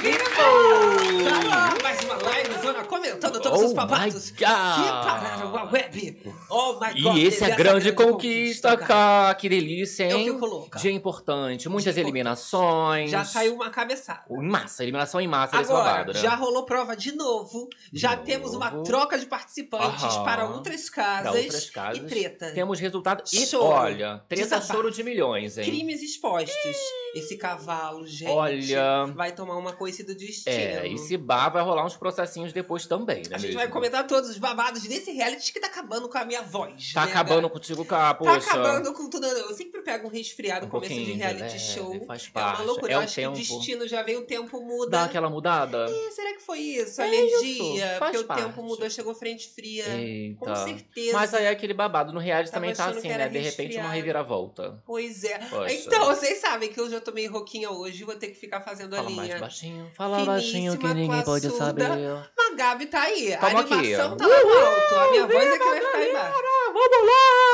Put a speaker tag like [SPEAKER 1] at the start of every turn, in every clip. [SPEAKER 1] vivo! Tá lá, mais uma live zona comentando todos
[SPEAKER 2] Oh
[SPEAKER 1] os
[SPEAKER 2] my God.
[SPEAKER 1] babados que pararam a web. Oh my God! tá
[SPEAKER 2] E esse é a
[SPEAKER 1] essa
[SPEAKER 2] grande conquista, cara. Que delícia,
[SPEAKER 1] É o que
[SPEAKER 2] hein?
[SPEAKER 1] eu coloco.
[SPEAKER 2] Dia importante, muitas
[SPEAKER 1] Dia importante.
[SPEAKER 2] eliminações.
[SPEAKER 1] Já saiu uma cabeçada.
[SPEAKER 2] Em massa, eliminação em massa desse babado,
[SPEAKER 1] Agora,
[SPEAKER 2] né?
[SPEAKER 1] já rolou prova de novo.
[SPEAKER 2] De
[SPEAKER 1] já
[SPEAKER 2] novo.
[SPEAKER 1] temos uma troca de participantes
[SPEAKER 2] Aham.
[SPEAKER 1] para outras
[SPEAKER 2] Pra
[SPEAKER 1] casas
[SPEAKER 2] outras casas.
[SPEAKER 1] e treta.
[SPEAKER 2] Temos resultado. E
[SPEAKER 1] Choro.
[SPEAKER 2] olha, treta
[SPEAKER 1] Desabafo.
[SPEAKER 2] choro de milhões, hein?
[SPEAKER 1] Crimes expostos. Esse cavalo, gente,
[SPEAKER 2] Olha.
[SPEAKER 1] vai tomar uma coincida do destino.
[SPEAKER 2] É, e se bar vai rolar uns processinhos depois também, né?
[SPEAKER 1] A gente
[SPEAKER 2] mesmo?
[SPEAKER 1] vai comentar todos os babados desse reality que tá acabando com a minha voz.
[SPEAKER 2] Tá
[SPEAKER 1] né,
[SPEAKER 2] acabando contigo, cara,
[SPEAKER 1] Tá
[SPEAKER 2] poxa.
[SPEAKER 1] acabando com tudo. Eu sempre pego um resfriado
[SPEAKER 2] Um
[SPEAKER 1] no começo de
[SPEAKER 2] pouquinho,
[SPEAKER 1] reality
[SPEAKER 2] é,
[SPEAKER 1] show.
[SPEAKER 2] Faz
[SPEAKER 1] É uma
[SPEAKER 2] parte.
[SPEAKER 1] loucura.
[SPEAKER 2] é
[SPEAKER 1] Eu
[SPEAKER 2] o
[SPEAKER 1] acho
[SPEAKER 2] tempo.
[SPEAKER 1] que o destino já veio, o tempo
[SPEAKER 2] Dá
[SPEAKER 1] muda.
[SPEAKER 2] aquela mudada.
[SPEAKER 1] Ih, será que foi isso?
[SPEAKER 2] É
[SPEAKER 1] Alergia?
[SPEAKER 2] isso, faz
[SPEAKER 1] Porque o tempo
[SPEAKER 2] parte.
[SPEAKER 1] mudou, chegou frente fria. Com
[SPEAKER 2] Eita.
[SPEAKER 1] certeza.
[SPEAKER 2] Mas aí é aquele babado no reality
[SPEAKER 1] Tava
[SPEAKER 2] também tá
[SPEAKER 1] achando
[SPEAKER 2] assim,
[SPEAKER 1] que era
[SPEAKER 2] né? De repente uma
[SPEAKER 1] resfriado.
[SPEAKER 2] reviravolta.
[SPEAKER 1] Pois é.
[SPEAKER 2] Poxa.
[SPEAKER 1] Então, vocês sabem que eu já tomei roquinha hoje, vou ter que ficar fazendo a
[SPEAKER 2] Fala
[SPEAKER 1] linha.
[SPEAKER 2] mais baixinho, fala
[SPEAKER 1] Finíssima,
[SPEAKER 2] baixinho que ninguém pode
[SPEAKER 1] classuda.
[SPEAKER 2] saber.
[SPEAKER 1] A Gabi tá aí. a
[SPEAKER 2] Tamo aqui.
[SPEAKER 1] animação tá lá no alto. A minha voz é que vai ficar embaixo.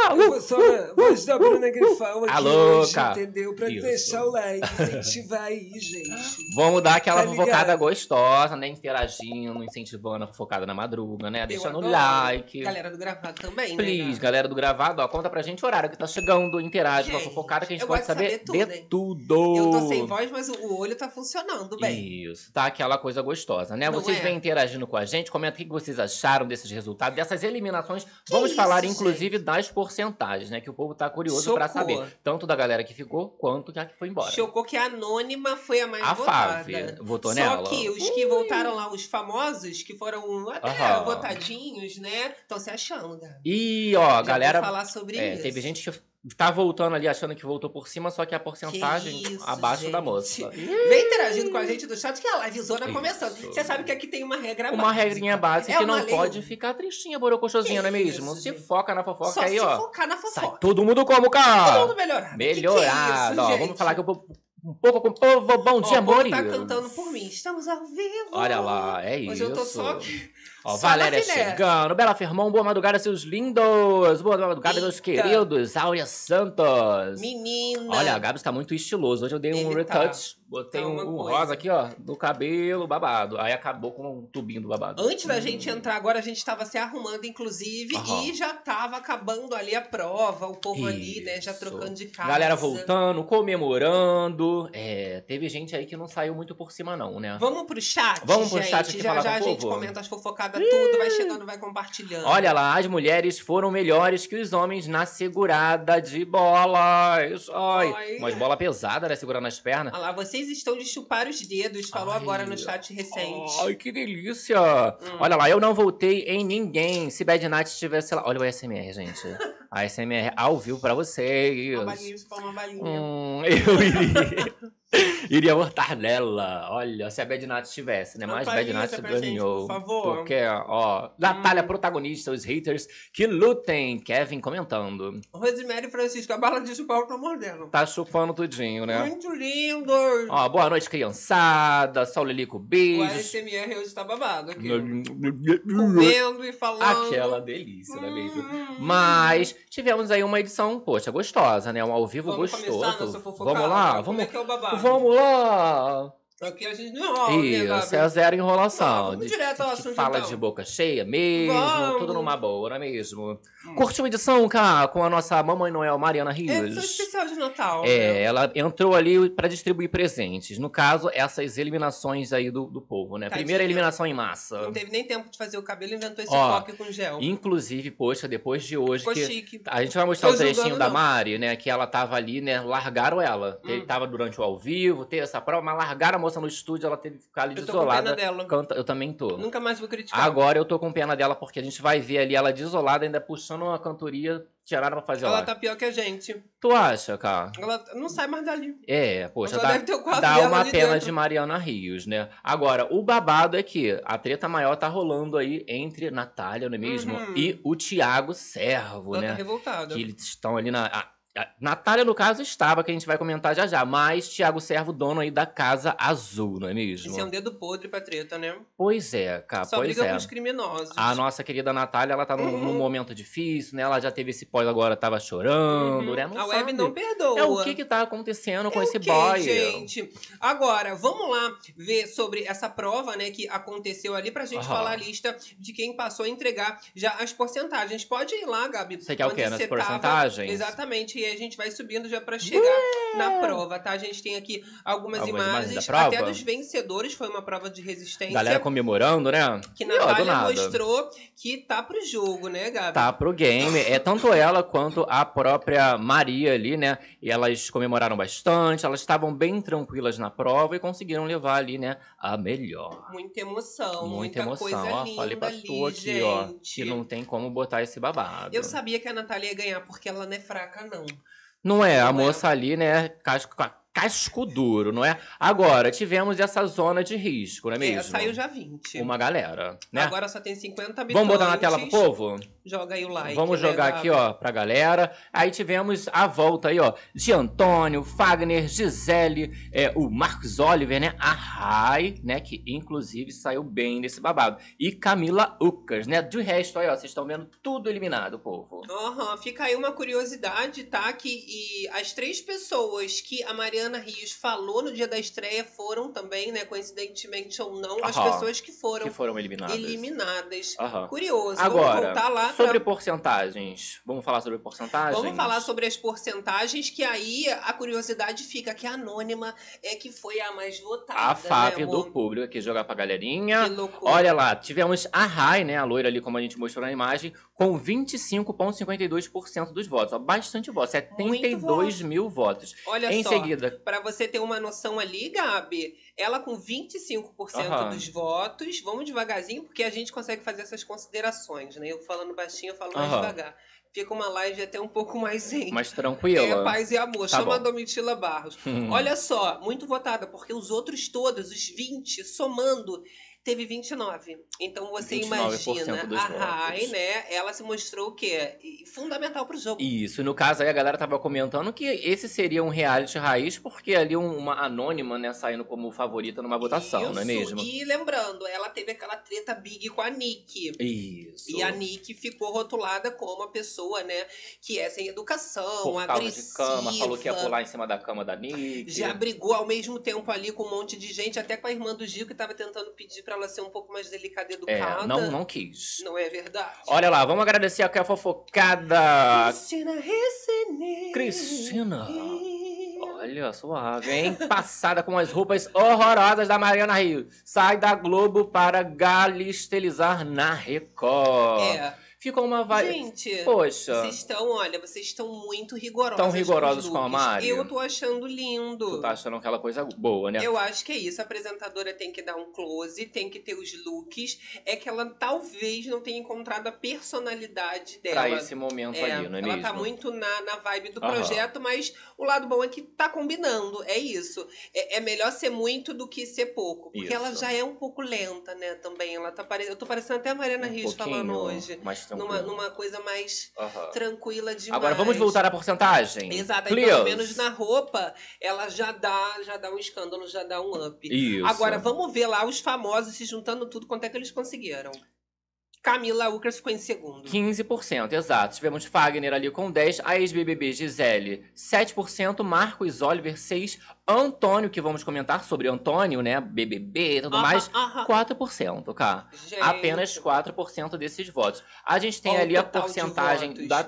[SPEAKER 1] Eu vou só voz da Bruna Grifal aqui
[SPEAKER 2] Alô,
[SPEAKER 1] hoje,
[SPEAKER 2] cara.
[SPEAKER 1] entendeu? Pra
[SPEAKER 2] Isso.
[SPEAKER 1] deixar o like, incentivar aí, gente.
[SPEAKER 2] Vamos dar aquela
[SPEAKER 1] Tá
[SPEAKER 2] fofocada
[SPEAKER 1] ligado?
[SPEAKER 2] gostosa, né? Interagindo, incentivando a fofocada na madruga, né? Deixando o
[SPEAKER 1] adoro.
[SPEAKER 2] like.
[SPEAKER 1] Galera do gravado também, né?
[SPEAKER 2] Please,
[SPEAKER 1] Gabi?
[SPEAKER 2] galera do gravado, ó, conta pra gente o horário que tá chegando, interage com a
[SPEAKER 1] Gente,
[SPEAKER 2] fofocada que a gente
[SPEAKER 1] eu
[SPEAKER 2] pode
[SPEAKER 1] gosto de
[SPEAKER 2] saber,
[SPEAKER 1] saber tudo,
[SPEAKER 2] de
[SPEAKER 1] hein?
[SPEAKER 2] tudo.
[SPEAKER 1] Eu tô sem voz, mas o olho tá funcionando bem.
[SPEAKER 2] Isso, tá aquela coisa gostosa, né?
[SPEAKER 1] Não
[SPEAKER 2] vocês
[SPEAKER 1] é?
[SPEAKER 2] vêm interagindo com a gente, comenta o que vocês acharam desses resultados, dessas eliminações. Vamos
[SPEAKER 1] isso,
[SPEAKER 2] falar,
[SPEAKER 1] gente?
[SPEAKER 2] inclusive, das porcentagens, né? Que o povo tá curioso
[SPEAKER 1] Chocou.
[SPEAKER 2] pra saber. Tanto da galera que ficou, quanto da que foi embora.
[SPEAKER 1] Chocou que a anônima foi a mais
[SPEAKER 2] A
[SPEAKER 1] votada.
[SPEAKER 2] Fávia votou
[SPEAKER 1] Só
[SPEAKER 2] nela.
[SPEAKER 1] que os que voltaram lá, os famosos, que foram até
[SPEAKER 2] Aham.
[SPEAKER 1] votadinhos, né? Estão se achando, Gabi.
[SPEAKER 2] E, ó, a
[SPEAKER 1] Já vou
[SPEAKER 2] galera.
[SPEAKER 1] falar sobre
[SPEAKER 2] é,
[SPEAKER 1] isso.
[SPEAKER 2] teve gente que tá voltando ali, achando que voltou por cima, só que a porcentagem
[SPEAKER 1] Que isso,
[SPEAKER 2] abaixo da
[SPEAKER 1] gente.
[SPEAKER 2] moça.
[SPEAKER 1] Vem interagindo com a gente do chat, que a livezona
[SPEAKER 2] Isso.
[SPEAKER 1] começando. Você sabe que aqui tem É uma regra
[SPEAKER 2] Uma
[SPEAKER 1] básica.
[SPEAKER 2] regrinha básica
[SPEAKER 1] É
[SPEAKER 2] que
[SPEAKER 1] uma
[SPEAKER 2] não
[SPEAKER 1] lei.
[SPEAKER 2] pode ficar tristinha, borocochosinha,
[SPEAKER 1] Que
[SPEAKER 2] não é mesmo?
[SPEAKER 1] isso,
[SPEAKER 2] se
[SPEAKER 1] gente.
[SPEAKER 2] foca na fofoca
[SPEAKER 1] Só
[SPEAKER 2] aí,
[SPEAKER 1] se
[SPEAKER 2] ó.
[SPEAKER 1] focar na fofoca.
[SPEAKER 2] Sai todo mundo como, cara?
[SPEAKER 1] Todo mundo melhorado. Que que é isso,
[SPEAKER 2] Melhorado, ó.
[SPEAKER 1] gente?
[SPEAKER 2] Vamos falar que eu vou um pouco com o povo. Bom
[SPEAKER 1] Ó,
[SPEAKER 2] dia,
[SPEAKER 1] o povo
[SPEAKER 2] amores.
[SPEAKER 1] tá cantando por mim. Estamos ao vivo.
[SPEAKER 2] Olha lá, é isso.
[SPEAKER 1] Hoje eu tô só aqui.
[SPEAKER 2] Ó,
[SPEAKER 1] só
[SPEAKER 2] Valéria
[SPEAKER 1] na filé.
[SPEAKER 2] chegando. Bela Firmão, boa madrugada, seus lindos. Boa madrugada, meus
[SPEAKER 1] Eita.
[SPEAKER 2] queridos. Áurea Santos.
[SPEAKER 1] Menina.
[SPEAKER 2] Olha, a Gabi tá muito estiloso. Hoje eu dei um
[SPEAKER 1] Ele tá.
[SPEAKER 2] retouch. Botei
[SPEAKER 1] Tá
[SPEAKER 2] um,
[SPEAKER 1] uma
[SPEAKER 2] um
[SPEAKER 1] coisa.
[SPEAKER 2] rosa aqui, ó, no cabelo babado. Aí acabou com um tubinho do babado.
[SPEAKER 1] Antes da gente entrar agora, a gente tava se arrumando, inclusive,
[SPEAKER 2] Aham.
[SPEAKER 1] e já tava acabando ali a prova, o povo ali, né, já
[SPEAKER 2] Isso.
[SPEAKER 1] trocando de casa.
[SPEAKER 2] Galera voltando, comemorando. É, teve gente aí que não saiu muito por cima, não, né?
[SPEAKER 1] Vamos pro chat,
[SPEAKER 2] Vamos pro
[SPEAKER 1] gente.
[SPEAKER 2] chat aqui
[SPEAKER 1] já
[SPEAKER 2] falar
[SPEAKER 1] já
[SPEAKER 2] com
[SPEAKER 1] a
[SPEAKER 2] o
[SPEAKER 1] gente
[SPEAKER 2] povo?
[SPEAKER 1] comenta as fofocadas, tudo, vai chegando, vai compartilhando.
[SPEAKER 2] Olha lá, as mulheres foram melhores que os homens na segurada de bola. Isso, ai.
[SPEAKER 1] Ai.
[SPEAKER 2] Mas bola pesada, né? Segurando as pernas.
[SPEAKER 1] Olha lá, vocês estão de chupar os dedos, falou
[SPEAKER 2] Ai.
[SPEAKER 1] agora no chat recente.
[SPEAKER 2] Ai, que delícia!
[SPEAKER 1] Hum.
[SPEAKER 2] Olha lá, eu não voltei em ninguém. Se Bad Night estivesse lá. Olha o ASMR, gente. A SMR ao vivo pra vocês.
[SPEAKER 1] Uma balinha, chupar uma balinha.
[SPEAKER 2] Hum, eu iria, iria votar nela. Olha, se a Bad Night estivesse, né?
[SPEAKER 1] Uma
[SPEAKER 2] Mas Bad
[SPEAKER 1] palhinha
[SPEAKER 2] Night
[SPEAKER 1] pra gente,
[SPEAKER 2] ganhou.
[SPEAKER 1] por favor.
[SPEAKER 2] Porque, ó, Natália, protagonista, os haters que lutem. Kevin comentando.
[SPEAKER 1] Rosemary Francisco, a bala de chupar eu tô mordendo.
[SPEAKER 2] Tá chupando tudinho, né?
[SPEAKER 1] Muito lindo!
[SPEAKER 2] Ó, boa noite, criançada. Sol Lilico,
[SPEAKER 1] o
[SPEAKER 2] beijos.
[SPEAKER 1] ASMR hoje tá babado aqui. Comendo e falando.
[SPEAKER 2] Aquela delícia, né, mesmo?
[SPEAKER 1] Hum.
[SPEAKER 2] Mas tivemos aí uma edição, poxa, gostosa, né? Um ao vivo
[SPEAKER 1] Vamos
[SPEAKER 2] gostoso.
[SPEAKER 1] começar nossa fofocada?
[SPEAKER 2] vamos lá,
[SPEAKER 1] Como é
[SPEAKER 2] vamos.
[SPEAKER 1] que é o babado?
[SPEAKER 2] Vamos lá!
[SPEAKER 1] Aqui a gente não rola, né,
[SPEAKER 2] Isso,
[SPEAKER 1] Gabi?
[SPEAKER 2] é zero
[SPEAKER 1] Ah,
[SPEAKER 2] enrolação.
[SPEAKER 1] vamos
[SPEAKER 2] De-
[SPEAKER 1] direto ao
[SPEAKER 2] que
[SPEAKER 1] assunto,
[SPEAKER 2] fala
[SPEAKER 1] então.
[SPEAKER 2] de boca cheia mesmo,
[SPEAKER 1] Vamos.
[SPEAKER 2] tudo numa boa, não é mesmo?
[SPEAKER 1] Hum.
[SPEAKER 2] Curtiu a edição, cara, com a nossa Mamãe Noel Mariana
[SPEAKER 1] É edição
[SPEAKER 2] Rios?
[SPEAKER 1] especial de Natal. né?
[SPEAKER 2] É, ela entrou ali pra distribuir presentes. No caso, essas eliminações aí do, do povo, né?
[SPEAKER 1] Tadinha.
[SPEAKER 2] Primeira eliminação em massa.
[SPEAKER 1] Não teve nem tempo de fazer o cabelo, inventou esse
[SPEAKER 2] Ó,
[SPEAKER 1] coque com gel.
[SPEAKER 2] Inclusive, poxa, depois de hoje
[SPEAKER 1] Ficou
[SPEAKER 2] que tá
[SPEAKER 1] chique.
[SPEAKER 2] a gente vai mostrar
[SPEAKER 1] Tô
[SPEAKER 2] o trechinho
[SPEAKER 1] julgando,
[SPEAKER 2] da
[SPEAKER 1] não.
[SPEAKER 2] Mari, né? Que ela tava ali, né? Largaram ela.
[SPEAKER 1] Hum.
[SPEAKER 2] Tava durante o ao vivo, teve essa prova, mas largaram a moça no estúdio, ela teve que ficar ali
[SPEAKER 1] Eu tô com pena
[SPEAKER 2] desolada.
[SPEAKER 1] dela.
[SPEAKER 2] Canta, eu também tô.
[SPEAKER 1] Nunca mais vou criticar.
[SPEAKER 2] Agora eu tô com pena dela, porque a gente vai ver ali ela desolada, ainda puxando uma cantoria, tiraram pra fazer
[SPEAKER 1] ela
[SPEAKER 2] lá.
[SPEAKER 1] tá pior que a gente.
[SPEAKER 2] Tu acha, cara?
[SPEAKER 1] Ela não sai mais dali.
[SPEAKER 2] É, poxa,
[SPEAKER 1] ela
[SPEAKER 2] dá,
[SPEAKER 1] deve ter o quadro
[SPEAKER 2] dá
[SPEAKER 1] dela
[SPEAKER 2] uma
[SPEAKER 1] ali
[SPEAKER 2] pena
[SPEAKER 1] dentro.
[SPEAKER 2] de Mariana Rios, né? Agora, o babado é que a treta maior tá rolando aí entre Natália, não é mesmo?
[SPEAKER 1] Uhum.
[SPEAKER 2] E o Tiago Servo,
[SPEAKER 1] Ela tá
[SPEAKER 2] né?
[SPEAKER 1] revoltada.
[SPEAKER 2] Que eles estão ali na. a- a Natália, no caso, estava, que a gente vai comentar já já. Mas Tiago Servo, dono aí da Casa Azul, não é mesmo?
[SPEAKER 1] Esse é um dedo podre pra treta, né?
[SPEAKER 2] Pois é, cara,
[SPEAKER 1] Só
[SPEAKER 2] pois
[SPEAKER 1] briga
[SPEAKER 2] é.
[SPEAKER 1] com os Uhum. criminosos.
[SPEAKER 2] A nossa querida Natália, ela tá num, num momento difícil, né? Ela já teve esse pós agora, tava chorando, né? Não
[SPEAKER 1] Uhum. a
[SPEAKER 2] sabe.
[SPEAKER 1] web não perdoa.
[SPEAKER 2] É o que que tá acontecendo com
[SPEAKER 1] É o
[SPEAKER 2] esse
[SPEAKER 1] quê,
[SPEAKER 2] boy?
[SPEAKER 1] gente. Agora, vamos lá ver sobre essa prova, né, que aconteceu ali pra gente
[SPEAKER 2] Aham.
[SPEAKER 1] falar a lista de quem passou a entregar já as porcentagens. Pode ir lá, Gabi.
[SPEAKER 2] Você quer o
[SPEAKER 1] onde
[SPEAKER 2] quê? Nas
[SPEAKER 1] você
[SPEAKER 2] porcentagens?
[SPEAKER 1] Exatamente, e a gente vai subindo já pra chegar na prova, tá? A gente tem aqui algumas,
[SPEAKER 2] Algumas imagens
[SPEAKER 1] imagens,
[SPEAKER 2] da
[SPEAKER 1] até
[SPEAKER 2] prova.
[SPEAKER 1] dos vencedores, foi uma prova de resistência.
[SPEAKER 2] Galera comemorando, né?
[SPEAKER 1] que
[SPEAKER 2] E, ó, do
[SPEAKER 1] Natália
[SPEAKER 2] nada.
[SPEAKER 1] mostrou que tá pro jogo, né, Gabi?
[SPEAKER 2] Tá pro game. É tanto ela quanto a própria Maria ali, né? E elas comemoraram bastante, elas estavam bem tranquilas na prova e conseguiram levar ali, né? A melhor.
[SPEAKER 1] Muita emoção,
[SPEAKER 2] Muita
[SPEAKER 1] muita,
[SPEAKER 2] emoção.
[SPEAKER 1] coisa
[SPEAKER 2] ó,
[SPEAKER 1] linda
[SPEAKER 2] falei pra
[SPEAKER 1] ali,
[SPEAKER 2] tu aqui,
[SPEAKER 1] gente.
[SPEAKER 2] ó. Que não tem como botar esse babado.
[SPEAKER 1] Eu sabia que a Natália ia ganhar, porque ela não é fraca, não.
[SPEAKER 2] Não é, a
[SPEAKER 1] Não é.
[SPEAKER 2] moça ali, né? Casco, ca- casco duro, não é? Agora, tivemos essa zona de risco, não é mesmo?
[SPEAKER 1] É, saiu já 20.
[SPEAKER 2] Uma galera, né?
[SPEAKER 1] Agora só tem 50 habitantes.
[SPEAKER 2] Vamos botar na tela pro povo?
[SPEAKER 1] Joga aí o like.
[SPEAKER 2] Vamos
[SPEAKER 1] né,
[SPEAKER 2] jogar aqui,
[SPEAKER 1] Gabi?
[SPEAKER 2] ó, pra galera. Aí tivemos a volta aí, ó, de Antônio, Fagner, Gisele, é, o Marcos Oliver, né? A Rai, né? Que inclusive saiu bem nesse babado. E Camila Ucas, né? Do resto, aí, ó, vocês estão vendo tudo eliminado, povo.
[SPEAKER 1] Aham, fica aí uma curiosidade, tá? Que e as três pessoas que a Mariana Rios falou no dia da estreia foram também, né? Coincidentemente ou não, as
[SPEAKER 2] Aham.
[SPEAKER 1] pessoas que foram
[SPEAKER 2] Que foram eliminadas.
[SPEAKER 1] eliminadas.
[SPEAKER 2] Aham.
[SPEAKER 1] Curioso. Vamos
[SPEAKER 2] Agora,
[SPEAKER 1] voltar lá pra
[SPEAKER 2] sobre porcentagens. Vamos falar sobre porcentagens?
[SPEAKER 1] Vamos falar sobre as porcentagens, que aí a curiosidade fica que a anônima é que foi a mais votada.
[SPEAKER 2] a
[SPEAKER 1] né,
[SPEAKER 2] FAP do
[SPEAKER 1] amor?
[SPEAKER 2] público aqui, jogar pra
[SPEAKER 1] Que
[SPEAKER 2] galerinha.
[SPEAKER 1] loucura.
[SPEAKER 2] Olha lá, tivemos a Rai, né, a loira ali, como a gente mostrou na imagem, com 25,52% dos votos. Ó, bastante votos, 72 mil votos.
[SPEAKER 1] Olha
[SPEAKER 2] em
[SPEAKER 1] só.
[SPEAKER 2] seguida,
[SPEAKER 1] Pra você ter uma noção ali, Gabi, ela com 25%
[SPEAKER 2] Aham.
[SPEAKER 1] dos votos. Vamos devagarzinho, porque a gente consegue fazer essas considerações, né? Eu falando baixinho, eu falo mais
[SPEAKER 2] Aham.
[SPEAKER 1] devagar. Fica uma live até um pouco mais em.
[SPEAKER 2] mais
[SPEAKER 1] É
[SPEAKER 2] tranquila.
[SPEAKER 1] paz e amor.
[SPEAKER 2] Tá
[SPEAKER 1] Chama a
[SPEAKER 2] bom.
[SPEAKER 1] Domitila Barros.
[SPEAKER 2] Hum.
[SPEAKER 1] Olha só, muito votada, porque os outros todos, os 20, somando, teve 29. Então você
[SPEAKER 2] 29%
[SPEAKER 1] imagina,
[SPEAKER 2] dos
[SPEAKER 1] a Rai,
[SPEAKER 2] votos.
[SPEAKER 1] né? Ela se mostrou o quê? E- Fundamental pro jogo.
[SPEAKER 2] Isso, e no caso aí a galera tava comentando que esse seria um reality raiz, porque ali um- uma anônima, né, saindo como favorita numa votação, não é
[SPEAKER 1] Isso.
[SPEAKER 2] mesmo?
[SPEAKER 1] E lembrando, ela teve aquela treta big com a Nick.
[SPEAKER 2] Isso.
[SPEAKER 1] E a Nick ficou rotulada como a pessoa, né, que é sem educação,
[SPEAKER 2] Por causa
[SPEAKER 1] agressiva.
[SPEAKER 2] de cama, falou que ia pular em cima da cama da Nick.
[SPEAKER 1] Já brigou ao mesmo tempo ali com um monte de gente, até com a irmã do Gil, que tava tentando pedir pra ela ser um pouco mais delicada e educada.
[SPEAKER 2] É, não, não quis.
[SPEAKER 1] Não é verdade?
[SPEAKER 2] Olha lá, vamos agradecer aqui a fofocada
[SPEAKER 1] Cristina Recene.
[SPEAKER 2] Cristina. Olha, suave, hein? Passada com as roupas horrorosas da Mariana Rio. Sai da Globo para galistelizar na Record.
[SPEAKER 1] É.
[SPEAKER 2] Ficou uma vibe.
[SPEAKER 1] Gente,
[SPEAKER 2] Poxa,
[SPEAKER 1] vocês estão, olha, vocês estão muito rigorosos.
[SPEAKER 2] Tão rigorosos
[SPEAKER 1] com, os
[SPEAKER 2] com a
[SPEAKER 1] looks.
[SPEAKER 2] Mari?
[SPEAKER 1] Eu tô achando lindo.
[SPEAKER 2] tu tá achando aquela coisa boa, né?
[SPEAKER 1] Eu acho que é isso. A apresentadora tem que dar um close, tem que ter os looks. É que ela talvez não tenha encontrado a personalidade dela.
[SPEAKER 2] Pra esse momento
[SPEAKER 1] É,
[SPEAKER 2] ali, não é
[SPEAKER 1] ela
[SPEAKER 2] mesmo?
[SPEAKER 1] tá muito na, na vibe do
[SPEAKER 2] Aham.
[SPEAKER 1] projeto, mas o lado bom é que tá combinando, é isso. É, é melhor ser muito do que ser pouco, porque
[SPEAKER 2] Isso.
[SPEAKER 1] ela já é um pouco lenta, né, também. Ela tá pare... Eu tô parecendo até a Mariana
[SPEAKER 2] um
[SPEAKER 1] Rios falando
[SPEAKER 2] pouquinho
[SPEAKER 1] hoje,
[SPEAKER 2] Mais tranquilo.
[SPEAKER 1] numa, numa coisa mais
[SPEAKER 2] Aham.
[SPEAKER 1] tranquila demais.
[SPEAKER 2] Agora vamos voltar à porcentagem.
[SPEAKER 1] Exato, aí
[SPEAKER 2] Clios.
[SPEAKER 1] pelo menos na roupa, ela já dá, já dá um escândalo, já dá um up.
[SPEAKER 2] Isso.
[SPEAKER 1] Agora vamos ver lá os famosos se juntando tudo, quanto é que eles conseguiram. Camila Ucras ficou em segundo.
[SPEAKER 2] 15%, exato. Tivemos Fagner ali com 10%, a ex-BBB Gisele 7%, Marcos Oliver 6%, Antônio, que vamos comentar sobre Antônio, né, BBB e tudo mais,
[SPEAKER 1] Aham, aham.
[SPEAKER 2] 4%, cara.
[SPEAKER 1] Gente.
[SPEAKER 2] Apenas 4% desses votos. A gente tem
[SPEAKER 1] Olha o
[SPEAKER 2] ali a
[SPEAKER 1] total de
[SPEAKER 2] porcentagem
[SPEAKER 1] votos,
[SPEAKER 2] da,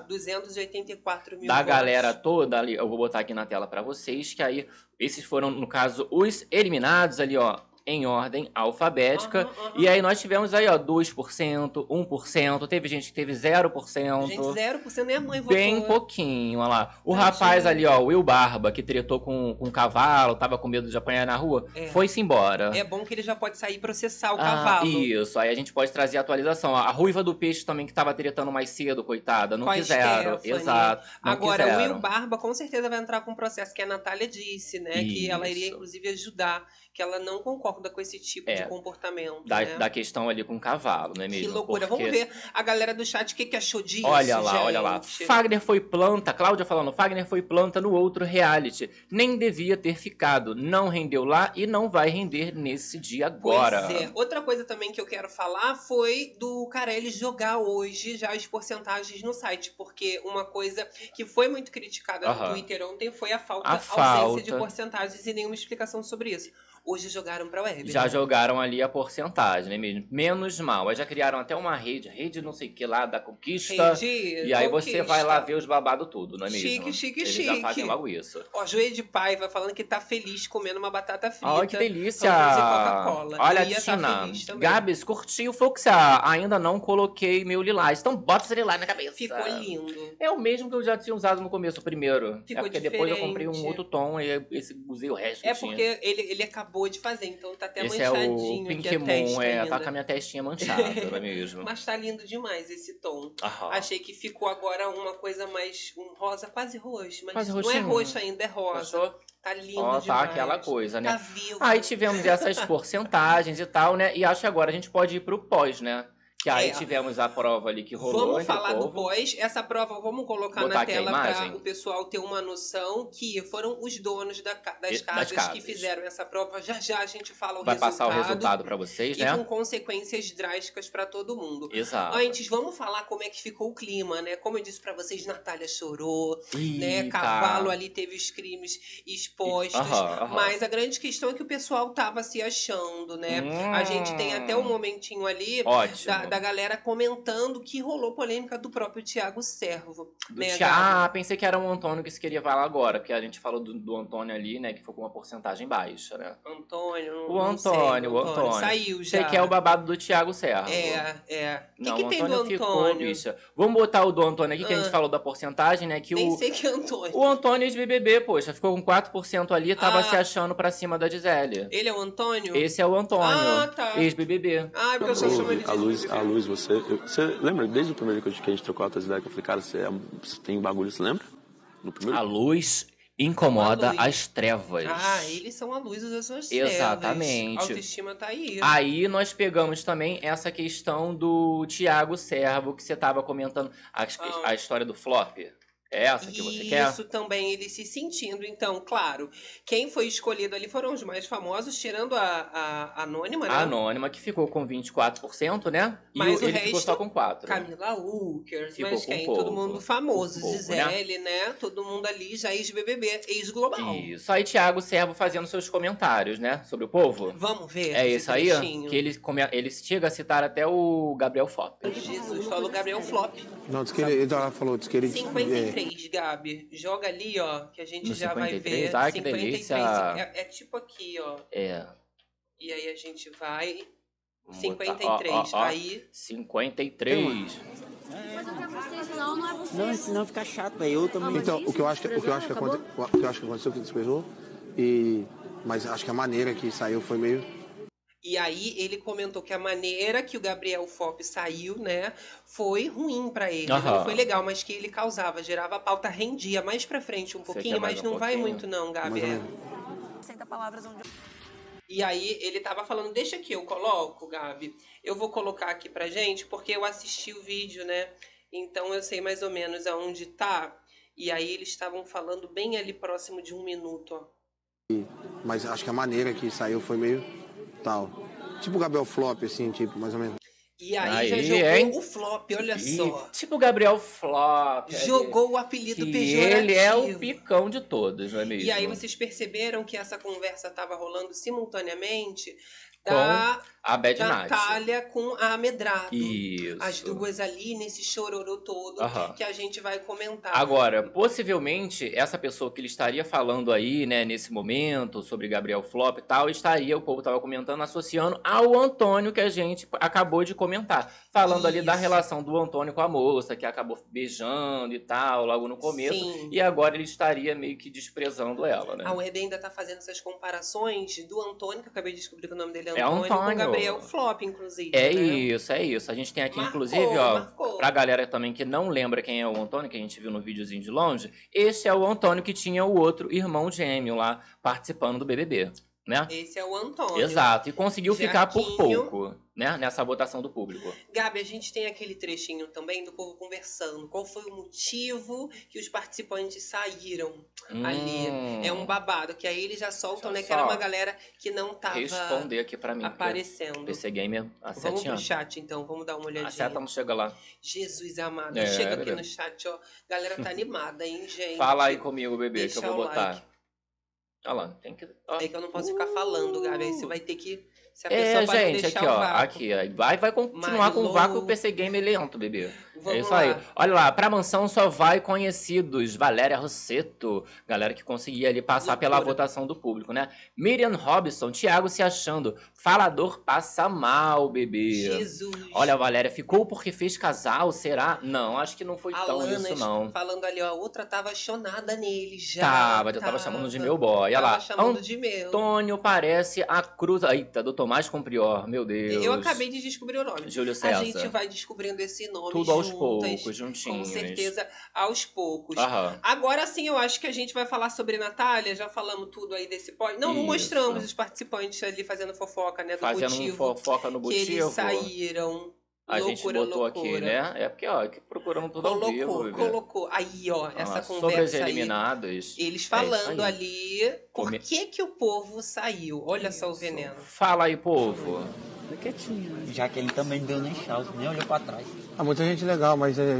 [SPEAKER 1] 284 mil
[SPEAKER 2] da
[SPEAKER 1] votos.
[SPEAKER 2] galera toda ali, eu vou botar aqui na tela pra vocês, que aí esses foram, no caso, os eliminados ali, ó, em ordem alfabética.
[SPEAKER 1] Aham, aham.
[SPEAKER 2] E aí nós tivemos aí, ó, 2%, 1%, teve gente que teve 0%.
[SPEAKER 1] Gente, 0% nem a mãe votou.
[SPEAKER 2] Bem pouquinho, olha lá. O
[SPEAKER 1] Tadinho.
[SPEAKER 2] rapaz ali, ó, o Will Barba, que tretou com, com um cavalo, tava com medo de apanhar na rua,
[SPEAKER 1] É.
[SPEAKER 2] foi-se embora.
[SPEAKER 1] É bom que ele já pode sair processar o
[SPEAKER 2] Ah,
[SPEAKER 1] cavalo.
[SPEAKER 2] isso, aí a gente pode trazer a atualização. A Ruiva do Peixe também, que tava tretando mais cedo, coitada, não
[SPEAKER 1] Com a
[SPEAKER 2] quiseram.
[SPEAKER 1] Stephanie.
[SPEAKER 2] Exato. Não
[SPEAKER 1] Agora, o
[SPEAKER 2] quiseram.
[SPEAKER 1] Will Barba com certeza vai entrar com um processo que a Natália disse, né? Que ela iria,
[SPEAKER 2] Isso.
[SPEAKER 1] inclusive, ajudar, que ela não concorda. concorda com esse tipo
[SPEAKER 2] É.
[SPEAKER 1] de comportamento.
[SPEAKER 2] Da,
[SPEAKER 1] né?
[SPEAKER 2] da questão ali com o cavalo, não é
[SPEAKER 1] que
[SPEAKER 2] mesmo?
[SPEAKER 1] loucura. Vamos
[SPEAKER 2] Porque-
[SPEAKER 1] ver a galera do chat o que, que achou disso.
[SPEAKER 2] Olha lá,
[SPEAKER 1] gente.
[SPEAKER 2] olha lá. Fagner foi planta, Cláudia falando, Fagner foi planta no outro reality. Nem devia ter ficado. Não rendeu lá e não vai render nesse dia agora.
[SPEAKER 1] Pois é. Outra coisa também que eu quero falar foi do Carelli jogar hoje já as porcentagens no site, porque uma coisa que foi muito criticada
[SPEAKER 2] Aham.
[SPEAKER 1] no Twitter ontem foi a falta,
[SPEAKER 2] A
[SPEAKER 1] ausência de
[SPEAKER 2] falta.
[SPEAKER 1] porcentagens e nenhuma explicação sobre isso. Hoje jogaram pra web.
[SPEAKER 2] Já
[SPEAKER 1] né?
[SPEAKER 2] jogaram ali a porcentagem, né mesmo? Menos mal. Aí já criaram até uma rede, rede não sei o que lá da conquista.
[SPEAKER 1] Entendi.
[SPEAKER 2] E aí você
[SPEAKER 1] Conquista.
[SPEAKER 2] vai lá ver os babados tudo, não é mesmo?
[SPEAKER 1] Chique, chique,
[SPEAKER 2] Eles já
[SPEAKER 1] chique.
[SPEAKER 2] fazem logo isso.
[SPEAKER 1] Ó, Joelho de Paiva falando que tá feliz comendo uma batata frita.
[SPEAKER 2] Olha que delícia!
[SPEAKER 1] Rodrigo e Coca-Cola.
[SPEAKER 2] Olha a
[SPEAKER 1] Eu ia tá
[SPEAKER 2] Tina.
[SPEAKER 1] feliz também.
[SPEAKER 2] Gabs, curtiu, Fuxia. Ainda não coloquei meu lilás. Então bota esse lilás na cabeça.
[SPEAKER 1] Ficou lindo.
[SPEAKER 2] É o mesmo que eu já tinha usado no começo, o primeiro.
[SPEAKER 1] Ficou
[SPEAKER 2] é porque depois eu
[SPEAKER 1] diferente.
[SPEAKER 2] comprei um outro tom e esse, usei o resto
[SPEAKER 1] É
[SPEAKER 2] que tinha.
[SPEAKER 1] porque ele, ele acabou de fazer, então tá até
[SPEAKER 2] Esse é o
[SPEAKER 1] manchadinho aqui
[SPEAKER 2] Pink
[SPEAKER 1] a testa
[SPEAKER 2] Moon, é,
[SPEAKER 1] ainda.
[SPEAKER 2] tá com a minha testinha manchada, não é mesmo?
[SPEAKER 1] Mas tá lindo demais esse tom.
[SPEAKER 2] Aham.
[SPEAKER 1] Achei que ficou agora uma coisa mais um rosa, quase roxo, mas
[SPEAKER 2] Quase
[SPEAKER 1] não é
[SPEAKER 2] roxinho.
[SPEAKER 1] roxo ainda, é rosa.
[SPEAKER 2] Gostou?
[SPEAKER 1] Tá lindo
[SPEAKER 2] Ó, tá
[SPEAKER 1] demais.
[SPEAKER 2] aquela coisa, né?
[SPEAKER 1] Tá vivo.
[SPEAKER 2] Aí tivemos essas porcentagens e tal, né? E acho que agora a gente pode ir pro pós, né? Que aí
[SPEAKER 1] É.
[SPEAKER 2] tivemos a prova ali que rolou.
[SPEAKER 1] Vamos
[SPEAKER 2] entre
[SPEAKER 1] falar
[SPEAKER 2] o
[SPEAKER 1] do
[SPEAKER 2] povo.
[SPEAKER 1] pós. Essa prova vamos colocar
[SPEAKER 2] Botar
[SPEAKER 1] na
[SPEAKER 2] aqui a
[SPEAKER 1] tela
[SPEAKER 2] imagem?
[SPEAKER 1] para o pessoal ter uma noção que foram os donos da ca- das,
[SPEAKER 2] E- das
[SPEAKER 1] casas que
[SPEAKER 2] casas.
[SPEAKER 1] fizeram essa prova. Já já a gente fala o
[SPEAKER 2] Vai
[SPEAKER 1] resultado.
[SPEAKER 2] passar o resultado pra vocês,
[SPEAKER 1] E
[SPEAKER 2] né?
[SPEAKER 1] com consequências drásticas para todo mundo.
[SPEAKER 2] Exato.
[SPEAKER 1] um Antes, vamos falar como é que ficou o clima, né? Como eu disse pra vocês, Natália chorou,
[SPEAKER 2] Ih,
[SPEAKER 1] né?
[SPEAKER 2] tá.
[SPEAKER 1] Cavalo ali teve os crimes expostos.
[SPEAKER 2] Aham, aham.
[SPEAKER 1] Mas a grande questão é que o pessoal tava se achando, né? A gente tem até um
[SPEAKER 2] Hum,
[SPEAKER 1] momentinho ali
[SPEAKER 2] Ótimo.
[SPEAKER 1] da, da galera comentando que rolou polêmica do próprio Tiago Servo.
[SPEAKER 2] Do
[SPEAKER 1] né,
[SPEAKER 2] Thi-
[SPEAKER 1] Gabi?
[SPEAKER 2] Ah, pensei que era o Antônio que se queria falar agora, porque a gente falou do, do Antônio ali, né, que foi com uma porcentagem baixa, né?
[SPEAKER 1] Antônio, não-
[SPEAKER 2] O
[SPEAKER 1] não sei,
[SPEAKER 2] Antônio, o Antônio.
[SPEAKER 1] Saiu já.
[SPEAKER 2] Você quer o babado do Thiago Serra.
[SPEAKER 1] É, é. O que,
[SPEAKER 2] Não,
[SPEAKER 1] que
[SPEAKER 2] o
[SPEAKER 1] tem do
[SPEAKER 2] Antônio
[SPEAKER 1] Antônio?
[SPEAKER 2] ficou, bicha. Vamos botar o do Antônio aqui, que a
[SPEAKER 1] Ah.
[SPEAKER 2] gente falou da porcentagem, né? Que
[SPEAKER 1] Nem
[SPEAKER 2] o,
[SPEAKER 1] sei que é Antônio.
[SPEAKER 2] o Antônio de BBB, poxa, ficou com 4% ali, tava
[SPEAKER 1] Ah.
[SPEAKER 2] se achando pra cima da Gisele.
[SPEAKER 1] Ele é o Antônio?
[SPEAKER 2] Esse é o Antônio,
[SPEAKER 1] Ah, tá.
[SPEAKER 2] ex-BBB.
[SPEAKER 1] Ah, é porque eu só chamo ele de
[SPEAKER 3] a luz,
[SPEAKER 1] Antônio.
[SPEAKER 3] a luz, você, eu- você lembra desde o primeiro que a gente- que a gente trocou altas ideias que eu falei, cara, você, é- você tem bagulho, você lembra? No primeiro?
[SPEAKER 2] A luz incomoda
[SPEAKER 1] A luz.
[SPEAKER 2] as trevas.
[SPEAKER 1] Ah, eles são a luz das suas
[SPEAKER 2] Exatamente. Ah,
[SPEAKER 1] A autoestima tá aí.
[SPEAKER 2] Aí nós pegamos também essa questão do Tiago Servo, que você tava comentando. A, a história do flop. É essa que você quer?
[SPEAKER 1] Ah. Isso também, ele se sentindo. Então, claro, quem foi escolhido ali foram os mais famosos, tirando a, a Anônima, né?
[SPEAKER 2] A Anônima, que ficou com 24%, né? E
[SPEAKER 1] Mas
[SPEAKER 2] o-
[SPEAKER 1] o
[SPEAKER 2] ele ficou
[SPEAKER 1] resto-
[SPEAKER 2] só com 4%.
[SPEAKER 1] Camila Uker,
[SPEAKER 2] Ficou
[SPEAKER 1] mas
[SPEAKER 2] com um
[SPEAKER 1] quem?
[SPEAKER 2] pouco.
[SPEAKER 1] Todo mundo famoso,
[SPEAKER 2] Com um pouco,
[SPEAKER 1] Gisele, né? Todo mundo ali já ex-BBB, ex-global.
[SPEAKER 2] Isso. Aí Tiago Servo fazendo seus comentários, né? Sobre o povo.
[SPEAKER 1] Vamos ver.
[SPEAKER 2] É
[SPEAKER 1] esse
[SPEAKER 2] isso aí?
[SPEAKER 1] trechinho.
[SPEAKER 2] Que ele, come- ele chega a citar até o Gabriel Fop.
[SPEAKER 1] Jesus, falou Gabriel Flop.
[SPEAKER 4] Não, diz que ele, então ela falou, diz que ele. é,
[SPEAKER 1] 53, Gabi. Joga ali, ó, que a gente
[SPEAKER 2] No
[SPEAKER 1] já vai
[SPEAKER 2] 53?
[SPEAKER 1] ver.
[SPEAKER 2] Ai, que delícia.
[SPEAKER 1] É, é tipo aqui, ó.
[SPEAKER 2] É.
[SPEAKER 1] E aí a gente vai.
[SPEAKER 2] vamos botar- ó,
[SPEAKER 1] 53.
[SPEAKER 2] ó, ó.
[SPEAKER 1] Aí.
[SPEAKER 2] 53.
[SPEAKER 5] Não, não é possível.
[SPEAKER 6] Não, senão fica chato, aí eu também.
[SPEAKER 4] Então, o que eu acho que, o que, eu acho que, aconte, o que eu acho que aconteceu, que despejou, e. Mas acho que a maneira que saiu foi meio.
[SPEAKER 1] E aí ele comentou que a maneira que o Gabriel Fop saiu, né, foi ruim pra ele. Não
[SPEAKER 2] Aham.
[SPEAKER 1] foi legal, mas que ele causava, gerava pauta, rendia mais pra frente um
[SPEAKER 2] Você
[SPEAKER 1] pouquinho,
[SPEAKER 2] quer
[SPEAKER 1] mas
[SPEAKER 2] mais um
[SPEAKER 1] não vai
[SPEAKER 2] pouquinho?
[SPEAKER 1] muito não, Gabi.
[SPEAKER 4] Mais ou
[SPEAKER 1] é.
[SPEAKER 4] menos.
[SPEAKER 1] E aí ele tava falando, deixa aqui, eu coloco, Gabi. Eu vou colocar aqui pra gente, porque eu assisti o vídeo, né? Então eu sei mais ou menos aonde tá. E aí eles estavam falando bem ali próximo de um minuto, ó.
[SPEAKER 4] Mas acho que a maneira que saiu foi meio. tal. Tipo o Gabriel Flop, assim, tipo, mais ou menos.
[SPEAKER 1] E aí, já
[SPEAKER 2] Aí,
[SPEAKER 1] jogou
[SPEAKER 2] hein?
[SPEAKER 1] o flop, olha
[SPEAKER 2] Ih,
[SPEAKER 1] só.
[SPEAKER 2] Tipo o Gabriel Flop. ali,
[SPEAKER 1] Jogou o
[SPEAKER 2] Que
[SPEAKER 1] apelido pejorativo.
[SPEAKER 2] ele é o picão de todos, não é mesmo?
[SPEAKER 1] E aí vocês perceberam que essa conversa tava rolando simultaneamente da
[SPEAKER 2] A Bad Night.
[SPEAKER 1] Natália com a Amedrado.
[SPEAKER 2] Isso.
[SPEAKER 1] tá As duas ali nesse chororô todo
[SPEAKER 2] Aham.
[SPEAKER 1] que a gente vai comentar.
[SPEAKER 2] Agora, possivelmente, essa pessoa que ele estaria falando aí, né, nesse momento, sobre Gabriel Flop e tal, estaria, o povo tava comentando, associando ao Antônio que a gente acabou de comentar. Falando ali da
[SPEAKER 1] Isso.
[SPEAKER 2] relação do Antônio com a moça, que acabou beijando e tal, logo no começo.
[SPEAKER 1] Sim.
[SPEAKER 2] E agora ele estaria meio que desprezando ela, né?
[SPEAKER 1] A web ainda tá fazendo essas comparações do Antônio, que eu acabei de descobrir que o nome dele é
[SPEAKER 2] É
[SPEAKER 1] Antônio, com o
[SPEAKER 2] Antônio.
[SPEAKER 1] Gabriel Flop, inclusive.
[SPEAKER 2] É
[SPEAKER 1] né?
[SPEAKER 2] isso, é isso. A gente tem aqui,
[SPEAKER 1] Marcou,
[SPEAKER 2] inclusive, ó,
[SPEAKER 1] marcou.
[SPEAKER 2] pra galera também que não lembra quem é o Antônio, que a gente viu no videozinho de longe, esse é o Antônio que tinha o outro irmão gêmeo lá participando do BBB. né?
[SPEAKER 1] Esse é o Antônio.
[SPEAKER 2] Exato, e conseguiu ficar por
[SPEAKER 1] Jaquinho.
[SPEAKER 2] pouco, né? Nessa votação do público.
[SPEAKER 1] Gabi, a gente tem aquele trechinho também do povo conversando. Qual foi o motivo que os participantes saíram ali?
[SPEAKER 2] Hum,
[SPEAKER 1] É um babado, que aí eles já
[SPEAKER 2] Deixa eu
[SPEAKER 1] soltam, né? Que era
[SPEAKER 2] só
[SPEAKER 1] uma galera que não tava
[SPEAKER 2] Responder aqui pra mim. porque
[SPEAKER 1] aparecendo.
[SPEAKER 2] PC Gamer há
[SPEAKER 1] Vamos
[SPEAKER 2] 7
[SPEAKER 1] pro
[SPEAKER 2] tá anos.
[SPEAKER 1] chat, então. Vamos dar uma
[SPEAKER 2] Há
[SPEAKER 1] olhadinha.
[SPEAKER 2] 7 anos chega lá.
[SPEAKER 1] Jesus amado.
[SPEAKER 2] É,
[SPEAKER 1] Chega aqui
[SPEAKER 2] bebê.
[SPEAKER 1] no chat, ó. Galera tá animada, hein, gente?
[SPEAKER 2] Fala aí comigo, bebê,
[SPEAKER 1] Deixa
[SPEAKER 2] que eu vou
[SPEAKER 1] o
[SPEAKER 2] botar.
[SPEAKER 1] like.
[SPEAKER 2] Olha lá, tem que. ó.
[SPEAKER 1] É que eu não posso ficar falando, Gabi. Aí você vai ter que... Se a pessoa
[SPEAKER 2] Uh. É,
[SPEAKER 1] vai
[SPEAKER 2] gente,
[SPEAKER 1] deixar
[SPEAKER 2] aqui,
[SPEAKER 1] o
[SPEAKER 2] ó.
[SPEAKER 1] vácuo.
[SPEAKER 2] Aqui, ó. Vai, vai continuar com o
[SPEAKER 1] Marilou.
[SPEAKER 2] vácuo PC Gamer lento, bebê.
[SPEAKER 1] Vamos
[SPEAKER 2] é isso
[SPEAKER 1] lá.
[SPEAKER 2] aí. Olha lá, pra mansão só vai conhecidos. Valéria Rosseto, galera que conseguia ali passar pela
[SPEAKER 1] Loucura.
[SPEAKER 2] votação do público, né? Miriam Robson, Thiago se achando. Falador passa mal, bebê.
[SPEAKER 1] Jesus.
[SPEAKER 2] Olha, Valéria, ficou porque fez casal, será? Não, acho que não foi tão
[SPEAKER 1] Alanas
[SPEAKER 2] isso, não.
[SPEAKER 1] falando ali, ó, a outra tava apaixonada nele já.
[SPEAKER 2] Tava, já tava chamando de meu boy. Olha
[SPEAKER 1] Tava
[SPEAKER 2] lá. Então,
[SPEAKER 1] chamando de meu.
[SPEAKER 2] Antônio parece a cruz. Eita, do Tomás Comprior, meu Deus.
[SPEAKER 1] Eu acabei de descobrir o nome.
[SPEAKER 2] Júlio
[SPEAKER 1] A
[SPEAKER 2] César.
[SPEAKER 1] gente vai descobrindo esse nome
[SPEAKER 2] Tudo aos
[SPEAKER 1] juntas,
[SPEAKER 2] poucos, Ah. juntinhos.
[SPEAKER 1] Com certeza, aos poucos.
[SPEAKER 2] Aham.
[SPEAKER 1] Agora sim, eu acho que a gente vai falar sobre Natália. Já falamos tudo aí desse pó. Não, não
[SPEAKER 2] Isso.
[SPEAKER 1] mostramos os participantes ali fazendo fofoca, né? Do
[SPEAKER 2] Fazendo um
[SPEAKER 1] motivo
[SPEAKER 2] fofoca no
[SPEAKER 1] que
[SPEAKER 2] motivo.
[SPEAKER 1] eles saíram.
[SPEAKER 2] A gente
[SPEAKER 1] loucura,
[SPEAKER 2] botou
[SPEAKER 1] loucura.
[SPEAKER 2] aqui, né? É porque, ó, que procurando tudo ao vivo. Ah,
[SPEAKER 1] Colocou,
[SPEAKER 2] bebê.
[SPEAKER 1] colocou. Aí, ó,
[SPEAKER 2] Olha
[SPEAKER 1] essa
[SPEAKER 2] lá, Sobre os
[SPEAKER 1] conversa aí.
[SPEAKER 2] eliminados.
[SPEAKER 1] Eles
[SPEAKER 2] É isso
[SPEAKER 1] falando
[SPEAKER 2] aí.
[SPEAKER 1] ali por
[SPEAKER 2] Come-
[SPEAKER 1] que que o povo saiu. Olha só o veneno.
[SPEAKER 2] Fala aí, povo.
[SPEAKER 6] Já que ele também deu nem chance, nem olhou pra trás.
[SPEAKER 4] Há muita gente legal, mas é.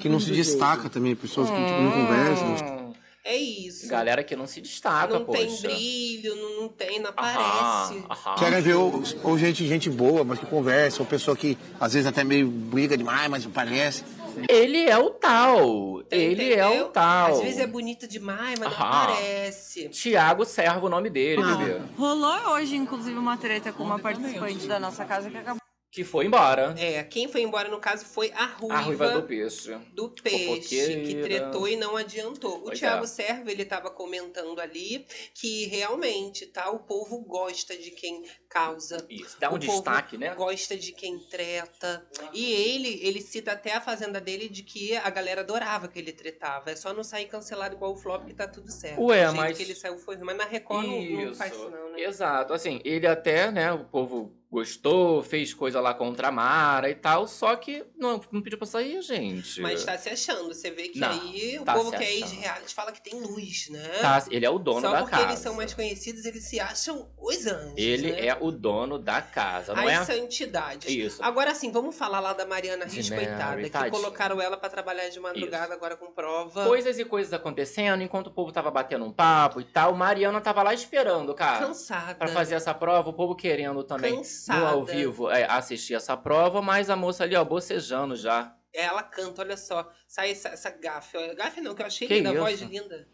[SPEAKER 4] Que não se destaca também, pessoas que tipo, não conversam.
[SPEAKER 2] Hum,
[SPEAKER 1] É isso.
[SPEAKER 2] galera que não se destaca,
[SPEAKER 1] não
[SPEAKER 2] poxa.
[SPEAKER 1] tem brilho, não, não tem, não
[SPEAKER 2] Aham,
[SPEAKER 1] aparece.
[SPEAKER 2] aham.
[SPEAKER 4] Querem ver ou, ou gente, gente boa, mas que conversa, ou pessoa que às vezes até meio briga demais, mas parece.
[SPEAKER 2] Ele é o tal. Ele é
[SPEAKER 1] Entendeu?
[SPEAKER 2] o tal.
[SPEAKER 1] Tá Às vezes é bonito demais, mas não
[SPEAKER 2] Aham.
[SPEAKER 1] aparece.
[SPEAKER 2] Tiago Servo, o nome dele, bebê.
[SPEAKER 7] Rolou hoje, inclusive, uma treta com uma participante da nossa casa que acabou
[SPEAKER 2] Que foi embora.
[SPEAKER 1] É, quem foi embora no caso foi a Ruiva,
[SPEAKER 2] A ruiva do
[SPEAKER 1] do...
[SPEAKER 2] peixe.
[SPEAKER 1] Peixe, que
[SPEAKER 2] Fofoqueira.
[SPEAKER 1] tretou e não adiantou. O
[SPEAKER 2] Pois
[SPEAKER 1] Thiago
[SPEAKER 2] é.
[SPEAKER 1] Servo, ele tava comentando ali que realmente, tá? O povo gosta de quem causa
[SPEAKER 2] Isso, dá um
[SPEAKER 1] O povo
[SPEAKER 2] destaque, né?
[SPEAKER 1] gosta de quem treta. E ele, ele cita até a fazenda dele de que a galera adorava que ele tretava. É só não sair cancelado igual o Flop que tá tudo certo.
[SPEAKER 2] Ué,
[SPEAKER 1] O jeito
[SPEAKER 2] mas-
[SPEAKER 1] que ele saiu foi... ruim, Mas na Record não, não faz isso não, né?
[SPEAKER 2] Exato, assim, ele até, né, o povo gostou, fez coisa lá contra a Mara e tal, só que não, não pediu pra sair, gente.
[SPEAKER 1] Mas tá se achando. Você vê que
[SPEAKER 2] Não,
[SPEAKER 1] aí o
[SPEAKER 2] tá
[SPEAKER 1] povo
[SPEAKER 2] se
[SPEAKER 1] que é
[SPEAKER 2] achando.
[SPEAKER 1] ex-reality fala que tem luz, né?
[SPEAKER 2] Tá, ele é o dono
[SPEAKER 1] só
[SPEAKER 2] da
[SPEAKER 1] porque
[SPEAKER 2] casa.
[SPEAKER 1] eles são mais conhecidos, eles se acham os anjos,
[SPEAKER 2] Ele
[SPEAKER 1] né?
[SPEAKER 2] é o dono da casa, não
[SPEAKER 1] As
[SPEAKER 2] é?
[SPEAKER 1] santidades.
[SPEAKER 2] Isso.
[SPEAKER 1] Agora sim, vamos falar lá da Mariana
[SPEAKER 2] De
[SPEAKER 1] Riz,
[SPEAKER 2] Mary,
[SPEAKER 1] coitada, que
[SPEAKER 2] tadinha.
[SPEAKER 1] colocaram ela pra trabalhar de madrugada agora com prova.
[SPEAKER 2] Coisas e coisas acontecendo, enquanto o povo tava batendo um papo e tal, Mariana tava lá esperando, cara.
[SPEAKER 1] Cansada. né?
[SPEAKER 2] Pra fazer essa prova, o povo querendo também
[SPEAKER 1] Cansada.
[SPEAKER 2] no ao vivo é, assistir essa prova, mas a moça ali, ó, bocejando já.
[SPEAKER 1] Ela canta, olha só. Sai essa, essa gafe. ó. Gafe não, que eu achei
[SPEAKER 2] Que
[SPEAKER 1] linda, a
[SPEAKER 2] isso?
[SPEAKER 1] voz linda.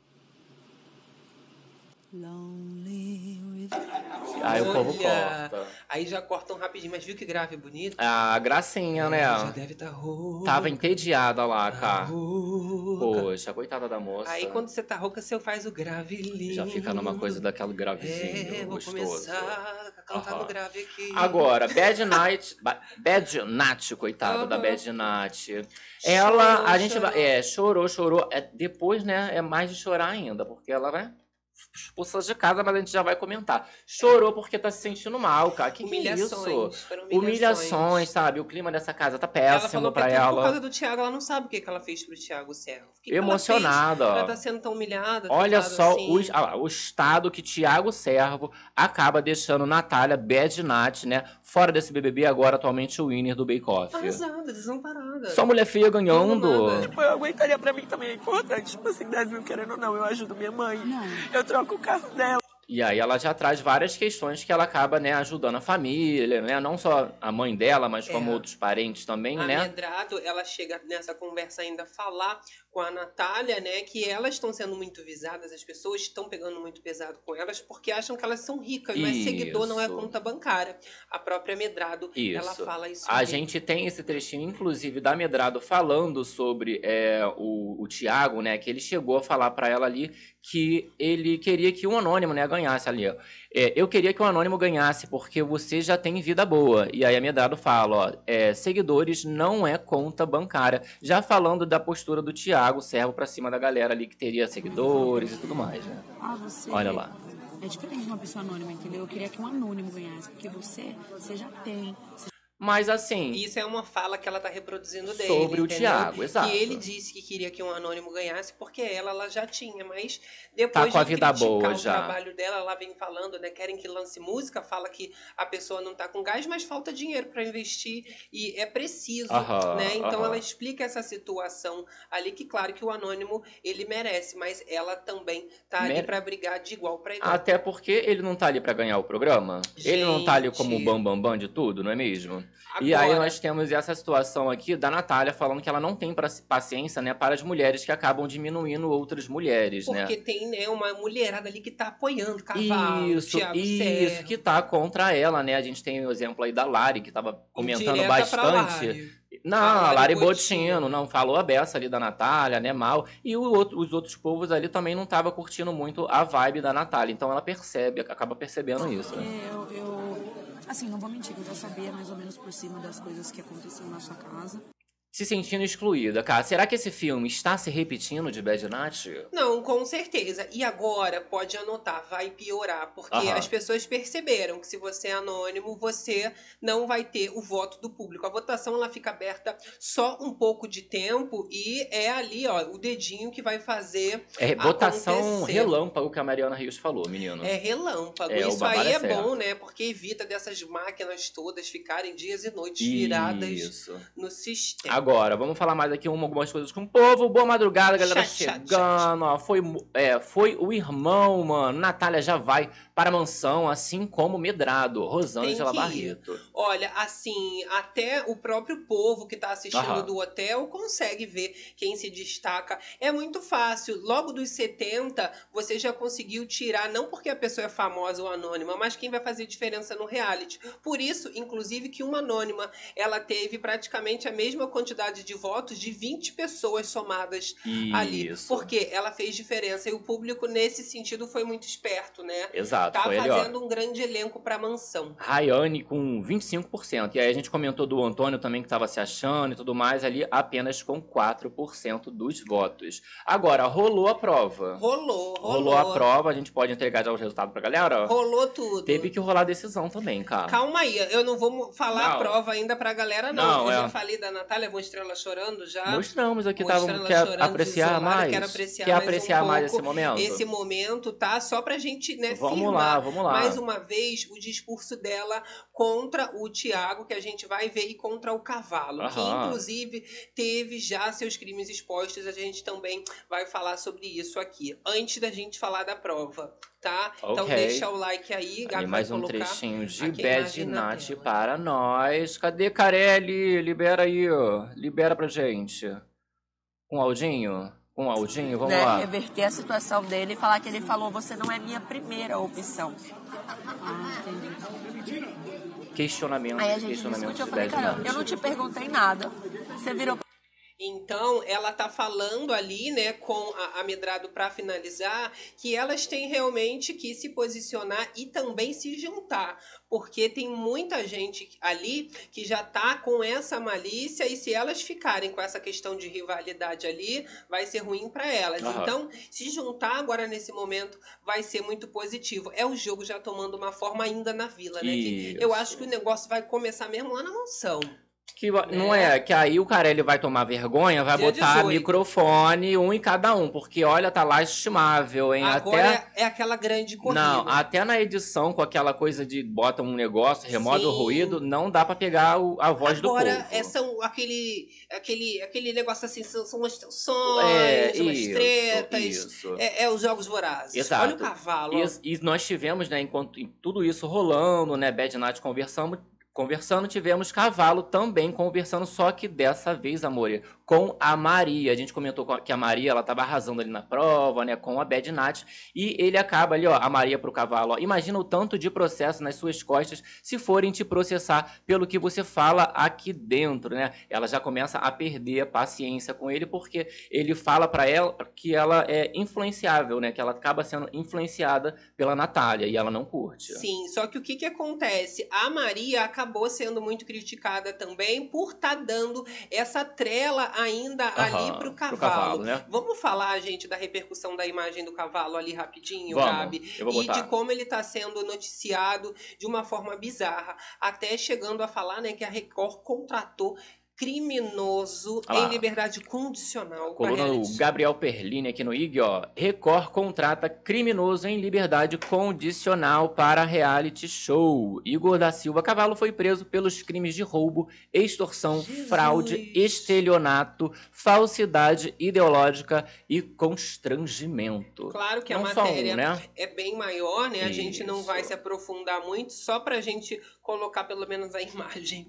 [SPEAKER 2] Aí o povo
[SPEAKER 1] Olha.
[SPEAKER 2] corta.
[SPEAKER 1] Aí já cortam rapidinho, mas viu que grave bonito?
[SPEAKER 2] Ah, gracinha, né?
[SPEAKER 1] Já deve tá rouca.
[SPEAKER 2] Tava entediada lá,
[SPEAKER 1] tá
[SPEAKER 2] cara.
[SPEAKER 1] rouca.
[SPEAKER 2] Poxa, coitada da moça.
[SPEAKER 1] Aí quando você tá rouca, você faz o grave lindo.
[SPEAKER 2] Já fica numa coisa daquela gravezinho,
[SPEAKER 1] É, vou
[SPEAKER 2] gostoso.
[SPEAKER 1] começar a cantar
[SPEAKER 2] Aham.
[SPEAKER 1] no grave aqui.
[SPEAKER 2] Agora, Bad Night. Ba- Bad Nat, coitada da
[SPEAKER 1] Aham.
[SPEAKER 2] Bad Nat. Ela,
[SPEAKER 1] Chorou,
[SPEAKER 2] a gente
[SPEAKER 1] chorou.
[SPEAKER 2] vai. É, chorou, chorou. É, depois, né, é mais de chorar ainda, porque ela vai expulsa de casa, mas a gente já vai comentar. Chorou porque tá se sentindo mal, cara. Que que é isso?
[SPEAKER 1] Humilhações. foram
[SPEAKER 2] Humilhações, sabe? O clima dessa casa tá
[SPEAKER 1] Ela
[SPEAKER 2] péssimo
[SPEAKER 1] falou que
[SPEAKER 2] pra
[SPEAKER 1] até por
[SPEAKER 2] ela.
[SPEAKER 1] causa do Thiago, ela não sabe o que, que ela fez pro Thiago Serro. O que que ela
[SPEAKER 2] Emocionada,
[SPEAKER 1] fez pra
[SPEAKER 2] ó.
[SPEAKER 1] tá sendo tão humilhada.
[SPEAKER 2] Olha
[SPEAKER 1] tratada
[SPEAKER 2] só
[SPEAKER 1] assim?
[SPEAKER 2] os- ah lá, o estado que Tiago Servo acaba deixando Natália Bad Nat, né? Fora desse BBB, agora atualmente o winner do Bake Off.
[SPEAKER 1] Tá Arrasada, desamparada.
[SPEAKER 2] Só mulher feia ganhando.
[SPEAKER 1] Arrumada.
[SPEAKER 8] Tipo, eu aguentaria pra mim também é importante. Tipo assim, 10 mil querendo ou não, eu ajudo minha mãe. Eu troco o carro dela.
[SPEAKER 2] E aí ela já traz várias questões que ela acaba, né, ajudando a família, né? Não só a mãe dela, mas como
[SPEAKER 1] É.
[SPEAKER 2] outros parentes também, né?
[SPEAKER 1] Amedrado, ela chega nessa conversa ainda a falar com a Natália, né? Que elas estão sendo muito visadas, as pessoas estão pegando muito pesado com elas porque acham que elas são ricas, mas seguidor não é
[SPEAKER 2] Isso.
[SPEAKER 1] conta bancária. A própria Amedrado, ela
[SPEAKER 2] Isso.
[SPEAKER 1] fala isso.
[SPEAKER 2] A
[SPEAKER 1] mesmo.
[SPEAKER 2] gente tem esse trechinho, inclusive, da Medrado falando sobre é, o, o Tiago, né? Que ele chegou a falar pra ela ali que ele queria que o Anônimo, né, ganhasse ali. ó. É, eu queria que o Anônimo ganhasse, porque você já tem vida boa. E aí a Medrado fala, ó, é, seguidores não é conta bancária. Já falando da postura do Tiago, servo pra cima da galera ali que teria seguidores e tudo mais, né? Olha lá.
[SPEAKER 9] É diferente de uma pessoa anônima, entendeu? Eu queria que um anônimo ganhasse, porque você, você já tem. Você
[SPEAKER 2] Mas assim.
[SPEAKER 1] E Isso é uma fala que ela tá reproduzindo dele.
[SPEAKER 2] Sobre o
[SPEAKER 1] entendeu?
[SPEAKER 2] Thiago, exato.
[SPEAKER 1] Que ele disse que queria que um anônimo ganhasse, porque ela, ela já tinha, mas
[SPEAKER 2] Tá
[SPEAKER 1] depois
[SPEAKER 2] com a
[SPEAKER 1] de
[SPEAKER 2] vida
[SPEAKER 1] criticar
[SPEAKER 2] boa
[SPEAKER 1] o
[SPEAKER 2] já.
[SPEAKER 1] trabalho dela, ela vem falando, né? Querem que lance música, fala que a pessoa não tá com gás, mas falta dinheiro para investir e é preciso,
[SPEAKER 2] Aham,
[SPEAKER 1] né? Então
[SPEAKER 2] aham.
[SPEAKER 1] ela explica essa situação ali que claro que o anônimo ele merece, mas ela também tá ali
[SPEAKER 2] Mere-
[SPEAKER 1] para brigar de igual para igual.
[SPEAKER 2] Até porque ele não tá ali pra ganhar o programa. Ele não tá ali como o
[SPEAKER 1] Gente.
[SPEAKER 2] bambambam bam, bam de tudo, não é mesmo? E aí
[SPEAKER 1] Agora-
[SPEAKER 2] nós temos essa situação aqui da Natália falando que ela não tem pra- paciência, né, para as mulheres que acabam diminuindo outras mulheres, né?
[SPEAKER 1] Porque tem, né, uma mulherada ali que tá apoiando Cavalo,
[SPEAKER 2] isso,
[SPEAKER 1] Thiago
[SPEAKER 2] isso,
[SPEAKER 1] Serra,
[SPEAKER 2] que tá contra ela, né? A gente tem o exemplo aí da Lari, que tava comentando
[SPEAKER 1] indireta pra
[SPEAKER 2] bastante.
[SPEAKER 1] Lari.
[SPEAKER 2] Não,
[SPEAKER 1] A
[SPEAKER 2] a
[SPEAKER 1] Lari é
[SPEAKER 2] Lari
[SPEAKER 1] Bottino.
[SPEAKER 2] Botino, não, falou a beça ali da Natália, né, mal. E o outro- os outros povos ali também não tava curtindo muito a vibe da Natália. Então ela percebe, acaba percebendo isso, né?
[SPEAKER 9] É, eu, eu- assim, não vou mentir, que eu já sabia mais ou menos por cima das coisas que aconteciam na sua casa.
[SPEAKER 2] se sentindo excluída, cara. Será que esse filme está se repetindo de Bad Nat? É
[SPEAKER 1] Não, com certeza. E agora, pode anotar, vai piorar, porque
[SPEAKER 2] Aham.
[SPEAKER 1] as pessoas perceberam que se você é anônimo, você não vai ter o voto do público. A votação ela fica aberta só um pouco de tempo e é ali, ó, o dedinho que vai fazer
[SPEAKER 2] É votação
[SPEAKER 1] Acontecer.
[SPEAKER 2] relâmpago que a Mariana Rios falou, menino.
[SPEAKER 1] É relâmpago.
[SPEAKER 2] É, o
[SPEAKER 1] Isso
[SPEAKER 2] babado
[SPEAKER 1] aí
[SPEAKER 2] é
[SPEAKER 1] é
[SPEAKER 2] certo.
[SPEAKER 1] bom, né? Porque evita dessas máquinas todas ficarem dias e noites viradas
[SPEAKER 2] Isso.
[SPEAKER 1] no sistema.
[SPEAKER 2] Agora, vamos falar mais aqui um, algumas coisas com o povo. Boa madrugada, galera
[SPEAKER 1] Chat, chat,
[SPEAKER 2] chegando. ó. Foi, mu- é, foi o irmão, mano. Natália já vai para a mansão, assim como Medrado, Rosângela
[SPEAKER 1] Tem que ir.
[SPEAKER 2] Barreto.
[SPEAKER 1] Olha, assim, até o próprio povo que tá assistindo
[SPEAKER 2] Aham.
[SPEAKER 1] do hotel consegue ver quem se destaca. É muito fácil. Logo dos 70, você já conseguiu tirar, não porque a pessoa é famosa ou anônima, mas quem vai fazer diferença no reality. Por isso, inclusive, que uma anônima, ela teve praticamente a mesma quantidade de votos de 20 pessoas somadas ali.
[SPEAKER 2] Isso.
[SPEAKER 1] Porque ela fez diferença. E o público, nesse sentido, foi muito esperto, né?
[SPEAKER 2] Exato,
[SPEAKER 1] Tá
[SPEAKER 2] foi ele, ó.
[SPEAKER 1] fazendo um grande elenco pra mansão.
[SPEAKER 2] Rayane com 25%. E aí a gente comentou do Antônio também que estava se achando e tudo mais, ali apenas com 4% dos votos. Agora, rolou a prova.
[SPEAKER 1] Rolou, rolou.
[SPEAKER 2] a prova, a gente pode entregar já os resultados pra galera?
[SPEAKER 1] Rolou tudo.
[SPEAKER 2] Teve que rolar a decisão também, cara.
[SPEAKER 1] Calma aí, eu não vou mo- falar
[SPEAKER 2] Não.
[SPEAKER 1] a prova ainda pra galera, não.
[SPEAKER 2] Não,
[SPEAKER 1] eu
[SPEAKER 2] é.
[SPEAKER 1] já falei da Natália, mostrei ela chorando já.
[SPEAKER 2] Mostramos aqui,
[SPEAKER 1] Mostrando
[SPEAKER 2] tava, um
[SPEAKER 1] ela
[SPEAKER 2] quer
[SPEAKER 1] chorando,
[SPEAKER 2] apreciar
[SPEAKER 1] isolada,
[SPEAKER 2] mais?
[SPEAKER 1] quero apreciar
[SPEAKER 2] quer
[SPEAKER 1] mais um
[SPEAKER 2] apreciar mais esse
[SPEAKER 1] pouco
[SPEAKER 2] momento?
[SPEAKER 1] Esse momento, tá? Só pra gente, né,
[SPEAKER 2] vamos
[SPEAKER 1] firmar
[SPEAKER 2] lá, vamos lá.
[SPEAKER 1] mais uma vez o discurso dela contra o Tiago, que a gente vai ver, e contra o cavalo, que
[SPEAKER 2] Aham.
[SPEAKER 1] inclusive teve já seus crimes expostos. A gente também vai falar sobre isso aqui, antes da gente falar da prova, tá? Então
[SPEAKER 2] Ok.
[SPEAKER 1] deixa o like aí, Gabi
[SPEAKER 2] Ali mais
[SPEAKER 1] vai
[SPEAKER 2] um
[SPEAKER 1] colocar.
[SPEAKER 2] trechinho de
[SPEAKER 1] aqui a
[SPEAKER 2] Bad
[SPEAKER 1] imagem na
[SPEAKER 2] Nat
[SPEAKER 1] tela.
[SPEAKER 2] para nós. Cadê Carelli? Libera aí, ó. libera pra gente. Com Aldinho? Com Aldinho, vamos
[SPEAKER 7] né,
[SPEAKER 2] lá.
[SPEAKER 9] é
[SPEAKER 7] reverter a situação dele e falar que ele falou, você não é minha primeira opção.
[SPEAKER 2] Questionamento,
[SPEAKER 7] Aí a gente
[SPEAKER 2] um questionamento
[SPEAKER 7] discute, eu
[SPEAKER 2] de
[SPEAKER 7] falei,
[SPEAKER 2] Bad
[SPEAKER 7] cara,
[SPEAKER 2] Nat.
[SPEAKER 7] eu não te perguntei nada. Você virou
[SPEAKER 1] Então, ela tá falando ali, né, com a, a Medrado para finalizar, que elas têm realmente que se posicionar e também se juntar, porque tem muita gente ali que já tá com essa malícia e se elas ficarem com essa questão de rivalidade ali, vai ser ruim para elas.
[SPEAKER 2] Aham.
[SPEAKER 1] Então, se juntar agora nesse momento vai ser muito positivo. É o jogo já tomando uma forma ainda na vila, né? Que eu
[SPEAKER 2] Isso.
[SPEAKER 1] acho que o negócio vai começar mesmo lá na mansão.
[SPEAKER 2] Que, va- Não é, que aí o Carelli vai tomar vergonha, vai
[SPEAKER 1] Dia
[SPEAKER 2] botar
[SPEAKER 1] 18.
[SPEAKER 2] microfone, um em cada um, porque olha, tá lá estimável, hein?
[SPEAKER 1] Agora
[SPEAKER 2] até.
[SPEAKER 1] é, é aquela grande corrida.
[SPEAKER 2] Não, até na edição, com aquela coisa de bota um negócio, remove o
[SPEAKER 1] Sim.
[SPEAKER 2] ruído, não dá pra pegar o- a voz do
[SPEAKER 1] Agora
[SPEAKER 2] povo.
[SPEAKER 1] é, são aquele, aquele, aquele negócio assim, são, são umas tensões,
[SPEAKER 2] É,
[SPEAKER 1] umas
[SPEAKER 2] isso,
[SPEAKER 1] tretas.
[SPEAKER 2] isso.
[SPEAKER 1] É, é os jogos vorazes.
[SPEAKER 2] Exato.
[SPEAKER 1] Olha o cavalo. ó.
[SPEAKER 2] E, e nós tivemos, né, enquanto e tudo isso rolando, né, Bad Night conversando, conversando, tivemos Cavalo também conversando, só que dessa vez, amor, com a Maria. A gente comentou com a- que a Maria, ela tava arrasando ali na prova, né, com a Bad Night, e ele acaba ali, ó, a Maria pro Cavalo, ó, imagina o tanto de processo nas suas costas se forem te processar pelo que você fala aqui dentro, né? Ela já começa a perder a paciência com ele, porque ele fala pra ela que ela é influenciável, né? Que ela acaba sendo influenciada pela Natália e ela não curte.
[SPEAKER 1] Sim, só que o que, que acontece? A Maria acabou sendo muito criticada também por estar dando tá essa trela ainda
[SPEAKER 2] Aham,
[SPEAKER 1] ali pro
[SPEAKER 2] pro cavalo,
[SPEAKER 1] cavalo.
[SPEAKER 2] né?
[SPEAKER 1] Vamos falar, gente, da repercussão da imagem do cavalo ali rapidinho,
[SPEAKER 2] Vamos,
[SPEAKER 1] Gabi?
[SPEAKER 2] eu vou
[SPEAKER 1] e
[SPEAKER 2] botar.
[SPEAKER 1] de como ele tá sendo noticiado de uma forma bizarra, até chegando a falar, né, que a Record contratou criminoso
[SPEAKER 2] Ah lá.
[SPEAKER 1] em liberdade condicional. pra
[SPEAKER 2] Coluna do
[SPEAKER 1] reality.
[SPEAKER 2] Gabriel Perlini aqui no IG, ó. Record contrata criminoso em liberdade condicional para reality show. Igor da Silva Cavalo foi preso pelos crimes de roubo, extorsão,
[SPEAKER 1] Jesus.
[SPEAKER 2] fraude, estelionato, falsidade ideológica e constrangimento.
[SPEAKER 1] Claro que é a
[SPEAKER 2] Não só
[SPEAKER 1] matéria
[SPEAKER 2] um, né?
[SPEAKER 1] é bem maior, né? A gente não
[SPEAKER 2] Isso.
[SPEAKER 1] vai se aprofundar muito, só pra gente colocar pelo menos a imagem.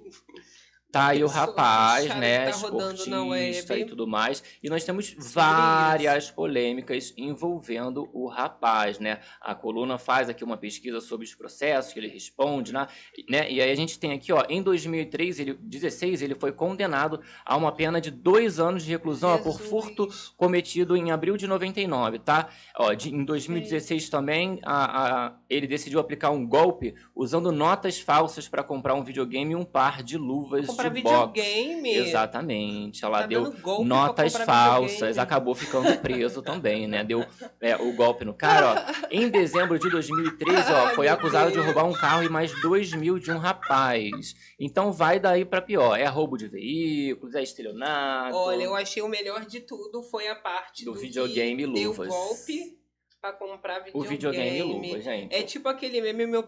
[SPEAKER 2] Tá aí o
[SPEAKER 1] pessoa
[SPEAKER 2] rapaz,
[SPEAKER 1] chata
[SPEAKER 2] né?
[SPEAKER 1] que tá rodando na
[SPEAKER 2] esportista
[SPEAKER 1] web.
[SPEAKER 2] e tudo mais. E nós temos várias polêmicas envolvendo o rapaz, né? A coluna faz aqui uma pesquisa sobre os processos que ele responde, né? né? E aí a gente tem aqui, ó, em 2003, ele, 16, ele foi condenado a uma pena de dois anos de reclusão ó, por
[SPEAKER 1] Jesus.
[SPEAKER 2] furto cometido em abril de 99, tá? Ó, de- em 2016 também, a- a- ele decidiu aplicar um golpe usando notas falsas para comprar um videogame e um par de luvas
[SPEAKER 1] Comprar
[SPEAKER 2] de boxe.
[SPEAKER 1] videogame.
[SPEAKER 2] Exatamente, ela
[SPEAKER 1] Tá
[SPEAKER 2] deu
[SPEAKER 1] dando golpe pra
[SPEAKER 2] notas
[SPEAKER 1] comprar
[SPEAKER 2] falsas,
[SPEAKER 1] videogame.
[SPEAKER 2] acabou ficando preso também, né? Deu é, o golpe no cara, ó. Em dezembro de 2013, ó,
[SPEAKER 1] Ai,
[SPEAKER 2] foi
[SPEAKER 1] meu
[SPEAKER 2] acusado de
[SPEAKER 1] Deus.
[SPEAKER 2] roubar um carro e mais dois mil de um rapaz. Então vai daí pra pior. É roubo de veículos, é estelionato.
[SPEAKER 1] Olha, eu achei o melhor de tudo foi a parte
[SPEAKER 2] Do
[SPEAKER 1] do,
[SPEAKER 2] videogame e
[SPEAKER 1] que
[SPEAKER 2] luvas.
[SPEAKER 1] Deu golpe pra comprar
[SPEAKER 2] O
[SPEAKER 1] videogame.
[SPEAKER 2] videogame e luva, gente.
[SPEAKER 1] um É tipo aquele meme, meu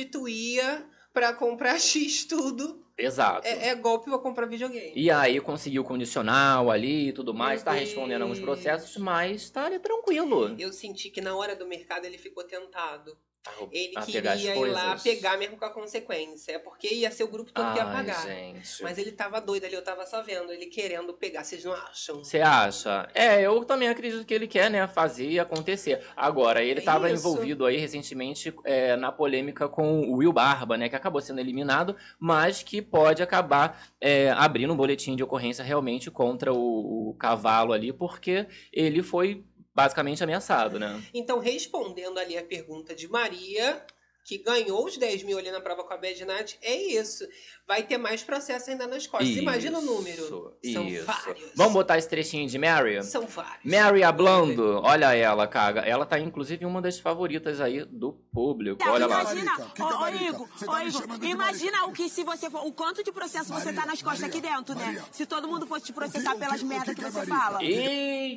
[SPEAKER 1] prostituía pra comprar X tudo.
[SPEAKER 2] Exato.
[SPEAKER 1] É, é golpe pra comprar videogame.
[SPEAKER 2] E aí conseguiu condicional ali e tudo mais,
[SPEAKER 1] Meu
[SPEAKER 2] tá respondendo alguns
[SPEAKER 1] Deus.
[SPEAKER 2] processos, mas tá ali tranquilo.
[SPEAKER 1] Eu senti que na hora do mercado ele ficou tentado.
[SPEAKER 2] A rou-
[SPEAKER 1] Ele
[SPEAKER 2] a pegar
[SPEAKER 1] queria
[SPEAKER 2] as
[SPEAKER 1] ir
[SPEAKER 2] coisas.
[SPEAKER 1] lá pegar mesmo com a consequência. É Porque ia ser o grupo todo que ia
[SPEAKER 2] Ai,
[SPEAKER 1] pagar.
[SPEAKER 2] gente.
[SPEAKER 1] Mas ele tava doido ali, eu tava só vendo. Ele querendo pegar, vocês não acham?
[SPEAKER 2] Você acha? É, eu também acredito que ele quer, né, fazer e acontecer. Agora, ele
[SPEAKER 1] É
[SPEAKER 2] estava
[SPEAKER 1] isso.
[SPEAKER 2] envolvido aí recentemente é, na polêmica com o Will Barba, né, que acabou sendo eliminado, mas que pode acabar é, abrindo um boletim de ocorrência realmente contra o, o cavalo ali, porque ele foi basicamente ameaçado, né?
[SPEAKER 1] Então, respondendo ali a pergunta de Maria, que ganhou os 10 mil ali na prova com a Bad Night, é isso. Vai ter mais processo ainda nas costas. Imagina o número.
[SPEAKER 2] Isso,
[SPEAKER 1] São
[SPEAKER 2] isso.
[SPEAKER 1] vários.
[SPEAKER 2] Vamos botar esse trechinho de Mary?
[SPEAKER 1] São vários.
[SPEAKER 2] Mary Ablando, olha ela, cara. Ela tá inclusive uma das favoritas aí do público. Olha lá.
[SPEAKER 9] imagina,
[SPEAKER 4] Caparica, que
[SPEAKER 9] ô, ô,
[SPEAKER 4] caparica.
[SPEAKER 9] Igor,
[SPEAKER 4] Você
[SPEAKER 9] ô,
[SPEAKER 4] tá me
[SPEAKER 9] Igor,
[SPEAKER 4] chamando de
[SPEAKER 9] imagina o que se você for, o quanto de processo você tá nas costas aqui dentro, né? Se todo mundo fosse te
[SPEAKER 4] é
[SPEAKER 9] processar pelas merdas que você fala.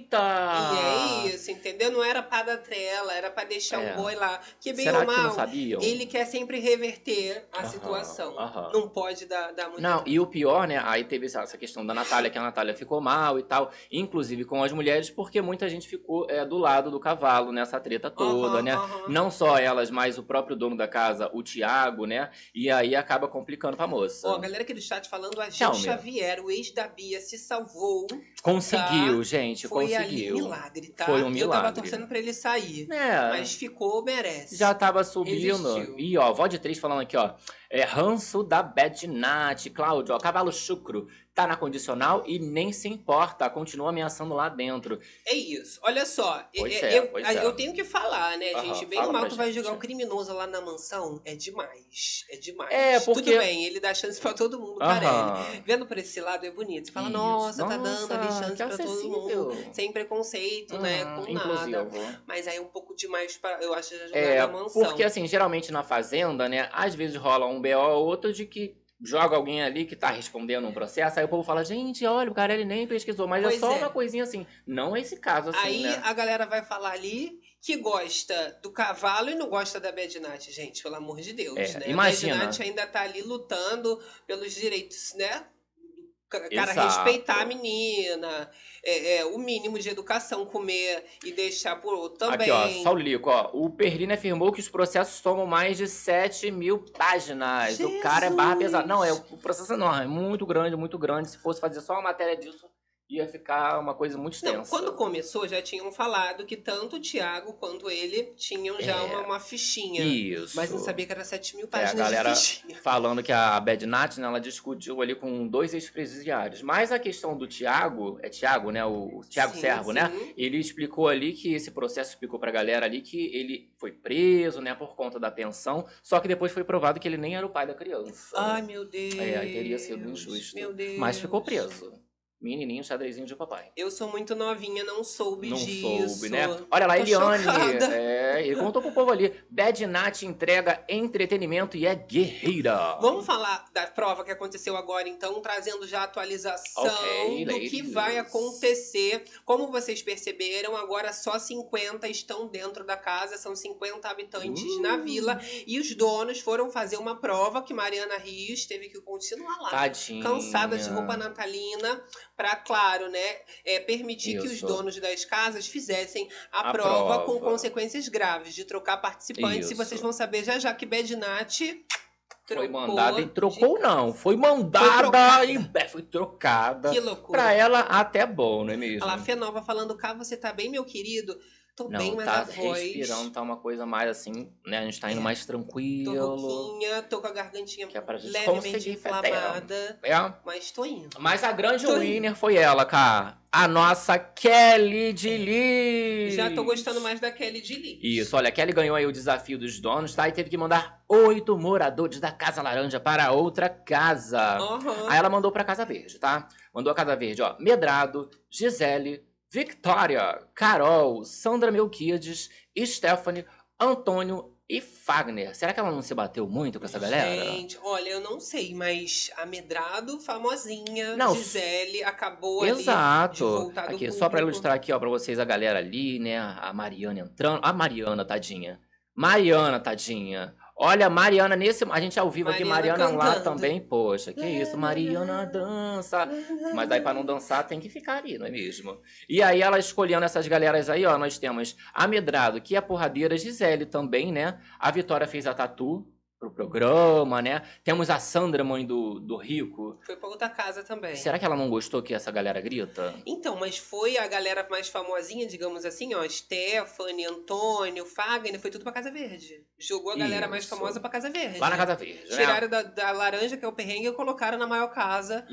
[SPEAKER 2] Eita!
[SPEAKER 1] E é isso, entendeu? Não era pra dar trela, era pra deixar
[SPEAKER 2] É.
[SPEAKER 1] o boi lá. Que bem
[SPEAKER 2] Será
[SPEAKER 1] ou
[SPEAKER 2] que não
[SPEAKER 1] mal,
[SPEAKER 2] sabiam?
[SPEAKER 1] ele é quer sempre reverter a
[SPEAKER 2] Aham,
[SPEAKER 1] situação.
[SPEAKER 2] aham.
[SPEAKER 1] Não pode dar, dar muito.
[SPEAKER 2] Não, e o pior, né? Aí teve essa essa questão da Natália, que a Natália ficou mal e tal, inclusive com as mulheres, porque muita gente ficou é, do lado do cavalo nessa treta toda,
[SPEAKER 1] Aham,
[SPEAKER 2] né?
[SPEAKER 1] aham.
[SPEAKER 2] Não só elas, mas o próprio dono da casa, o Tiago, né? E aí acaba complicando pra moça.
[SPEAKER 1] Ó, a galera aqui do chat falando, a
[SPEAKER 2] Tchau,
[SPEAKER 1] Gil
[SPEAKER 2] meu.
[SPEAKER 1] Xavier, o ex da Bia, se salvou.
[SPEAKER 2] conseguiu,
[SPEAKER 1] tá?
[SPEAKER 2] gente,
[SPEAKER 1] Foi ali
[SPEAKER 2] conseguiu.
[SPEAKER 1] um milagre, tá?
[SPEAKER 2] Foi um
[SPEAKER 1] Eu tava
[SPEAKER 2] milagre.
[SPEAKER 1] torcendo pra ele sair.
[SPEAKER 2] É.
[SPEAKER 1] Mas ficou, merece.
[SPEAKER 2] Já tava subindo.
[SPEAKER 1] Existiu.
[SPEAKER 2] E ó, vó de três falando aqui, ó. É ranço da Bad Nat. Cláudio, ó, cavalo chucro. Tá na condicional e nem se importa. Continua ameaçando lá dentro.
[SPEAKER 1] É isso. Olha só,
[SPEAKER 2] Pois
[SPEAKER 1] é-
[SPEAKER 2] é,
[SPEAKER 1] eu,
[SPEAKER 2] pois
[SPEAKER 1] a-
[SPEAKER 2] é.
[SPEAKER 1] eu tenho que falar, né,
[SPEAKER 2] Aham,
[SPEAKER 1] gente? Bem
[SPEAKER 2] fala
[SPEAKER 1] ou mal,
[SPEAKER 2] pra
[SPEAKER 1] tu vai jogar
[SPEAKER 2] gente.
[SPEAKER 1] o criminoso lá na mansão é demais. É demais.
[SPEAKER 2] É, porque-
[SPEAKER 1] Tudo bem, ele dá chance pra todo mundo, parece.
[SPEAKER 2] Aham.
[SPEAKER 1] Vendo por esse lado é bonito. Você é. fala,
[SPEAKER 2] Isso.
[SPEAKER 1] nossa, tá dando
[SPEAKER 2] Nossa,
[SPEAKER 1] ali chance
[SPEAKER 2] que
[SPEAKER 1] pra todo
[SPEAKER 2] acessível. Ah, Hum,
[SPEAKER 1] mundo. Sem preconceito, né? Com nada.
[SPEAKER 2] Inclusivo.
[SPEAKER 1] Mas aí é um pouco demais pra. Eu acho já jogar
[SPEAKER 2] É,
[SPEAKER 1] na mansão.
[SPEAKER 2] porque assim, geralmente na fazenda, né, às vezes rola um BO ou outro de que joga alguém ali que tá respondendo um processo, aí o povo fala, gente, olha, o cara ele nem pesquisou, mas é
[SPEAKER 1] Pois
[SPEAKER 2] só
[SPEAKER 1] é.
[SPEAKER 2] uma coisinha assim. Não é esse caso assim,
[SPEAKER 1] Aí
[SPEAKER 2] né?
[SPEAKER 1] a galera vai falar ali que gosta do cavalo e não gosta da Bad Night, gente, pelo amor de Deus,
[SPEAKER 2] É,
[SPEAKER 1] né?
[SPEAKER 2] imagina.
[SPEAKER 1] A Bad Night ainda tá ali lutando pelos direitos, né? Ca- Cara,
[SPEAKER 2] Exato.
[SPEAKER 1] respeitar a menina, é, é, o mínimo de educação, comer e deixar por outro também.
[SPEAKER 2] Aqui, ó, Saulico, ó. O Perlini afirmou que os processos somam mais de 7 mil páginas. O cara é barra pesada. Não, é o processo é enorme, é muito grande, muito grande. Se fosse fazer só uma matéria disso, ia ficar uma coisa muito extensa.
[SPEAKER 1] Não, quando começou, já tinham falado que tanto o Thiago quanto ele tinham já
[SPEAKER 2] É.
[SPEAKER 1] uma, uma fichinha.
[SPEAKER 2] Isso.
[SPEAKER 1] Mas não sabia que era 7 mil
[SPEAKER 2] É, a
[SPEAKER 1] páginas
[SPEAKER 2] galera
[SPEAKER 1] de fichinha.
[SPEAKER 2] falando que a Bad Nat, né, ela discutiu ali com dois ex-presidiários. Mas a questão do Tiago, é Tiago, né? O Tiago
[SPEAKER 1] Sim,
[SPEAKER 2] Servo, né?
[SPEAKER 1] sim.
[SPEAKER 2] Ele explicou ali que esse processo explicou pra galera ali que ele foi preso, né, por conta da pensão, só que depois foi provado que ele nem era o pai da criança.
[SPEAKER 1] Ai, meu Deus.
[SPEAKER 2] É, aí teria É, sido injusto.
[SPEAKER 1] Meu Deus.
[SPEAKER 2] Mas ficou preso. Menininho, xadrezinho de papai.
[SPEAKER 1] Eu sou muito novinha, não soube
[SPEAKER 2] Não
[SPEAKER 1] disso.
[SPEAKER 2] soube, né? Olha lá,
[SPEAKER 1] Tô
[SPEAKER 2] Eliane.
[SPEAKER 1] chocada.
[SPEAKER 2] É, ele contou pro povo ali. Bad Nat entrega entretenimento e é guerreira.
[SPEAKER 1] Vamos falar da prova que aconteceu agora, então, trazendo já a atualização
[SPEAKER 2] Ok,
[SPEAKER 1] do que
[SPEAKER 2] ladies.
[SPEAKER 1] vai acontecer. Como vocês perceberam, agora só 50 estão dentro da casa, são 50 habitantes na vila.
[SPEAKER 2] Hum.
[SPEAKER 1] E os donos foram fazer uma prova que Mariana Rios teve que continuar lá.
[SPEAKER 2] Tadinha.
[SPEAKER 1] Cansada de roupa natalina, pra, claro, né, é, permitir que os
[SPEAKER 2] Isso.
[SPEAKER 1] donos das casas fizessem a,
[SPEAKER 2] A
[SPEAKER 1] prova, com
[SPEAKER 2] prova.
[SPEAKER 1] consequências graves, de trocar participantes. E
[SPEAKER 2] Isso.
[SPEAKER 1] vocês vão saber já já que Bad Nat
[SPEAKER 2] Foi
[SPEAKER 1] trocou
[SPEAKER 2] mandada e
[SPEAKER 1] de
[SPEAKER 2] trocou, não. Foi
[SPEAKER 1] Foi
[SPEAKER 2] mandada
[SPEAKER 1] trocada.
[SPEAKER 2] e é, foi trocada.
[SPEAKER 1] Que loucura.
[SPEAKER 2] Pra ela, até bom, não é mesmo?
[SPEAKER 1] Olha lá, Fenova falando, cá você tá bem, meu querido? Tô
[SPEAKER 2] não,
[SPEAKER 1] bem, mas
[SPEAKER 2] tá
[SPEAKER 1] a voz...
[SPEAKER 2] respirando, tá uma coisa mais assim, né? A gente tá indo
[SPEAKER 1] É.
[SPEAKER 2] mais
[SPEAKER 1] Tô
[SPEAKER 2] tranquilo.
[SPEAKER 1] rouquinha, tô com a gargantinha
[SPEAKER 2] Que é pra gente
[SPEAKER 1] levemente
[SPEAKER 2] conseguir,
[SPEAKER 1] inflamada,
[SPEAKER 2] É.
[SPEAKER 1] mas tô indo.
[SPEAKER 2] Mas a grande
[SPEAKER 1] Tô-
[SPEAKER 2] winner foi ela, cara. A nossa Kelly de Lee.
[SPEAKER 1] É. Já tô gostando mais da Kelly de Lee.
[SPEAKER 2] Isso, olha, a Kelly ganhou aí o desafio dos donos, tá? E teve que mandar oito moradores da Casa Laranja para outra casa.
[SPEAKER 1] Aham.
[SPEAKER 2] Aí ela mandou pra Casa Verde, tá? Mandou a Casa Verde, ó. Medrado, Gisele, Victoria, Carol, Sandra Melquides, Stephanie, Antônio e Fagner. Será que ela não se bateu muito com essa galera?
[SPEAKER 1] Gente, olha, eu não sei, mas Amedrado, famosinha,
[SPEAKER 2] Não,
[SPEAKER 1] Gisele, acabou ali de
[SPEAKER 2] Exato.
[SPEAKER 1] voltar do
[SPEAKER 2] Aqui, só pra
[SPEAKER 1] público.
[SPEAKER 2] ilustrar aqui, ó, pra vocês a galera ali, né? A Mariana entrando. A Mariana, tadinha. Mariana, tadinha. Olha, Mariana, nesse. A gente ao vivo aqui,
[SPEAKER 1] Mariana
[SPEAKER 2] Mariana lá
[SPEAKER 1] cantando.
[SPEAKER 2] também, poxa, que isso, Mariana dança.
[SPEAKER 1] Uhum.
[SPEAKER 2] Mas aí, pra não dançar, tem que ficar ali, não é mesmo? E aí, ela escolhendo essas galeras aí, ó, nós temos a Medrado, que é a porradeira, Gisele também, né? A Vitória fez a tatu pro programa, né? Temos a Sandra, mãe do, do Rico.
[SPEAKER 1] Foi pra outra casa também.
[SPEAKER 2] Será que ela não gostou que essa galera grita?
[SPEAKER 1] Então, mas foi a galera mais famosinha, digamos assim, ó, Stephanie, Antônio, Fagner, foi tudo pra Casa Verde. Jogou a galera mais
[SPEAKER 2] Isso.
[SPEAKER 1] famosa pra Casa Verde.
[SPEAKER 2] Lá na Casa Verde, né?
[SPEAKER 1] Tiraram da, da laranja, que é o perrengue, e colocaram na maior casa,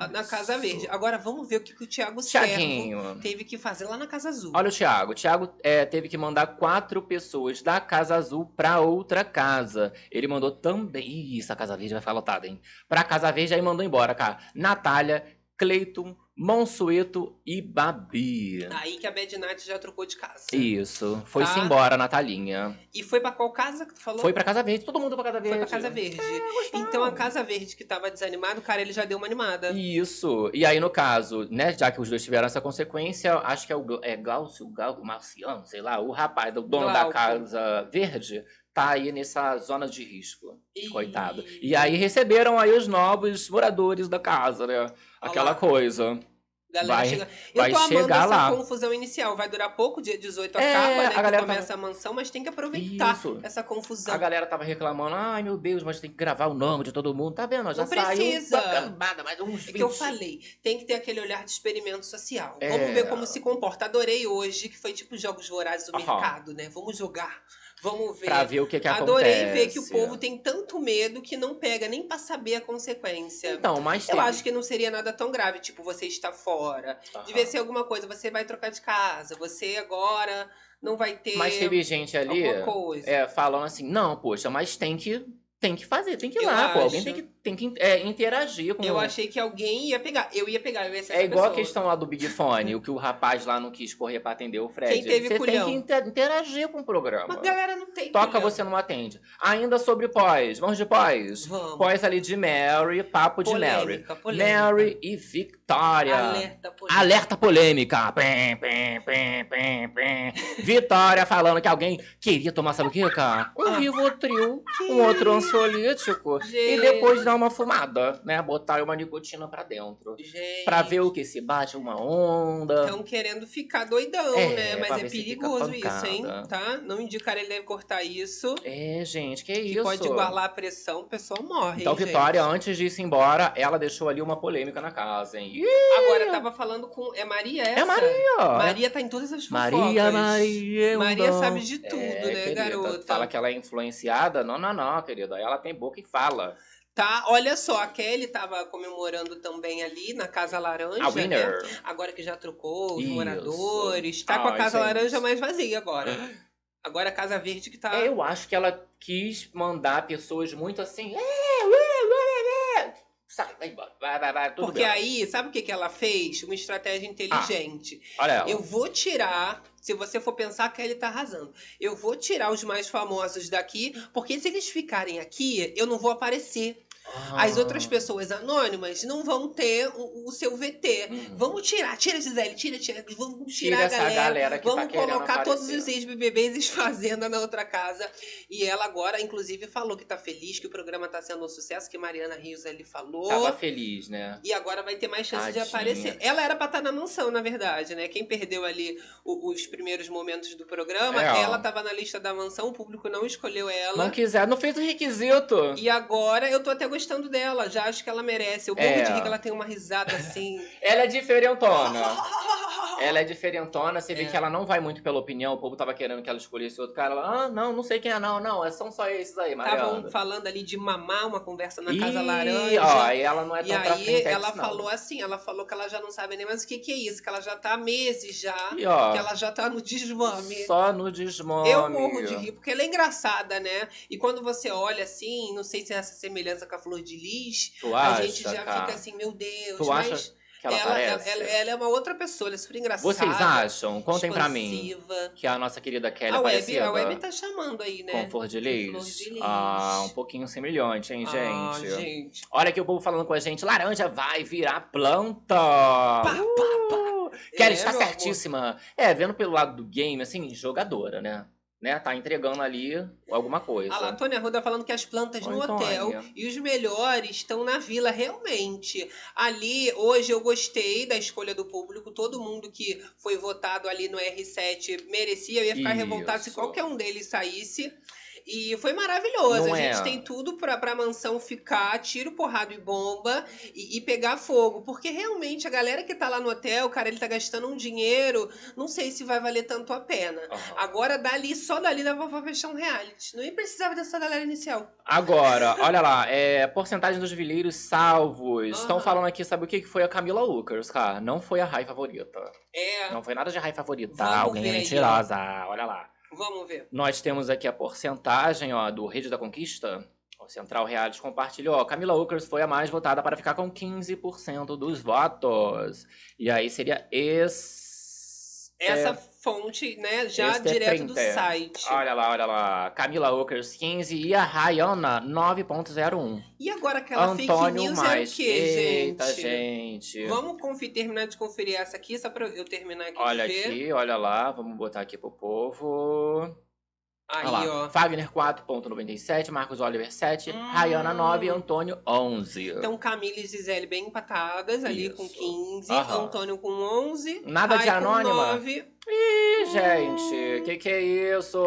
[SPEAKER 1] a- na Casa
[SPEAKER 2] Isso.
[SPEAKER 1] Verde. Agora, vamos ver o que, que o Thiago Servo
[SPEAKER 2] Tiaguinho.
[SPEAKER 1] teve que fazer lá na Casa Azul.
[SPEAKER 2] Olha o Thiago. O Thiago é, teve que mandar quatro pessoas da Casa Azul pra outra casa. Ele mandou também. Ih, essa Casa Verde vai ficar lotada, hein? Pra Casa Verde, aí mandou embora, cara. Natália, Cleiton, Monsueto e Babi.
[SPEAKER 1] Aí que a Bad Night já trocou de casa.
[SPEAKER 2] Isso. Foi-se
[SPEAKER 1] Tá.
[SPEAKER 2] embora, Natalinha.
[SPEAKER 1] E foi pra qual casa que tu falou?
[SPEAKER 2] Foi pra Casa Verde. Todo mundo pra Casa Verde.
[SPEAKER 1] Foi pra Casa Verde.
[SPEAKER 2] É,
[SPEAKER 1] então a Casa Verde que tava desanimado, cara, ele já deu uma animada.
[SPEAKER 2] Isso. E aí, no caso, né, já que os dois tiveram essa consequência, acho que é o Gla- é Glaucio, Glauco, Marciano, sei lá, o rapaz, o dono da
[SPEAKER 1] Glauco.
[SPEAKER 2] Casa Verde, tá aí nessa zona de risco.
[SPEAKER 1] E-
[SPEAKER 2] Coitado. E aí receberam aí os novos moradores da casa, né? Aquela
[SPEAKER 1] lá.
[SPEAKER 2] coisa.
[SPEAKER 1] Galera
[SPEAKER 2] Vai-
[SPEAKER 1] chega-
[SPEAKER 2] vai
[SPEAKER 1] Eu tô amando
[SPEAKER 2] chegar
[SPEAKER 1] essa
[SPEAKER 2] lá.
[SPEAKER 1] confusão inicial. Vai durar pouco, dia 18
[SPEAKER 2] É,
[SPEAKER 1] acaba, né?
[SPEAKER 2] a
[SPEAKER 1] que
[SPEAKER 2] galera
[SPEAKER 1] começa a mansão, mas tem que aproveitar
[SPEAKER 2] Isso.
[SPEAKER 1] essa confusão.
[SPEAKER 2] A galera tava reclamando, ai meu Deus, mas tem que gravar o nome de todo mundo. Tá vendo? ó, Já
[SPEAKER 1] Não
[SPEAKER 2] saiu
[SPEAKER 1] precisa.
[SPEAKER 2] uma cambada, mais uns
[SPEAKER 1] É que eu
[SPEAKER 2] 20.
[SPEAKER 1] falei, tem que ter aquele olhar de experimento social.
[SPEAKER 2] É.
[SPEAKER 1] Vamos ver como se comporta. Adorei hoje, que foi tipo jogos vorazes do
[SPEAKER 2] Aham.
[SPEAKER 1] mercado, né? Vamos jogar, vamos ver.
[SPEAKER 2] Pra ver o que que
[SPEAKER 1] Adorei
[SPEAKER 2] acontece.
[SPEAKER 1] ver que o povo tem tanto medo que não pega nem pra saber a consequência.
[SPEAKER 2] Então, mas
[SPEAKER 1] Eu
[SPEAKER 2] teve.
[SPEAKER 1] acho que não seria nada tão grave, tipo, você está fora. Devia
[SPEAKER 2] Aham.
[SPEAKER 1] ser alguma coisa, você vai trocar de casa, você agora não vai ter
[SPEAKER 2] Mas teve gente ali.
[SPEAKER 1] alguma coisa.
[SPEAKER 2] é, falam assim, não, poxa, mas tem que, tem que fazer, tem que ir
[SPEAKER 1] Eu
[SPEAKER 2] lá, pô,
[SPEAKER 1] acho.
[SPEAKER 2] alguém tem que, tem que é, interagir com...
[SPEAKER 1] Eu achei que alguém ia pegar. Eu ia pegar, eu ia ser essa
[SPEAKER 2] É igual a
[SPEAKER 1] pessoa.
[SPEAKER 2] questão lá do Big Fone, o que o rapaz lá não quis correr pra atender o Fred.
[SPEAKER 1] Quem teve
[SPEAKER 2] você tem
[SPEAKER 1] culhão?
[SPEAKER 2] que inter- interagir com o programa.
[SPEAKER 1] Mas a galera não tem.
[SPEAKER 2] Toca,
[SPEAKER 1] culhão.
[SPEAKER 2] você não atende. Ainda sobre pós, vamos de pós?
[SPEAKER 1] Vamos.
[SPEAKER 2] Pós ali de Mary, papo de Mary.
[SPEAKER 1] Polêmica, polêmica.
[SPEAKER 2] Mary e Victoria.
[SPEAKER 1] Alerta, polêmica.
[SPEAKER 2] Alerta polêmica. Pim, pim, pim, pim, pim. Vitória falando que alguém queria tomar, sabe o que, cara?
[SPEAKER 1] Ah.
[SPEAKER 2] Um Rivotril, um outro ansiolítico. E
[SPEAKER 1] Gente.
[SPEAKER 2] depois dar uma fumada, né? Botar uma nicotina pra dentro.
[SPEAKER 1] Gente,
[SPEAKER 2] Pra ver o que se bate, uma onda.
[SPEAKER 1] Estão querendo ficar doidão,
[SPEAKER 2] É,
[SPEAKER 1] né?
[SPEAKER 2] pra
[SPEAKER 1] Mas é
[SPEAKER 2] ver se fica
[SPEAKER 1] perigoso isso, hein?
[SPEAKER 2] pancada.
[SPEAKER 1] Tá? Não indicar, ele deve cortar isso.
[SPEAKER 2] É, gente, que
[SPEAKER 1] Que
[SPEAKER 2] isso.
[SPEAKER 1] pode igualar a pressão, o pessoal morre.
[SPEAKER 2] Então,
[SPEAKER 1] hein, gente?
[SPEAKER 2] Vitória, antes de ir embora, ela deixou ali uma polêmica na casa, hein? Ih,
[SPEAKER 1] Agora, eu tava falando com. É Maria essa?
[SPEAKER 2] É Maria, ó.
[SPEAKER 1] Maria tá em todas as fofocas.
[SPEAKER 2] Maria, Maria. é um eu
[SPEAKER 1] Maria
[SPEAKER 2] não.
[SPEAKER 1] sabe de tudo,
[SPEAKER 2] É,
[SPEAKER 1] né,
[SPEAKER 2] querida,
[SPEAKER 1] garota?
[SPEAKER 2] Fala que ela é influenciada? Não, não, não, querida. Ela tem boca e fala.
[SPEAKER 1] Tá, olha só, a Kelly tava comemorando também ali na Casa Laranja.
[SPEAKER 2] A
[SPEAKER 1] Né?
[SPEAKER 2] Ah, winner.
[SPEAKER 1] Agora que já trocou os
[SPEAKER 2] Isso. Ah,
[SPEAKER 1] moradores. Tá com a
[SPEAKER 2] Ai,
[SPEAKER 1] Casa
[SPEAKER 2] gente.
[SPEAKER 1] Laranja mais vazia agora. Agora a Casa Verde que tá.
[SPEAKER 2] É, Eu acho que ela quis mandar pessoas muito assim. "É, ué, ué, ué, ué". Sai, vai embora. Vai, vai, vai, tudo
[SPEAKER 1] Porque
[SPEAKER 2] bem.
[SPEAKER 1] aí, sabe o que, que ela fez? Uma estratégia inteligente.
[SPEAKER 2] Olha Ah, ela.
[SPEAKER 1] Eu vou tirar. Se você for pensar que ele tá arrasando, eu vou tirar os mais famosos daqui, porque se eles ficarem aqui, eu não vou aparecer.
[SPEAKER 2] Ah.
[SPEAKER 1] As outras pessoas anônimas não vão ter o, o seu VT. Vamos tirar, tira Gisele, tira, tira, vamos
[SPEAKER 2] Tira
[SPEAKER 1] tirar
[SPEAKER 2] essa
[SPEAKER 1] a galera.
[SPEAKER 2] galera que tá
[SPEAKER 1] vamos
[SPEAKER 2] querendo
[SPEAKER 1] colocar todos
[SPEAKER 2] aparecer.
[SPEAKER 1] os ex-BBBs e fazenda na outra casa. E ela agora, inclusive, falou que tá feliz, que o programa tá sendo um sucesso, que Mariana Rios ali falou.
[SPEAKER 2] Tava feliz, né?
[SPEAKER 1] E agora vai ter mais chance
[SPEAKER 2] Tadinha.
[SPEAKER 1] de aparecer. Ela era pra estar na mansão, na verdade, né? Quem perdeu ali o- os primeiros momentos do programa,
[SPEAKER 2] É, ó.
[SPEAKER 1] ela tava na lista da mansão, o público não escolheu ela.
[SPEAKER 2] Não quiser, não fez o requisito.
[SPEAKER 1] E agora eu tô até gostando dela, já acho que ela merece. Eu morro
[SPEAKER 2] É.
[SPEAKER 1] de rir que ela tem uma risada assim.
[SPEAKER 2] Ela é diferentona. Ela é diferentona, você vê
[SPEAKER 1] É.
[SPEAKER 2] que ela não vai muito pela opinião, o povo tava querendo que ela escolhesse outro cara. Ela, ah, não, não sei quem é, não, não, é- são só esses aí, Mariana.
[SPEAKER 1] Estavam falando ali de mamar uma conversa um na
[SPEAKER 2] Ih,
[SPEAKER 1] Casa
[SPEAKER 2] Ó,
[SPEAKER 1] Laranja.
[SPEAKER 2] e ela não é tão
[SPEAKER 1] e
[SPEAKER 2] pra
[SPEAKER 1] aí
[SPEAKER 2] frentex,
[SPEAKER 1] ela
[SPEAKER 2] não.
[SPEAKER 1] falou assim, ela falou que ela já não sabe nem mais o que, que é isso, que ela já tá há meses já,
[SPEAKER 2] E, ó,
[SPEAKER 1] que ela já tá no desmame.
[SPEAKER 2] só no desmame.
[SPEAKER 1] Eu morro de rir, porque ela é engraçada, né? E quando você olha assim, não sei se é essa semelhança com a Flor de Lis,
[SPEAKER 2] Tu
[SPEAKER 1] a
[SPEAKER 2] acha,
[SPEAKER 1] gente já
[SPEAKER 2] cara,
[SPEAKER 1] fica assim, meu Deus,
[SPEAKER 2] Tu
[SPEAKER 1] mas
[SPEAKER 2] acha que ela,
[SPEAKER 1] ela, ela,
[SPEAKER 2] aparece?
[SPEAKER 1] ela- ela é uma outra pessoa, ela é super engraçada.
[SPEAKER 2] Vocês acham? Contem pra mim
[SPEAKER 1] expansiva.
[SPEAKER 2] que a nossa querida Kelly é
[SPEAKER 1] A web,
[SPEAKER 2] aparecida
[SPEAKER 1] a web tá chamando aí, né?
[SPEAKER 2] com flor de lis.
[SPEAKER 1] Flor de Lis.
[SPEAKER 2] Ah, um pouquinho semelhante, hein,
[SPEAKER 1] Ah,
[SPEAKER 2] gente?
[SPEAKER 1] gente.
[SPEAKER 2] Olha aqui o povo falando com a gente. Laranja vai virar planta.
[SPEAKER 1] pá,
[SPEAKER 2] Uh! Kelly
[SPEAKER 1] É,
[SPEAKER 2] está
[SPEAKER 1] meu amor.
[SPEAKER 2] certíssima. É, vendo pelo lado do game, assim, jogadora, né? né? Tá entregando ali alguma coisa.
[SPEAKER 1] Ah lá, Tônia Ruda falando que as plantas
[SPEAKER 2] Oi,
[SPEAKER 1] no hotel
[SPEAKER 2] Tônia.
[SPEAKER 1] e os melhores estão na vila, realmente. Ali, hoje eu gostei da escolha do público, todo mundo que foi votado ali no R7 merecia, eu ia ficar
[SPEAKER 2] Isso.
[SPEAKER 1] revoltado se qualquer um deles saísse. E foi maravilhoso.
[SPEAKER 2] Não
[SPEAKER 1] a
[SPEAKER 2] é?
[SPEAKER 1] gente tem tudo pra, pra mansão ficar, tiro, porrada e bomba e, e pegar fogo. Porque realmente a galera que tá lá no hotel, cara, ele tá gastando um dinheiro, não sei se vai valer tanto a pena.
[SPEAKER 2] Aham.
[SPEAKER 1] Agora, dali, só dali dava pra fechar um reality. Nem precisava dessa galera inicial.
[SPEAKER 2] Agora, olha lá, é, porcentagem dos vileiros salvos. Estão
[SPEAKER 1] Aham.
[SPEAKER 2] falando aqui, sabe o que que foi a Camila Lucas, cara? Não foi a Rai favorita.
[SPEAKER 1] É,
[SPEAKER 2] Não foi nada de Rai favorita.
[SPEAKER 1] Vamos
[SPEAKER 2] Alguém é
[SPEAKER 1] ver aí,
[SPEAKER 2] mentirosa. Olha lá.
[SPEAKER 1] vamos ver.
[SPEAKER 2] Nós temos aqui a porcentagem ó, do Rede da Conquista. O Central Reales compartilhou. ó, Camila Lucas foi a mais votada para ficar com 15% dos votos. E aí seria esse.
[SPEAKER 1] Essa fonte, né, já
[SPEAKER 2] Este é
[SPEAKER 1] direto do
[SPEAKER 2] 30.
[SPEAKER 1] site.
[SPEAKER 2] Olha lá, olha lá. Camila Lucas 15 e a Rayana 9.01.
[SPEAKER 1] E agora aquela fake
[SPEAKER 2] Antônio
[SPEAKER 1] news era
[SPEAKER 2] mais.
[SPEAKER 1] o quê,
[SPEAKER 2] Eita,
[SPEAKER 1] gente?
[SPEAKER 2] gente.
[SPEAKER 1] Vamos confi- terminar de conferir essa aqui, só pra eu terminar aqui
[SPEAKER 2] Olha
[SPEAKER 1] de ver.
[SPEAKER 2] aqui, olha lá, vamos botar aqui pro povo.
[SPEAKER 1] Aí,
[SPEAKER 2] Olha lá.
[SPEAKER 1] ó.
[SPEAKER 2] Fagner 4.97, Marcos Oliver 7,
[SPEAKER 1] Hum.
[SPEAKER 2] Rayana 9 Antônio 11.
[SPEAKER 1] Então, Camila e Gisele bem empatadas ali
[SPEAKER 2] Isso.
[SPEAKER 1] com 15,
[SPEAKER 2] Aham.
[SPEAKER 1] Antônio com 11,
[SPEAKER 2] Nada de
[SPEAKER 1] Rai com
[SPEAKER 2] anônima?
[SPEAKER 1] 9.
[SPEAKER 2] Ih, gente, que que é isso?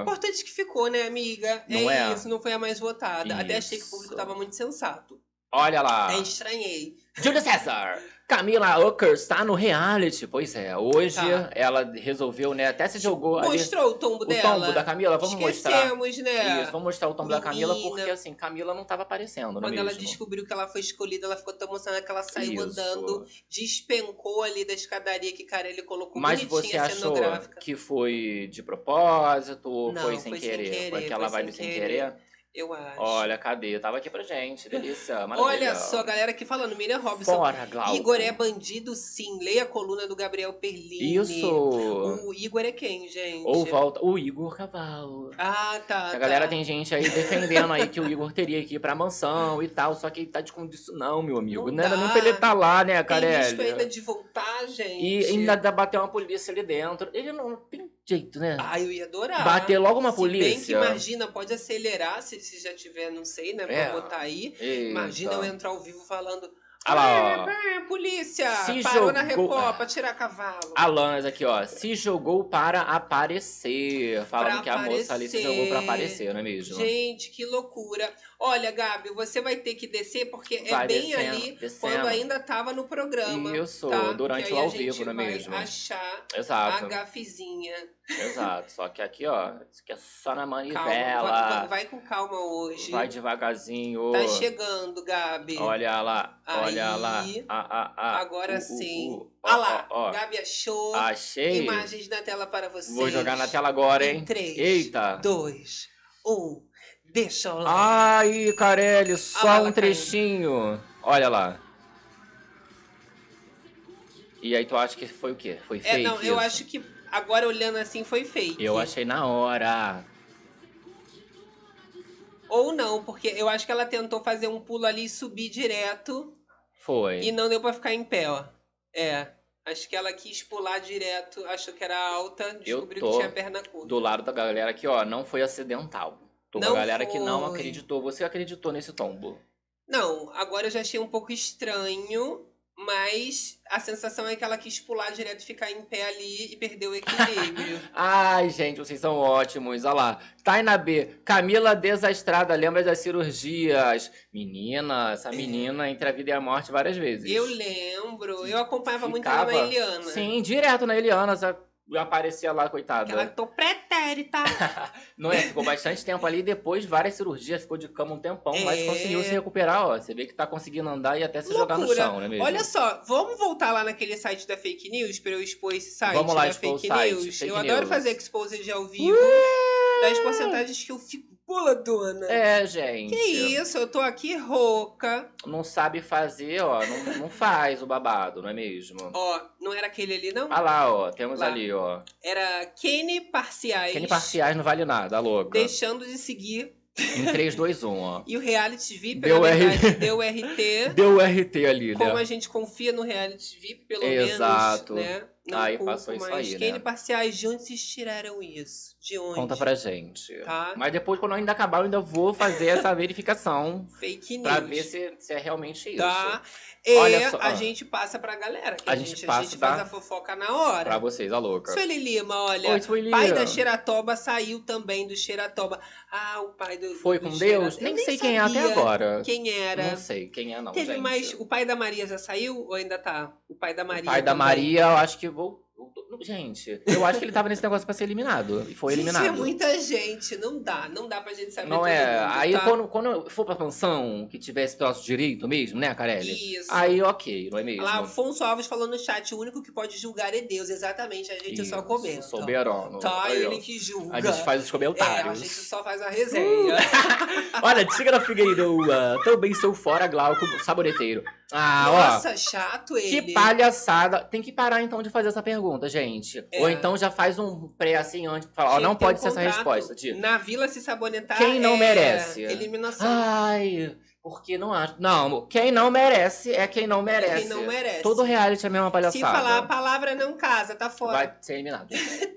[SPEAKER 1] Importante que ficou, né, amiga?
[SPEAKER 2] Não
[SPEAKER 1] é,
[SPEAKER 2] é?
[SPEAKER 1] isso, não foi a mais votada. Até achei que o público
[SPEAKER 2] Isso. Tá.
[SPEAKER 1] tava muito sensato.
[SPEAKER 2] Olha lá.
[SPEAKER 1] Até estranhei.
[SPEAKER 2] Júlio César. Camila Ocker está no reality. Pois é, hoje
[SPEAKER 1] Tá.
[SPEAKER 2] ela resolveu, né? Até se jogou ali.
[SPEAKER 1] Mostrou o tombo
[SPEAKER 2] o
[SPEAKER 1] dela?
[SPEAKER 2] tombo da Camila, vamos mostrar.
[SPEAKER 1] Esquecemos, né?
[SPEAKER 2] Isso, vamos mostrar o tombo da Camila,
[SPEAKER 1] Menina.
[SPEAKER 2] porque assim, Camila não tava aparecendo, não é
[SPEAKER 1] Quando ela
[SPEAKER 2] mesmo?
[SPEAKER 1] descobriu que ela foi escolhida, ela ficou tão emocionada que ela saiu
[SPEAKER 2] Isso.
[SPEAKER 1] andando, despencou ali da escadaria que cara ele colocou
[SPEAKER 2] Mas você
[SPEAKER 1] bonitinha
[SPEAKER 2] achou
[SPEAKER 1] cenográfica.
[SPEAKER 2] que foi de propósito, ou
[SPEAKER 1] Não,
[SPEAKER 2] foi sem
[SPEAKER 1] foi sem
[SPEAKER 2] querer?
[SPEAKER 1] querer,
[SPEAKER 2] foi aquela
[SPEAKER 1] foi sem
[SPEAKER 2] vibe sem
[SPEAKER 1] querer.
[SPEAKER 2] querer?
[SPEAKER 1] Eu acho.
[SPEAKER 2] Olha, cadê? Tava aqui pra gente, delícia, maravilha.
[SPEAKER 1] Olha só, galera aqui falando, Miriam Robson.
[SPEAKER 2] Fora, Glauco.
[SPEAKER 1] Igor é bandido, sim. Leia a coluna do Gabriel Perlini.
[SPEAKER 2] Isso.
[SPEAKER 1] O Igor é quem, gente?
[SPEAKER 2] Ou volta o Igor Cavalo.
[SPEAKER 1] Ah, tá.
[SPEAKER 2] A
[SPEAKER 1] tá.
[SPEAKER 2] galera tem gente aí defendendo aí que o Igor teria que ir pra mansão e tal, só que ele tá de condição, não, meu amigo.
[SPEAKER 1] Não
[SPEAKER 2] Não era
[SPEAKER 1] dá.
[SPEAKER 2] nem pra ele tá lá, né,
[SPEAKER 1] Tem risco ainda
[SPEAKER 2] Carelli?
[SPEAKER 1] de voltar, gente.
[SPEAKER 2] E ainda dá bater uma polícia ali dentro. Ele não tem jeito, né?
[SPEAKER 1] Ah, eu ia adorar.
[SPEAKER 2] Bater logo uma
[SPEAKER 1] Se Bem que
[SPEAKER 2] polícia.
[SPEAKER 1] imagina, pode acelerar se, se já tiver, não sei, né? Pra
[SPEAKER 2] É.
[SPEAKER 1] botar aí.
[SPEAKER 2] Eita.
[SPEAKER 1] Imagina eu entrar ao vivo falando.
[SPEAKER 2] Ah lá, ó.
[SPEAKER 1] "Ah, polícia!
[SPEAKER 2] Se
[SPEAKER 1] parou na
[SPEAKER 2] jogou- Ah,
[SPEAKER 1] recopa, tirar cavalo.
[SPEAKER 2] A Lanas é aqui, ó, se jogou para aparecer. Falando
[SPEAKER 1] Pra
[SPEAKER 2] que a moça ali se
[SPEAKER 1] aparecer.
[SPEAKER 2] jogou pra aparecer, não é mesmo?
[SPEAKER 1] Gente, que loucura. Olha, Gabi, você vai ter que descer, porque é
[SPEAKER 2] Vai
[SPEAKER 1] bem
[SPEAKER 2] descendo,
[SPEAKER 1] ali
[SPEAKER 2] descendo.
[SPEAKER 1] quando ainda tava no programa.
[SPEAKER 2] Isso,
[SPEAKER 1] tá?
[SPEAKER 2] durante
[SPEAKER 1] Que
[SPEAKER 2] o
[SPEAKER 1] aí
[SPEAKER 2] ao
[SPEAKER 1] a gente
[SPEAKER 2] vivo, não é
[SPEAKER 1] vai
[SPEAKER 2] mesmo?
[SPEAKER 1] achar
[SPEAKER 2] Exato,
[SPEAKER 1] a gafezinha.
[SPEAKER 2] exato. Só que aqui, ó, isso aqui é só na
[SPEAKER 1] Calma,
[SPEAKER 2] manivela.
[SPEAKER 1] vai, vai-
[SPEAKER 2] vai,
[SPEAKER 1] vai com calma hoje.
[SPEAKER 2] devagarzinho.
[SPEAKER 1] Tá chegando, Gabi.
[SPEAKER 2] Olha lá, olha
[SPEAKER 1] Aí.
[SPEAKER 2] lá. Ah, ah, ah.
[SPEAKER 1] Agora
[SPEAKER 2] Uh, uh,
[SPEAKER 1] sim.
[SPEAKER 2] uh. Ó,
[SPEAKER 1] Olha lá,
[SPEAKER 2] ó, ó.
[SPEAKER 1] Gabi achou.
[SPEAKER 2] Achei.
[SPEAKER 1] Imagens na tela para vocês.
[SPEAKER 2] Vou jogar na tela agora, hein?
[SPEAKER 1] Em três,
[SPEAKER 2] Eita.
[SPEAKER 1] dois, um. Deixa eu lá.
[SPEAKER 2] Ai, Carelli,
[SPEAKER 1] Ah lá,
[SPEAKER 2] só um
[SPEAKER 1] Carelli.
[SPEAKER 2] trechinho. Olha lá. E aí tu acha que foi o quê? Foi
[SPEAKER 1] É,
[SPEAKER 2] fake?
[SPEAKER 1] não, eu
[SPEAKER 2] isso?
[SPEAKER 1] acho que agora olhando assim foi fake.
[SPEAKER 2] Eu achei na hora.
[SPEAKER 1] Ou não, porque eu acho que ela tentou fazer um pulo ali e subir direto
[SPEAKER 2] Foi.
[SPEAKER 1] e não deu pra ficar em pé, ó. É. Acho que ela quis pular direto, achou que era alta, descobriu
[SPEAKER 2] tô
[SPEAKER 1] que tinha perna curta.
[SPEAKER 2] Do lado da galera aqui, ó, não foi acidental. Tô com a
[SPEAKER 1] Não
[SPEAKER 2] galera que não
[SPEAKER 1] foi.
[SPEAKER 2] acreditou. Você acreditou nesse tombo.
[SPEAKER 1] Não, agora eu já achei um pouco estranho, mas a sensação é que ela quis pular direto, ficar em pé ali e perder o equilíbrio.
[SPEAKER 2] Ai, gente, vocês são ótimos. Olha lá. Taina B. Camila desastrada, lembra das cirurgias. Menina,
[SPEAKER 1] É.
[SPEAKER 2] essa menina entre a vida e a morte várias vezes.
[SPEAKER 1] eu lembro, eu acompanhava muito ela
[SPEAKER 2] Ficava-
[SPEAKER 1] na Eliana.
[SPEAKER 2] Sim, direto na Eliana. Essa... Aparecia lá, coitada.
[SPEAKER 1] Que ela tô pretérita.
[SPEAKER 2] Não é? Ficou bastante tempo ali e depois várias cirurgias, ficou de cama um tempão, mas
[SPEAKER 1] É.
[SPEAKER 2] conseguiu se recuperar, ó. Você vê que tá conseguindo andar e até se jogar no
[SPEAKER 1] Loucura.
[SPEAKER 2] chão, né mesmo?
[SPEAKER 1] Olha só, vamos voltar lá naquele site da fake news pra eu expor esse site
[SPEAKER 2] Vamos lá
[SPEAKER 1] da
[SPEAKER 2] expor o
[SPEAKER 1] fake
[SPEAKER 2] site,
[SPEAKER 1] news.
[SPEAKER 2] fake
[SPEAKER 1] eu adoro
[SPEAKER 2] news.
[SPEAKER 1] fazer exposed ao vivo das porcentagens que eu fico boladona.
[SPEAKER 2] É, gente.
[SPEAKER 1] Que isso, eu tô aqui rouca.
[SPEAKER 2] Não sabe fazer, ó. Não, não faz o babado, não é mesmo?
[SPEAKER 1] Ó, não era aquele ali, não?
[SPEAKER 2] Ah lá, ó. Temos
[SPEAKER 1] Lá.
[SPEAKER 2] ali, ó.
[SPEAKER 1] Era Kenny Parciais.
[SPEAKER 2] Kenny Parciais não vale nada, a louca.
[SPEAKER 1] Deixando de seguir.
[SPEAKER 2] Em 3, 2, 1, ó.
[SPEAKER 1] E o reality VIP,
[SPEAKER 2] Deu
[SPEAKER 1] na
[SPEAKER 2] RT.
[SPEAKER 1] verdade, deu RT.
[SPEAKER 2] Deu RT ali,
[SPEAKER 1] Como é
[SPEAKER 2] né?
[SPEAKER 1] a gente confia no reality VIP, pelo
[SPEAKER 2] Exato.
[SPEAKER 1] menos, né? Não
[SPEAKER 2] Aí
[SPEAKER 1] culpo,
[SPEAKER 2] passou isso
[SPEAKER 1] mas
[SPEAKER 2] aí, né?
[SPEAKER 1] Kenny Parciais, de onde vocês tiraram isso? De onde?
[SPEAKER 2] Conta pra gente.
[SPEAKER 1] Tá?
[SPEAKER 2] Mas depois, quando eu ainda acabar, eu ainda vou fazer essa verificação
[SPEAKER 1] Fake news.
[SPEAKER 2] pra ver se, se é realmente isso.
[SPEAKER 1] Tá?
[SPEAKER 2] Olha
[SPEAKER 1] e
[SPEAKER 2] só,
[SPEAKER 1] a
[SPEAKER 2] ah.
[SPEAKER 1] gente passa pra galera. que
[SPEAKER 2] A
[SPEAKER 1] a,
[SPEAKER 2] gente
[SPEAKER 1] gente,
[SPEAKER 2] passa
[SPEAKER 1] a gente
[SPEAKER 2] da-
[SPEAKER 1] faz a fofoca na hora.
[SPEAKER 2] Pra vocês, a louca.
[SPEAKER 1] Sueli Lima, olha.
[SPEAKER 2] Oi, Sueli.
[SPEAKER 1] pai da Xeratoba saiu também do Xeratoba. Ah, o pai do.
[SPEAKER 2] Foi
[SPEAKER 1] do
[SPEAKER 2] com Deus?
[SPEAKER 1] Xeratoba. Eu
[SPEAKER 2] Nem sei quem é até
[SPEAKER 1] sabia
[SPEAKER 2] agora.
[SPEAKER 1] Quem era?
[SPEAKER 2] Não sei quem é, não,
[SPEAKER 1] Teve
[SPEAKER 2] gente.
[SPEAKER 1] mais. O pai da Maria já saiu ou ainda tá? O pai da Maria.
[SPEAKER 2] O pai da
[SPEAKER 1] também.
[SPEAKER 2] Maria, eu acho que vou. Gente, eu acho que ele tava nesse negócio pra ser eliminado. E foi
[SPEAKER 1] Gente,
[SPEAKER 2] eliminado.
[SPEAKER 1] é muita gente. Não dá. Não dá pra gente saber.
[SPEAKER 2] Não
[SPEAKER 1] todo
[SPEAKER 2] é.
[SPEAKER 1] mundo,
[SPEAKER 2] Aí
[SPEAKER 1] tá?
[SPEAKER 2] quando, quando eu for pra mansão que tivesse nosso direito mesmo, né, Carelli?
[SPEAKER 1] Isso.
[SPEAKER 2] Aí ok, não é mesmo?
[SPEAKER 1] Lá, Afonso Alves falou no chat: o único que pode julgar é Deus. Exatamente. A gente só
[SPEAKER 2] Isso,
[SPEAKER 1] comenta.
[SPEAKER 2] Soberano.
[SPEAKER 1] Tá,
[SPEAKER 2] Aí, ó.
[SPEAKER 1] então. ele que julga.
[SPEAKER 2] A gente faz os
[SPEAKER 1] É, a
[SPEAKER 2] comentários. Uh,
[SPEAKER 1] gente só faz a resenha.
[SPEAKER 2] Olha, Tigra Figueiredoa. Também sou fora, Glauco, saboreteiro. Ah, ó.
[SPEAKER 1] Nossa, chato ele.
[SPEAKER 2] Que palhaçada. Tem que parar então de fazer essa pergunta, gente.
[SPEAKER 1] É.
[SPEAKER 2] Ou então já faz um pré assim antes pra falar, ó,
[SPEAKER 1] Tinha
[SPEAKER 2] não
[SPEAKER 1] que ter
[SPEAKER 2] pode
[SPEAKER 1] um
[SPEAKER 2] ser essa
[SPEAKER 1] contrato.
[SPEAKER 2] resposta, de
[SPEAKER 1] Na vila se sabonetar.
[SPEAKER 2] Quem não
[SPEAKER 1] é
[SPEAKER 2] merece? Ah,
[SPEAKER 1] Eliminação.
[SPEAKER 2] Ai, porque não acho. Não, quem não merece é quem não merece.
[SPEAKER 1] Quem não merece.
[SPEAKER 2] Todo reality é a mesma
[SPEAKER 1] se
[SPEAKER 2] palhaçada.
[SPEAKER 1] falar a palavra não casa, tá fora.
[SPEAKER 2] Vai ser eliminado.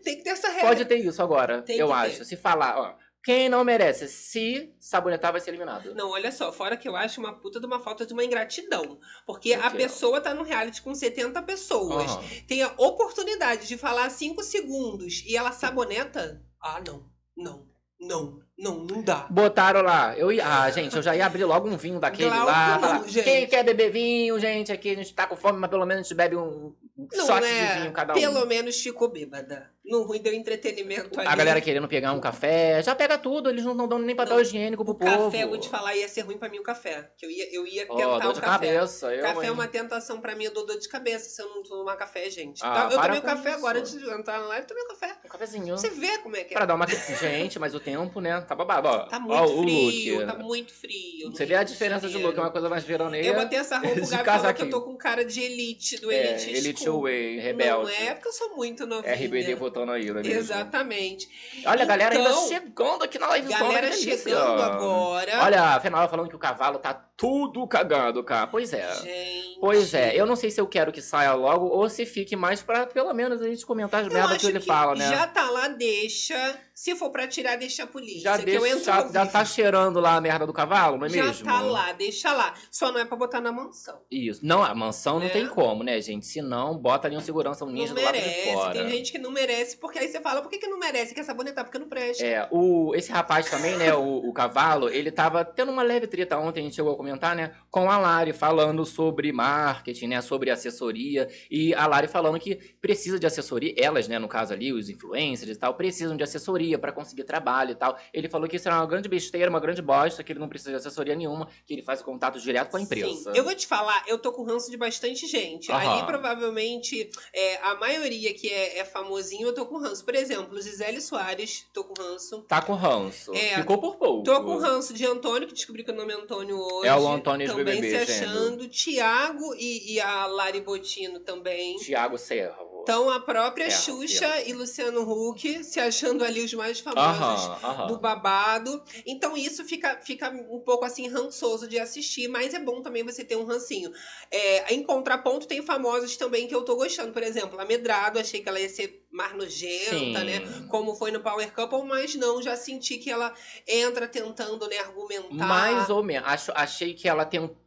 [SPEAKER 1] Tem que ter essa regra.
[SPEAKER 2] Pode ter isso agora,
[SPEAKER 1] Tem
[SPEAKER 2] eu
[SPEAKER 1] que ter.
[SPEAKER 2] acho. Se falar, ó, quem não merece, se sabonetar vai ser eliminado.
[SPEAKER 1] Não, olha só, fora que eu acho uma puta de uma falta de uma ingratidão. Porque
[SPEAKER 2] Por
[SPEAKER 1] a
[SPEAKER 2] quê?
[SPEAKER 1] pessoa tá num reality com 70 pessoas.
[SPEAKER 2] Aham.
[SPEAKER 1] Tem a oportunidade de falar 5 segundos e ela saboneta. Ah, não, não, não, não, não dá.
[SPEAKER 2] Botaram lá. Eu ia... Ah, gente, eu já ia abrir logo um vinho daquele
[SPEAKER 1] Glauco
[SPEAKER 2] lá.
[SPEAKER 1] não,
[SPEAKER 2] falar,
[SPEAKER 1] gente.
[SPEAKER 2] Quem quer beber vinho, gente? Aqui a gente tá com fome, mas pelo menos a gente bebe um um
[SPEAKER 1] Não
[SPEAKER 2] shot
[SPEAKER 1] é.
[SPEAKER 2] de vinho cada um.
[SPEAKER 1] Pelo menos ficou bêbada. No ruim deu entretenimento ali.
[SPEAKER 2] A galera querendo pegar um café. Já pega tudo, eles não estão dando nem papel
[SPEAKER 1] Não.
[SPEAKER 2] higiênico pro
[SPEAKER 1] O
[SPEAKER 2] povo.
[SPEAKER 1] café, eu vou te falar, ia ser ruim pra mim o café. Que eu ia, eu ia
[SPEAKER 2] Ó,
[SPEAKER 1] tentar
[SPEAKER 2] dor
[SPEAKER 1] o
[SPEAKER 2] de
[SPEAKER 1] um café.
[SPEAKER 2] cabeça. Eu,
[SPEAKER 1] café é
[SPEAKER 2] hein?
[SPEAKER 1] uma tentação pra mim, eu dou dor de cabeça se eu não tomar café, gente.
[SPEAKER 2] Ah,
[SPEAKER 1] Tá, eu
[SPEAKER 2] para
[SPEAKER 1] tomei o
[SPEAKER 2] com
[SPEAKER 1] café
[SPEAKER 2] isso.
[SPEAKER 1] agora antes de entrar na live, tomei o café.
[SPEAKER 2] Um cafezinho.
[SPEAKER 1] Você vê como é que é.
[SPEAKER 2] Pra dar uma... Gente, mas o tempo, né? Tá babado, ó.
[SPEAKER 1] Tá
[SPEAKER 2] ó,
[SPEAKER 1] muito
[SPEAKER 2] o
[SPEAKER 1] frio,
[SPEAKER 2] look.
[SPEAKER 1] tá muito frio.
[SPEAKER 2] Você vê a diferença de look, é uma coisa mais veraneia.
[SPEAKER 1] Eu botei essa roupa, o
[SPEAKER 2] de
[SPEAKER 1] Gabi falou que eu
[SPEAKER 2] casaquinho.
[SPEAKER 1] tô com cara de elite, do
[SPEAKER 2] É,
[SPEAKER 1] elite
[SPEAKER 2] Elite
[SPEAKER 1] School.
[SPEAKER 2] Way,
[SPEAKER 1] Não
[SPEAKER 2] rebelde.
[SPEAKER 1] é, porque eu sou muito novinha.
[SPEAKER 2] RBD votando aí, não é mesmo?
[SPEAKER 1] Exatamente.
[SPEAKER 2] Olha, a galera ainda
[SPEAKER 1] Então,
[SPEAKER 2] chegando aqui na live.
[SPEAKER 1] Galera
[SPEAKER 2] só, né?
[SPEAKER 1] chegando
[SPEAKER 2] Delícia.
[SPEAKER 1] agora.
[SPEAKER 2] Olha, a Fenala falando que o cavalo tá tudo cagando, cara. Pois é.
[SPEAKER 1] Gente.
[SPEAKER 2] Pois é, eu não sei se eu quero que saia logo ou se fique mais pra pelo menos a gente comentar as
[SPEAKER 1] Eu
[SPEAKER 2] merdas
[SPEAKER 1] acho
[SPEAKER 2] que ele fala, né?
[SPEAKER 1] Já tá lá, deixa. Se for pra tirar, deixa a polícia.
[SPEAKER 2] Já,
[SPEAKER 1] que
[SPEAKER 2] deixa-
[SPEAKER 1] eu entro
[SPEAKER 2] já,
[SPEAKER 1] ao
[SPEAKER 2] já
[SPEAKER 1] vivo.
[SPEAKER 2] tá cheirando lá a merda do cavalo, não é
[SPEAKER 1] Já
[SPEAKER 2] mesmo?
[SPEAKER 1] tá lá, deixa lá. Só não é pra botar na mansão.
[SPEAKER 2] Isso. Não, a mansão não
[SPEAKER 1] Né?
[SPEAKER 2] tem como, né, gente? Se não, bota ali um segurança, um ninja
[SPEAKER 1] Não
[SPEAKER 2] do lado de
[SPEAKER 1] merece.
[SPEAKER 2] fora.
[SPEAKER 1] Tem gente que não merece, porque aí você fala, por que, que não merece? Quer sabonetar, porque não presta.
[SPEAKER 2] É, o, esse rapaz também, né, o, o cavalo, ele tava tendo uma leve treta ontem, a gente chegou a comentar, né, com a Lari, falando sobre marketing, né, sobre assessoria, e a Lari falando que precisa de assessoria, elas, né, no caso ali, os influencers e tal, precisam de assessoria pra conseguir trabalho e tal. Ele falou que isso era uma grande besteira, uma grande bosta, que ele não precisa de assessoria nenhuma, que ele faz contato direto com a empresa.
[SPEAKER 1] Sim. Eu vou te falar, eu tô com ranço de bastante gente.
[SPEAKER 2] Aham.
[SPEAKER 1] Ali, provavelmente, é, a maioria que é, é famosinho, eu tô com ranço. Por exemplo, Gisele Soares, tô com ranço.
[SPEAKER 2] Tá com ranço.
[SPEAKER 1] É.
[SPEAKER 2] Ficou por pouco.
[SPEAKER 1] Tô com ranço de Antônio, que descobri que o nome é Antônio hoje.
[SPEAKER 2] Uhum. É Paulo Antônio do
[SPEAKER 1] também
[SPEAKER 2] BBB,
[SPEAKER 1] se
[SPEAKER 2] gente.
[SPEAKER 1] achando. Tiago e, e a Lari Botino também.
[SPEAKER 2] Tiago Servo.
[SPEAKER 1] Então a própria
[SPEAKER 2] É,
[SPEAKER 1] Xuxa e Luciano Huck se achando ali os mais famosos
[SPEAKER 2] Aham, aham.
[SPEAKER 1] do babado. Então isso fica, fica um pouco assim rançoso de assistir, mas é bom também você ter um rancinho. É, em contraponto, tem famosos também que eu tô gostando. Por exemplo, a Medrado, achei que ela ia ser mais nojenta,
[SPEAKER 2] Sim.
[SPEAKER 1] né? Como foi no Power Couple, mas não, já senti que ela entra tentando né, argumentar.
[SPEAKER 2] Mais ou menos. Acho, achei que ela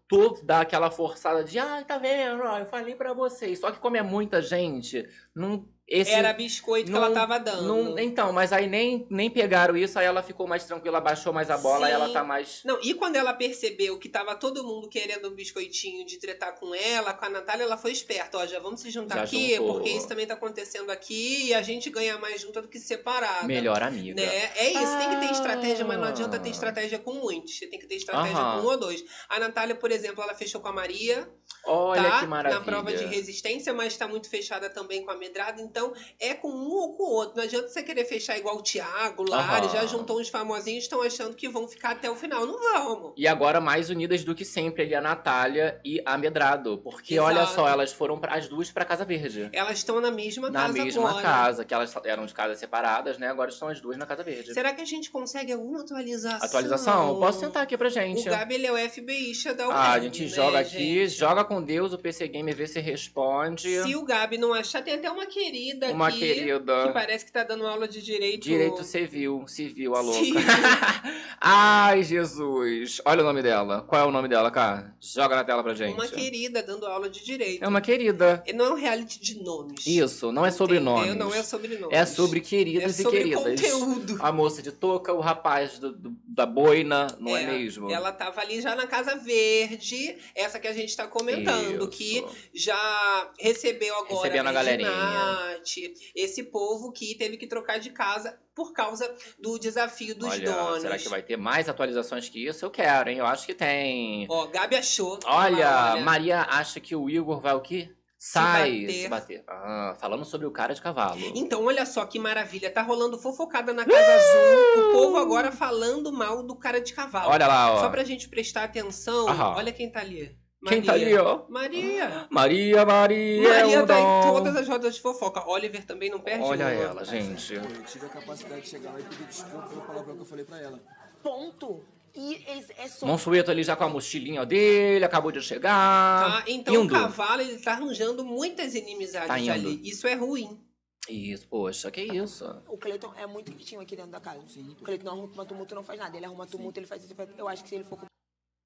[SPEAKER 2] tentou dar aquela forçada de, ah, tá vendo? ó, Eu falei pra vocês. Só que como é muita gente, não. Esse
[SPEAKER 1] Era biscoito
[SPEAKER 2] não-
[SPEAKER 1] que ela tava dando.
[SPEAKER 2] Não- então, mas aí nem, nem pegaram isso, aí ela ficou mais tranquila, baixou mais a bola, aí
[SPEAKER 1] Sim.
[SPEAKER 2] ela tá mais.
[SPEAKER 1] Não, e quando ela percebeu que tava todo mundo querendo um biscoitinho de tretar com ela, com a Natália, ela foi esperta. Ó, já vamos se juntar
[SPEAKER 2] Já
[SPEAKER 1] aqui,
[SPEAKER 2] juntou.
[SPEAKER 1] porque isso também tá acontecendo aqui e a gente ganha mais junta do que separada.
[SPEAKER 2] Melhor amiga.
[SPEAKER 1] Né? É isso, tem que ter
[SPEAKER 2] Ah.
[SPEAKER 1] estratégia, mas não adianta ter estratégia com muitos. Você tem que ter estratégia
[SPEAKER 2] Aham.
[SPEAKER 1] com um ou dois. A Natália, por exemplo, ela fechou com a Maria,
[SPEAKER 2] Olha
[SPEAKER 1] tá?
[SPEAKER 2] que maravilha.
[SPEAKER 1] Na prova de resistência, mas tá muito fechada também com a Medrada. Então, é com um ou com o outro. Não adianta você querer fechar igual o Thiago, o Lari,
[SPEAKER 2] Aham.
[SPEAKER 1] já juntou uns famosinhos, estão achando que vão ficar até o final. Não vão, amor.
[SPEAKER 2] E agora mais unidas do que sempre, ali a Natália e a Medrado. Porque olha
[SPEAKER 1] Exato.
[SPEAKER 2] só, elas foram pra- as duas pra Casa Verde.
[SPEAKER 1] Elas estão na mesma
[SPEAKER 2] Na
[SPEAKER 1] casa né?
[SPEAKER 2] mesma
[SPEAKER 1] agora.
[SPEAKER 2] casa, que elas eram de casas separadas, né? Agora estão as duas na Casa Verde.
[SPEAKER 1] Será que a gente consegue alguma atualização?
[SPEAKER 2] Atualização? Posso sentar aqui pra
[SPEAKER 1] O
[SPEAKER 2] gente.
[SPEAKER 1] Gabi, ele é o FBIsta da
[SPEAKER 2] Ah, a
[SPEAKER 1] web,
[SPEAKER 2] gente
[SPEAKER 1] né,
[SPEAKER 2] joga aqui,
[SPEAKER 1] gente?
[SPEAKER 2] joga com Deus, o PC Gamer vê se responde.
[SPEAKER 1] Se o Gabi não achar, tem até uma querida
[SPEAKER 2] Uma
[SPEAKER 1] aqui.
[SPEAKER 2] querida.
[SPEAKER 1] Que parece que tá dando aula de direito.
[SPEAKER 2] Direito civil, civil, a louca.
[SPEAKER 1] Civil.
[SPEAKER 2] Ai, Jesus. Olha o nome dela. Qual é o nome dela, cara? Joga na tela pra gente.
[SPEAKER 1] Uma querida dando aula de direito.
[SPEAKER 2] É uma querida.
[SPEAKER 1] E Não é um reality de nomes.
[SPEAKER 2] Isso, não é sobre
[SPEAKER 1] Entendeu?
[SPEAKER 2] nomes.
[SPEAKER 1] Não é sobre nomes.
[SPEAKER 2] É sobre
[SPEAKER 1] É
[SPEAKER 2] queridos e
[SPEAKER 1] sobre
[SPEAKER 2] queridas. Ah,
[SPEAKER 1] conteúdo.
[SPEAKER 2] A moça de touca, o rapaz do- do- da boina, não é,
[SPEAKER 1] É,
[SPEAKER 2] mesmo?
[SPEAKER 1] Ela tava ali já na Casa Verde, essa que a gente tá comentando,
[SPEAKER 2] Isso.
[SPEAKER 1] que já recebeu agora
[SPEAKER 2] Recebendo a
[SPEAKER 1] Lady
[SPEAKER 2] galerinha.
[SPEAKER 1] Nath, esse povo que teve que trocar de casa por causa do desafio dos
[SPEAKER 2] Olha,
[SPEAKER 1] donos.
[SPEAKER 2] será que vai ter mais atualizações que isso? Eu quero, hein? Eu acho que tem.
[SPEAKER 1] Ó, Gabi achou.
[SPEAKER 2] Olha,
[SPEAKER 1] Olha,
[SPEAKER 2] Maria acha que o Igor vai o quê? Sai,
[SPEAKER 1] bater.
[SPEAKER 2] se bater. Ah, falando sobre o cara de cavalo.
[SPEAKER 1] Então, olha só que maravilha. Tá rolando fofocada na Casa Azul. O povo agora falando mal do cara de cavalo.
[SPEAKER 2] Olha lá, ó.
[SPEAKER 1] Só pra gente prestar atenção,
[SPEAKER 2] Aham.
[SPEAKER 1] olha quem tá ali.
[SPEAKER 2] Quem tá ali,
[SPEAKER 1] Maria.
[SPEAKER 2] ó?
[SPEAKER 1] Maria.
[SPEAKER 2] Maria, Maria, é
[SPEAKER 1] Maria
[SPEAKER 2] o
[SPEAKER 1] tá em
[SPEAKER 2] dom.
[SPEAKER 1] todas as rodas de fofoca. Oliver também não perde
[SPEAKER 2] Olha
[SPEAKER 1] uma.
[SPEAKER 2] ela, gente.
[SPEAKER 4] Eu tive a capacidade de chegar lá e pedir desculpa pelo palavrão que eu falei pra ela.
[SPEAKER 9] Ponto. E eles- é só.
[SPEAKER 2] Monsueto ali já com a mochilinha dele, acabou de chegar.
[SPEAKER 1] Tá? Então
[SPEAKER 2] indo.
[SPEAKER 1] o cavalo ele tá arranjando muitas inimizades
[SPEAKER 2] Tá indo.
[SPEAKER 1] ali. Isso é ruim.
[SPEAKER 2] Isso, poxa, que isso.
[SPEAKER 9] O Cleiton é muito quietinho aqui dentro da casa. O Cleiton não arruma tumulto, não faz nada. Ele arruma tumulto, ele faz isso. ele faz- Eu acho que se ele for com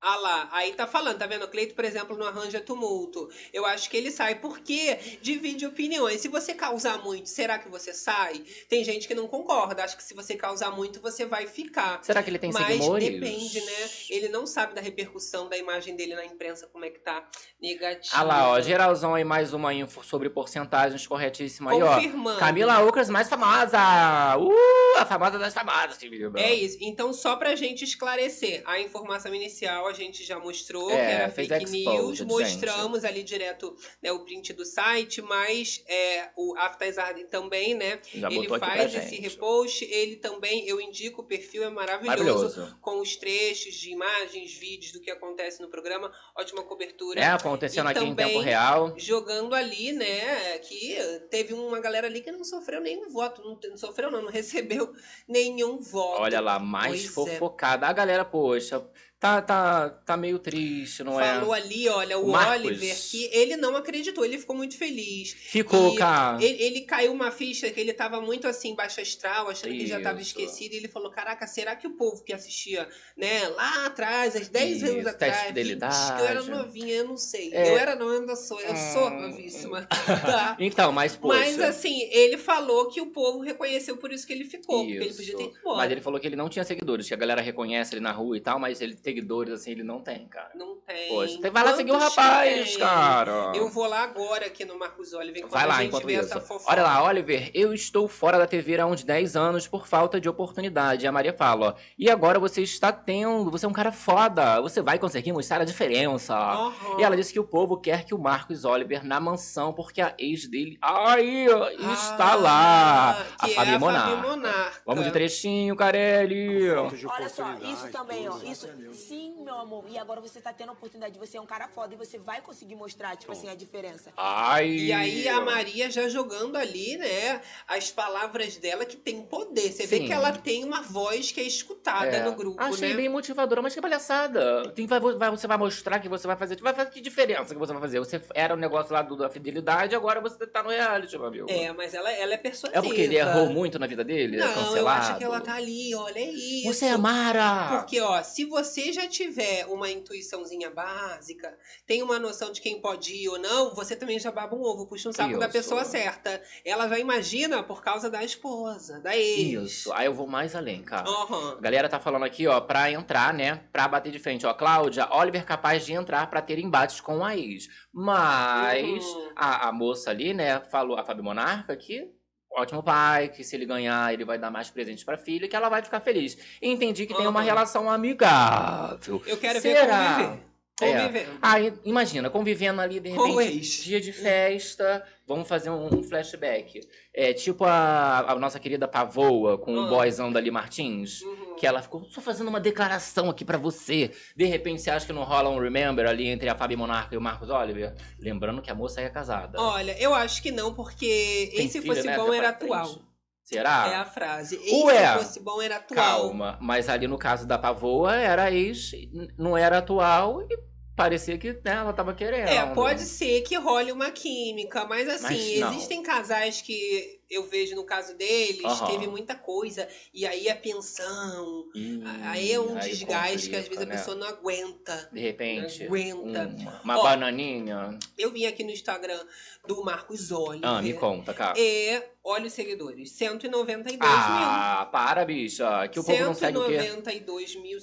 [SPEAKER 1] Ah lá, aí tá falando, tá vendo? O Cleito, por exemplo, não arranja tumulto. Eu acho que ele sai porque divide opiniões. Se você causar muito, será que você sai? Tem gente que não concorda. Acho que se você causar muito, você vai ficar.
[SPEAKER 2] Será que ele tem
[SPEAKER 1] Mas
[SPEAKER 2] seguidores?
[SPEAKER 1] depende, né? Ele não sabe da repercussão da imagem dele na imprensa, como é que tá negativa.
[SPEAKER 2] Ah lá, ó, geralzão aí mais uma info sobre porcentagens corretíssima aí, ó.
[SPEAKER 1] Confirmando.
[SPEAKER 2] Camila Ocras, mais famosa! Uh, a famosa das famosas, querida.
[SPEAKER 1] É isso. Então, só pra gente esclarecer, a informação inicial a gente já mostrou,
[SPEAKER 2] É,
[SPEAKER 1] que era
[SPEAKER 2] fez
[SPEAKER 1] fake news,
[SPEAKER 2] exposed,
[SPEAKER 1] mostramos ali direto né, o print do site, mas é, o After Zarden também, né?
[SPEAKER 2] Já
[SPEAKER 1] ele
[SPEAKER 2] botou aqui pra
[SPEAKER 1] faz esse
[SPEAKER 2] gente.
[SPEAKER 1] repost, ele também, eu indico, o perfil é maravilhoso,
[SPEAKER 2] Maravilhoso.
[SPEAKER 1] com os trechos de imagens, vídeos do que acontece no programa, ótima cobertura.
[SPEAKER 2] É, acontecendo
[SPEAKER 1] E
[SPEAKER 2] aqui em
[SPEAKER 1] também-
[SPEAKER 2] tempo real.
[SPEAKER 1] Jogando ali, né? Que teve uma galera ali que não sofreu nenhum voto. Não, te- não sofreu, não, não recebeu nenhum voto.
[SPEAKER 2] Olha lá, mais
[SPEAKER 1] Pois é.
[SPEAKER 2] fofocada. A galera, poxa, tá, tá, tá meio triste, não é?
[SPEAKER 1] Falou ali, olha, o,
[SPEAKER 2] O Marcos.
[SPEAKER 1] Oliver, que ele não acreditou, ele ficou muito feliz.
[SPEAKER 2] Ficou,
[SPEAKER 1] E
[SPEAKER 2] cara.
[SPEAKER 1] Ele, ele caiu uma ficha que ele tava muito assim, baixo astral, achando que já tava
[SPEAKER 2] Isso.
[SPEAKER 1] esquecido. E ele falou: Caraca, será que o povo que assistia, né, lá atrás, há 10
[SPEAKER 2] Isso,
[SPEAKER 1] anos
[SPEAKER 2] teste
[SPEAKER 1] atrás,
[SPEAKER 2] de
[SPEAKER 1] 20,
[SPEAKER 2] fidelidade.
[SPEAKER 1] eu era novinha, eu não sei.
[SPEAKER 2] É.
[SPEAKER 1] Eu era, não, eu ainda sou, eu sou
[SPEAKER 2] Hum.
[SPEAKER 1] novíssima. Tá?
[SPEAKER 2] Então, mas poxa.
[SPEAKER 1] Mas assim, ele falou que o povo reconheceu, por isso que ele ficou, porque ele
[SPEAKER 2] isso.
[SPEAKER 1] podia ter ido embora.
[SPEAKER 2] Mas ele falou que ele não tinha seguidores, que a galera reconhece ele na rua e tal, mas ele seguidores assim ele não tem, cara.
[SPEAKER 1] Não tem.
[SPEAKER 2] Poxa, então vai lá seguir o
[SPEAKER 1] Quantos
[SPEAKER 2] rapaz,
[SPEAKER 1] tem?
[SPEAKER 2] cara.
[SPEAKER 1] Eu vou lá agora aqui no Marcos Oliver enquanto
[SPEAKER 2] Vai
[SPEAKER 1] a
[SPEAKER 2] lá
[SPEAKER 1] gente
[SPEAKER 2] enquanto
[SPEAKER 1] vê
[SPEAKER 2] isso.
[SPEAKER 1] essa fofoca.
[SPEAKER 2] Olha lá, Oliver, eu estou fora da TV há uns 10 anos por falta de oportunidade. A Maria fala, ó, e agora você está tendo, você é um cara foda, você vai conseguir mostrar a diferença.
[SPEAKER 1] Aham.
[SPEAKER 2] E ela disse que o povo quer que o Marcos Oliver na mansão, porque a ex dele aí ó, está
[SPEAKER 1] Ah,
[SPEAKER 2] lá. A
[SPEAKER 1] que é
[SPEAKER 2] Fabi
[SPEAKER 1] a
[SPEAKER 2] Monarca.
[SPEAKER 1] Fabi Monarca.
[SPEAKER 2] Vamos de trechinho, Carelli.
[SPEAKER 4] Falta de
[SPEAKER 9] Olha só,
[SPEAKER 4] oportunidade,
[SPEAKER 9] isso também, ó.
[SPEAKER 4] tudo.
[SPEAKER 9] Isso, Sim, meu amor. E agora você tá tendo a oportunidade de você é um cara foda e você vai conseguir mostrar, tipo assim, a diferença.
[SPEAKER 2] Ai.
[SPEAKER 1] E aí a Maria já jogando ali, né, as palavras dela que tem poder. Você vê
[SPEAKER 2] Sim.
[SPEAKER 1] que ela tem uma voz que é escutada
[SPEAKER 2] É.
[SPEAKER 1] no grupo,
[SPEAKER 2] Achei
[SPEAKER 1] né?
[SPEAKER 2] bem motivadora, mas que palhaçada. Tem, vai, vai- você vai mostrar que você vai fazer. Vai fazer que diferença que você vai fazer? Você era um negócio lá do, da fidelidade, agora você tá no reality, meu amigo.
[SPEAKER 1] É, mas ela, ela é persuasiva.
[SPEAKER 2] É porque ele errou muito na vida dele? é
[SPEAKER 1] Não,
[SPEAKER 2] cancelado.
[SPEAKER 1] eu acho que ela tá ali, olha é isso.
[SPEAKER 2] Você é Mara!
[SPEAKER 1] Porque, ó, se você já tiver uma intuiçãozinha básica, tem uma noção de quem pode ir ou não, você também já baba um ovo, puxa um saco da
[SPEAKER 2] Isso.
[SPEAKER 1] pessoa certa. Ela já imagina por causa da esposa, da ex.
[SPEAKER 2] Isso. Aí eu vou mais além, cara.
[SPEAKER 1] Aham.
[SPEAKER 2] A galera tá falando aqui, ó, pra entrar, né? Pra bater de frente, ó. Cláudia, Oliver capaz de entrar pra ter embates com a ex. Mas
[SPEAKER 1] Uhum.
[SPEAKER 2] a, a moça ali, né, falou, a Fábio Monarca, que ótimo pai, que se ele ganhar, ele vai dar mais presentes pra filha, que ela vai ficar feliz. Entendi que tem uma
[SPEAKER 1] Uhum.
[SPEAKER 2] relação amigável.
[SPEAKER 1] Eu quero
[SPEAKER 2] Será?
[SPEAKER 1] ver
[SPEAKER 2] É.
[SPEAKER 1] conviver. Convivendo.
[SPEAKER 2] Aí, imagina, convivendo ali, de
[SPEAKER 1] Com o
[SPEAKER 2] repente,
[SPEAKER 1] ex.
[SPEAKER 2] dia de festa, vamos fazer um, um flashback. É tipo a, a nossa querida Pavoa com o
[SPEAKER 1] Ah.
[SPEAKER 2] boyzão dali Martins.
[SPEAKER 1] Uhum.
[SPEAKER 2] Que ela ficou só fazendo uma declaração aqui pra você. De repente, você acha que não rola um remember ali entre a Fabi Monarca e o Marcos Oliver? Lembrando que a moça é casada.
[SPEAKER 1] Olha, eu acho que não, porque
[SPEAKER 2] Tem
[SPEAKER 1] e se
[SPEAKER 2] filha,
[SPEAKER 1] fosse
[SPEAKER 2] né,
[SPEAKER 1] bom
[SPEAKER 2] até
[SPEAKER 1] era
[SPEAKER 2] pra frente.
[SPEAKER 1] atual. É
[SPEAKER 2] Será?
[SPEAKER 1] a frase. E
[SPEAKER 2] Ué,
[SPEAKER 1] se fosse bom era atual.
[SPEAKER 2] Calma. Mas ali no caso da Pavoa, era ex, n- não era atual e parecia que né, ela tava querendo.
[SPEAKER 1] É, pode ser que role uma química, mas
[SPEAKER 2] Mas
[SPEAKER 1] assim,
[SPEAKER 2] não.
[SPEAKER 1] existem casais que eu vejo no caso deles,
[SPEAKER 2] Aham.
[SPEAKER 1] teve muita coisa, e aí a pensão,
[SPEAKER 2] Ih,
[SPEAKER 1] aí é um desgaste que às
[SPEAKER 2] Hum, complica, Hum.
[SPEAKER 1] vezes
[SPEAKER 2] né?
[SPEAKER 1] a pessoa não aguenta.
[SPEAKER 2] De repente.
[SPEAKER 1] Aguenta.
[SPEAKER 2] Uma, uma
[SPEAKER 1] Ó.
[SPEAKER 2] bananinha.
[SPEAKER 1] Eu vim aqui no Instagram do Marcos Oliver.
[SPEAKER 2] Ah, me conta, cara.
[SPEAKER 1] E olha os seguidores, 192 mil.
[SPEAKER 2] Ah, para, bicha. Que o povo não segue o quê?
[SPEAKER 1] 192 mil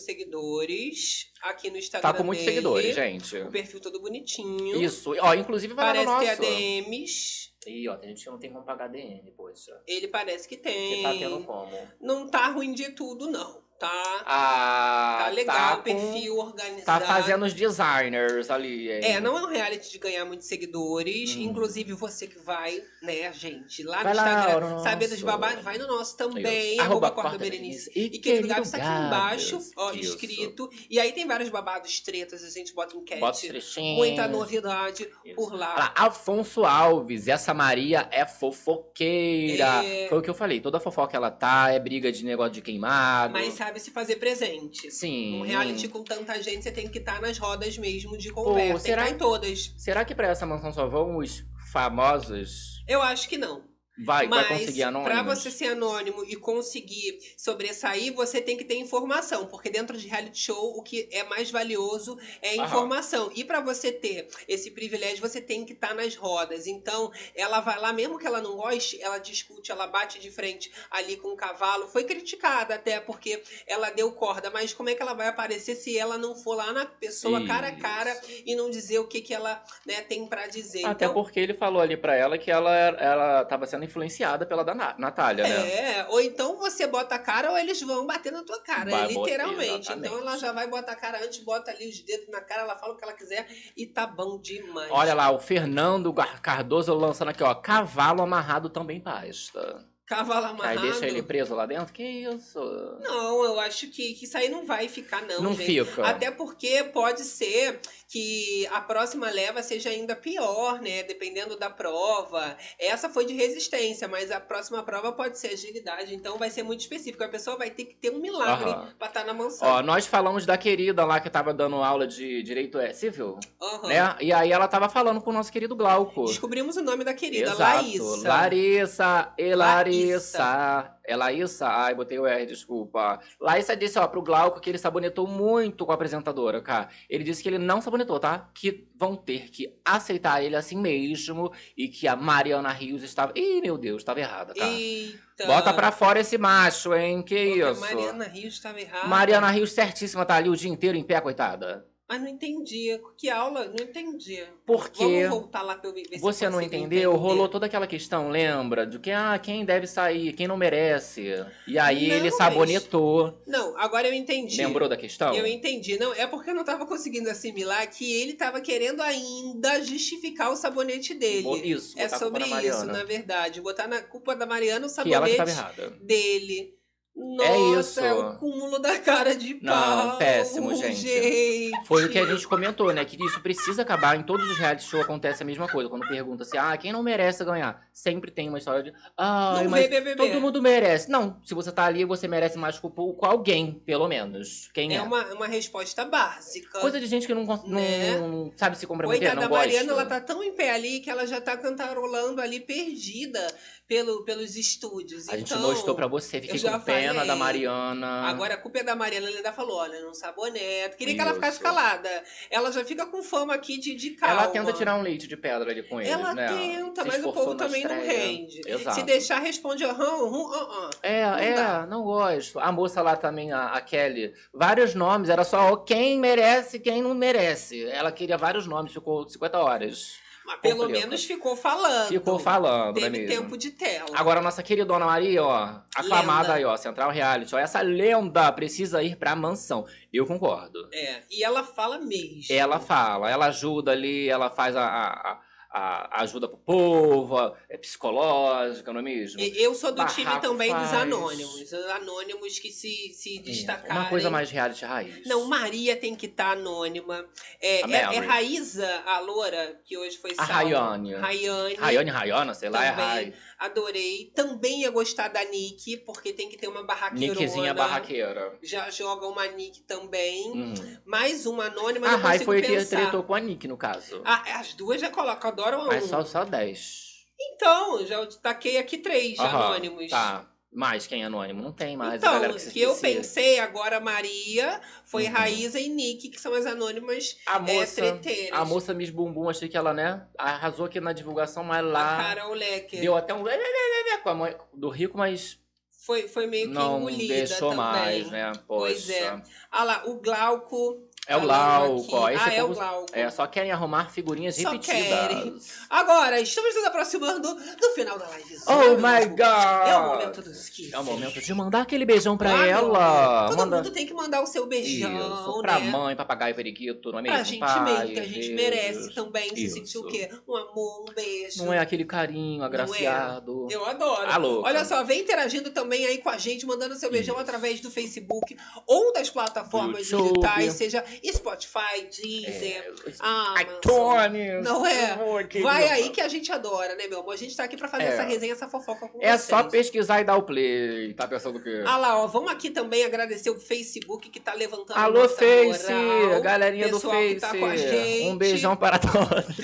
[SPEAKER 1] seguidores aqui no Instagram
[SPEAKER 2] Tá com muitos
[SPEAKER 1] dele.
[SPEAKER 2] seguidores, gente.
[SPEAKER 1] O perfil todo bonitinho.
[SPEAKER 2] Isso. Ó, inclusive vai
[SPEAKER 1] Parece é
[SPEAKER 2] lá no
[SPEAKER 1] ter
[SPEAKER 2] nosso.
[SPEAKER 1] ADMs.
[SPEAKER 2] Ih, ó, tem gente que não tem como pagar DN, poxa.
[SPEAKER 1] Ele parece que
[SPEAKER 2] Que
[SPEAKER 1] tem.
[SPEAKER 2] tá tendo como.
[SPEAKER 1] Não tá ruim de tudo, não, tá?
[SPEAKER 2] Ah,
[SPEAKER 1] tá legal,
[SPEAKER 2] com-
[SPEAKER 1] perfil organizado.
[SPEAKER 2] Tá fazendo os designers ali. hein?
[SPEAKER 1] É, não é um reality de ganhar muitos seguidores.
[SPEAKER 2] Hum.
[SPEAKER 1] Inclusive, você que vai, né, gente, lá
[SPEAKER 2] Vai
[SPEAKER 1] no
[SPEAKER 2] lá,
[SPEAKER 1] Instagram,
[SPEAKER 2] no nosso.
[SPEAKER 1] saber dos babados, vai no nosso também,
[SPEAKER 2] Isso.
[SPEAKER 1] arroba Corda Berenice. E querido Gabs está aqui
[SPEAKER 2] Gabs.
[SPEAKER 1] embaixo, ó,
[SPEAKER 2] Isso.
[SPEAKER 1] escrito. E aí tem vários babados, tretas, a gente bota enquete.
[SPEAKER 2] Bota os trechinhos.
[SPEAKER 1] Muita novidade por
[SPEAKER 2] Olha
[SPEAKER 1] lá.
[SPEAKER 2] lá, Afonso Alves, essa Maria é fofoqueira.
[SPEAKER 1] É.
[SPEAKER 2] Foi o que eu falei, toda fofoca ela tá, é briga de negócio de queimado.
[SPEAKER 1] Mas sabe se fazer presente.
[SPEAKER 2] Sim.
[SPEAKER 1] Um reality com tanta gente, você tem que estar nas rodas mesmo de
[SPEAKER 2] Pô,
[SPEAKER 1] conversa. tem
[SPEAKER 2] será-
[SPEAKER 1] que tá em todas.
[SPEAKER 2] Será que pra essa mansão só vão os famosos?
[SPEAKER 1] Eu acho que não.
[SPEAKER 2] Vai,
[SPEAKER 1] Mas
[SPEAKER 2] vai conseguir anônimos?
[SPEAKER 1] pra você ser anônimo e conseguir sobressair, você tem que ter informação, porque dentro de reality show o que é mais valioso é
[SPEAKER 2] Aham.
[SPEAKER 1] informação. E pra você ter esse privilégio, você tem que estar nas rodas. Então, ela vai lá, mesmo que ela não goste, ela discute, ela bate de frente ali com o cavalo. Foi criticada até porque ela deu corda, mas como é que ela vai aparecer se ela não for lá na pessoa cara a
[SPEAKER 2] Isso.
[SPEAKER 1] cara e não dizer o que que ela, né, tem pra dizer?
[SPEAKER 2] Até
[SPEAKER 1] então,
[SPEAKER 2] porque ele falou ali pra ela que ela, ela tava sendo influenciada pela da Na- Natália, né?
[SPEAKER 1] É, ou então você bota a cara ou eles vão bater na tua cara,
[SPEAKER 2] Vai botar-
[SPEAKER 1] literalmente.
[SPEAKER 2] exatamente.
[SPEAKER 1] então ela já vai botar a cara antes, bota ali os dedos na cara, ela fala o que ela quiser e tá bom demais.
[SPEAKER 2] Olha lá, o Fernando Gar- Cardoso lançando aqui, ó. Cavalo amarrado também pasta.
[SPEAKER 1] Cavalo
[SPEAKER 2] Aí
[SPEAKER 1] amarrado.
[SPEAKER 2] deixa ele preso lá dentro? Que isso?
[SPEAKER 1] Não, eu acho que, que isso aí não vai ficar, não,
[SPEAKER 2] Não
[SPEAKER 1] gente.
[SPEAKER 2] fica.
[SPEAKER 1] Até porque pode ser que a próxima leva seja ainda pior, né? Dependendo da prova. Essa foi de resistência, mas a próxima prova pode ser agilidade. Então vai ser muito específico. A pessoa vai ter que ter um milagre
[SPEAKER 2] Aham.
[SPEAKER 1] pra estar na mansão.
[SPEAKER 2] Ó, né? nós falamos da querida lá que tava dando aula de direito é, civil,
[SPEAKER 1] Aham.
[SPEAKER 2] né? E aí ela tava falando com o nosso querido Glauco.
[SPEAKER 1] Descobrimos o nome da querida,
[SPEAKER 2] Exato.
[SPEAKER 1] Laísa.
[SPEAKER 2] Larissa. E Larissa.
[SPEAKER 1] Larissa.
[SPEAKER 2] É Laísa? Ai, botei o R, desculpa. Laísa disse, ó, pro Glauco que ele sabonetou muito com a apresentadora, cara. Ele disse que ele não sabonetou, tá? Que vão ter que aceitar ele assim mesmo e que a Mariana Rios estava... Ih, meu Deus, estava errada, cara.
[SPEAKER 1] Eita.
[SPEAKER 2] Bota pra fora esse macho, hein? Que
[SPEAKER 1] Porque a
[SPEAKER 2] isso.
[SPEAKER 1] Mariana Rios estava errada.
[SPEAKER 2] Mariana Rios certíssima tá ali o dia inteiro em pé, coitada.
[SPEAKER 1] Mas não entendi. Que aula? Não entendi.
[SPEAKER 2] Porque
[SPEAKER 1] Vamos voltar lá pra eu ver se eu
[SPEAKER 2] você não
[SPEAKER 1] consigo
[SPEAKER 2] entendeu,
[SPEAKER 1] entender.
[SPEAKER 2] rolou toda aquela questão, lembra? De que, ah, quem deve sair, quem não merece. E aí
[SPEAKER 1] Não,
[SPEAKER 2] ele
[SPEAKER 1] mas-
[SPEAKER 2] sabonetou.
[SPEAKER 1] Não, agora eu entendi.
[SPEAKER 2] Lembrou então? da questão?
[SPEAKER 1] Eu entendi. Não, é porque eu não tava conseguindo assimilar que ele tava querendo ainda justificar o sabonete dele.
[SPEAKER 2] Bo- Isso,
[SPEAKER 1] é
[SPEAKER 2] botar a culpa
[SPEAKER 1] sobre
[SPEAKER 2] na
[SPEAKER 1] isso,
[SPEAKER 2] Mariana.
[SPEAKER 1] na verdade. Botar na culpa da Mariana o
[SPEAKER 2] Que ela
[SPEAKER 1] sabonete
[SPEAKER 2] que tava errada.
[SPEAKER 1] dele. Nossa,
[SPEAKER 2] isso.
[SPEAKER 1] é o cúmulo da cara de pau.
[SPEAKER 2] Não, péssimo, gente.
[SPEAKER 1] gente.
[SPEAKER 2] Foi o que a gente comentou, né? Que isso precisa acabar. Em todos os reality show acontece a mesma coisa. Quando pergunta assim, ah, quem não merece ganhar? Sempre tem uma história de. Ai,
[SPEAKER 1] Não
[SPEAKER 2] mas
[SPEAKER 1] vê BBB.
[SPEAKER 2] todo mundo merece. Não, se você tá ali, você merece mais com com alguém, pelo menos. Quem é?
[SPEAKER 1] É uma, uma resposta básica.
[SPEAKER 2] Coisa de gente que não, cons- não,
[SPEAKER 1] Né?
[SPEAKER 2] não sabe se comprometer,
[SPEAKER 1] Coitada
[SPEAKER 2] não
[SPEAKER 1] da
[SPEAKER 2] gosta.
[SPEAKER 1] Mariana, ela tá tão em pé ali que ela já tá cantarolando ali perdida pelo, pelos estúdios.
[SPEAKER 2] A gente
[SPEAKER 1] então,
[SPEAKER 2] mostrou pra você, fiquei
[SPEAKER 1] eu já
[SPEAKER 2] com pena
[SPEAKER 1] falei.
[SPEAKER 2] da Mariana.
[SPEAKER 1] Agora a culpa é da Mariana, ela ainda falou: olha, não saboneta. Queria que ela
[SPEAKER 2] Isso.
[SPEAKER 1] ficasse calada. Ela já fica com fama aqui de, de calma.
[SPEAKER 2] ela tenta tirar um leite de pedra ali com ele.
[SPEAKER 1] Ela
[SPEAKER 2] né?
[SPEAKER 1] tenta,
[SPEAKER 2] Se
[SPEAKER 1] mas o
[SPEAKER 2] esforçou
[SPEAKER 1] povo
[SPEAKER 2] na
[SPEAKER 1] também não
[SPEAKER 2] estreia.
[SPEAKER 1] rende.
[SPEAKER 2] Exato.
[SPEAKER 1] Se deixar, responde aham, hum, hum, hum.
[SPEAKER 2] É,
[SPEAKER 1] dá.
[SPEAKER 2] é, não gosto. A moça lá também, a, a Kelly, vários nomes, era só ó, quem merece, quem não merece. Ela queria vários nomes, ficou 50 horas.
[SPEAKER 1] Mas pelo
[SPEAKER 2] Complica.
[SPEAKER 1] menos ficou falando.
[SPEAKER 2] Ficou falando,
[SPEAKER 1] Teve
[SPEAKER 2] né mesmo?
[SPEAKER 1] tempo de tela.
[SPEAKER 2] Agora, nossa queridona Maria, ó, aclamada
[SPEAKER 1] Lenda.
[SPEAKER 2] aí, ó, Central Reality, ó, essa lenda precisa ir pra mansão. Eu concordo.
[SPEAKER 1] É, e ela fala mesmo.
[SPEAKER 2] Ela fala, ela ajuda ali, ela faz a, a, a- a ajuda pro povo, a- é psicológica, não é mesmo?
[SPEAKER 1] E- Eu sou do time
[SPEAKER 2] Barraco
[SPEAKER 1] também dos
[SPEAKER 2] faz. É,
[SPEAKER 1] anônimos. Os Anônimos que se, se destacaram.
[SPEAKER 2] Uma coisa mais reality raiz.
[SPEAKER 1] Não, Maria tem que estar anônima. É,
[SPEAKER 2] A
[SPEAKER 1] é, é
[SPEAKER 2] Mary.
[SPEAKER 1] Raíza, a loura, que hoje foi
[SPEAKER 2] A
[SPEAKER 1] salva.
[SPEAKER 2] Rayane.
[SPEAKER 1] Rayane.
[SPEAKER 2] Rayane, Rayana, sei lá, é
[SPEAKER 1] Também.
[SPEAKER 2] Ray.
[SPEAKER 1] Adorei. Também ia gostar da Nick, porque tem que ter uma barraqueirona.
[SPEAKER 2] Nickzinha barraqueira.
[SPEAKER 1] Já joga uma Nick também.
[SPEAKER 2] Uhum.
[SPEAKER 1] Mais uma anônima,
[SPEAKER 2] A
[SPEAKER 1] não
[SPEAKER 2] Rai
[SPEAKER 1] consigo
[SPEAKER 2] foi a que
[SPEAKER 1] pensar.
[SPEAKER 2] tretou com a Nick, no caso.
[SPEAKER 1] Ah, as duas já colocam, adoram um.
[SPEAKER 2] Mas só, só 10.
[SPEAKER 1] Então, já taquei aqui três de
[SPEAKER 2] Aham,
[SPEAKER 1] anônimos.
[SPEAKER 2] Tá. Mais quem é anônimo? Não tem mais. a
[SPEAKER 1] então,
[SPEAKER 2] galera
[SPEAKER 1] o
[SPEAKER 2] que, se
[SPEAKER 1] que eu
[SPEAKER 2] esquecia.
[SPEAKER 1] pensei agora, Maria, foi
[SPEAKER 2] Uhum.
[SPEAKER 1] Raíza e Nick, que são as anônimas
[SPEAKER 2] A
[SPEAKER 1] é,
[SPEAKER 2] moça,
[SPEAKER 1] treteiras.
[SPEAKER 2] a moça Miss Bumbum, achei que ela, né, arrasou aqui na divulgação, mas
[SPEAKER 1] A
[SPEAKER 2] lá
[SPEAKER 1] Carol Lecker.
[SPEAKER 2] deu até um... com a mãe do Rico, mas
[SPEAKER 1] Foi, foi meio que
[SPEAKER 2] não
[SPEAKER 1] engolida
[SPEAKER 2] deixou
[SPEAKER 1] também.
[SPEAKER 2] mais, né? Poxa.
[SPEAKER 1] Pois é. Ah lá, o Glauco.
[SPEAKER 2] É o
[SPEAKER 1] falando
[SPEAKER 2] Glauco,
[SPEAKER 1] aqui.
[SPEAKER 2] ó, esse
[SPEAKER 1] ah, é o
[SPEAKER 2] povo-
[SPEAKER 1] Glauco.
[SPEAKER 2] É, só querem arrumar figurinhas
[SPEAKER 1] Só querem.
[SPEAKER 2] repetidas.
[SPEAKER 1] Agora, estamos nos aproximando do final da live.
[SPEAKER 2] Oh,
[SPEAKER 1] meu
[SPEAKER 2] my
[SPEAKER 1] amigo.
[SPEAKER 2] God!
[SPEAKER 1] É o momento dos kisses.
[SPEAKER 2] É o momento de mandar aquele beijão pra
[SPEAKER 1] Ah, meu
[SPEAKER 2] ela.
[SPEAKER 1] Deus. Todo
[SPEAKER 2] Manda...
[SPEAKER 1] mundo tem que mandar o seu beijão,
[SPEAKER 2] Isso, pra
[SPEAKER 1] né?
[SPEAKER 2] mãe, papagaio, periquito, não é mesmo?
[SPEAKER 1] Pra gente
[SPEAKER 2] Pai,
[SPEAKER 1] mesmo, que a gente
[SPEAKER 2] Deus.
[SPEAKER 1] merece também. Se
[SPEAKER 2] Isso.
[SPEAKER 1] sentir o quê? Um amor, um beijo.
[SPEAKER 2] Não é aquele carinho agraciado.
[SPEAKER 1] Eu adoro.
[SPEAKER 2] Alô.
[SPEAKER 1] Olha só, vem interagindo também aí com a gente, mandando seu beijão
[SPEAKER 2] Isso.
[SPEAKER 1] através do Facebook ou das plataformas
[SPEAKER 2] Do YouTube.
[SPEAKER 1] digitais, seja Spotify, Deezer,
[SPEAKER 2] É,
[SPEAKER 1] Amazon.
[SPEAKER 2] iTunes.
[SPEAKER 1] ah, Não é?
[SPEAKER 2] Oi, querido.
[SPEAKER 1] Vai aí que a gente adora, né, meu amor? A gente tá aqui pra fazer
[SPEAKER 2] É.
[SPEAKER 1] essa resenha, essa fofoca com
[SPEAKER 2] É
[SPEAKER 1] vocês.
[SPEAKER 2] só pesquisar e dar o play. Tá pensando o quê?
[SPEAKER 1] Ah lá, ó, vamos aqui também agradecer o Facebook que tá levantando
[SPEAKER 2] Alô,
[SPEAKER 1] nossa
[SPEAKER 2] Face!
[SPEAKER 1] moral.
[SPEAKER 2] Galerinha do
[SPEAKER 1] pessoal que
[SPEAKER 2] Face.
[SPEAKER 1] tá com a gente.
[SPEAKER 2] um beijão para todos.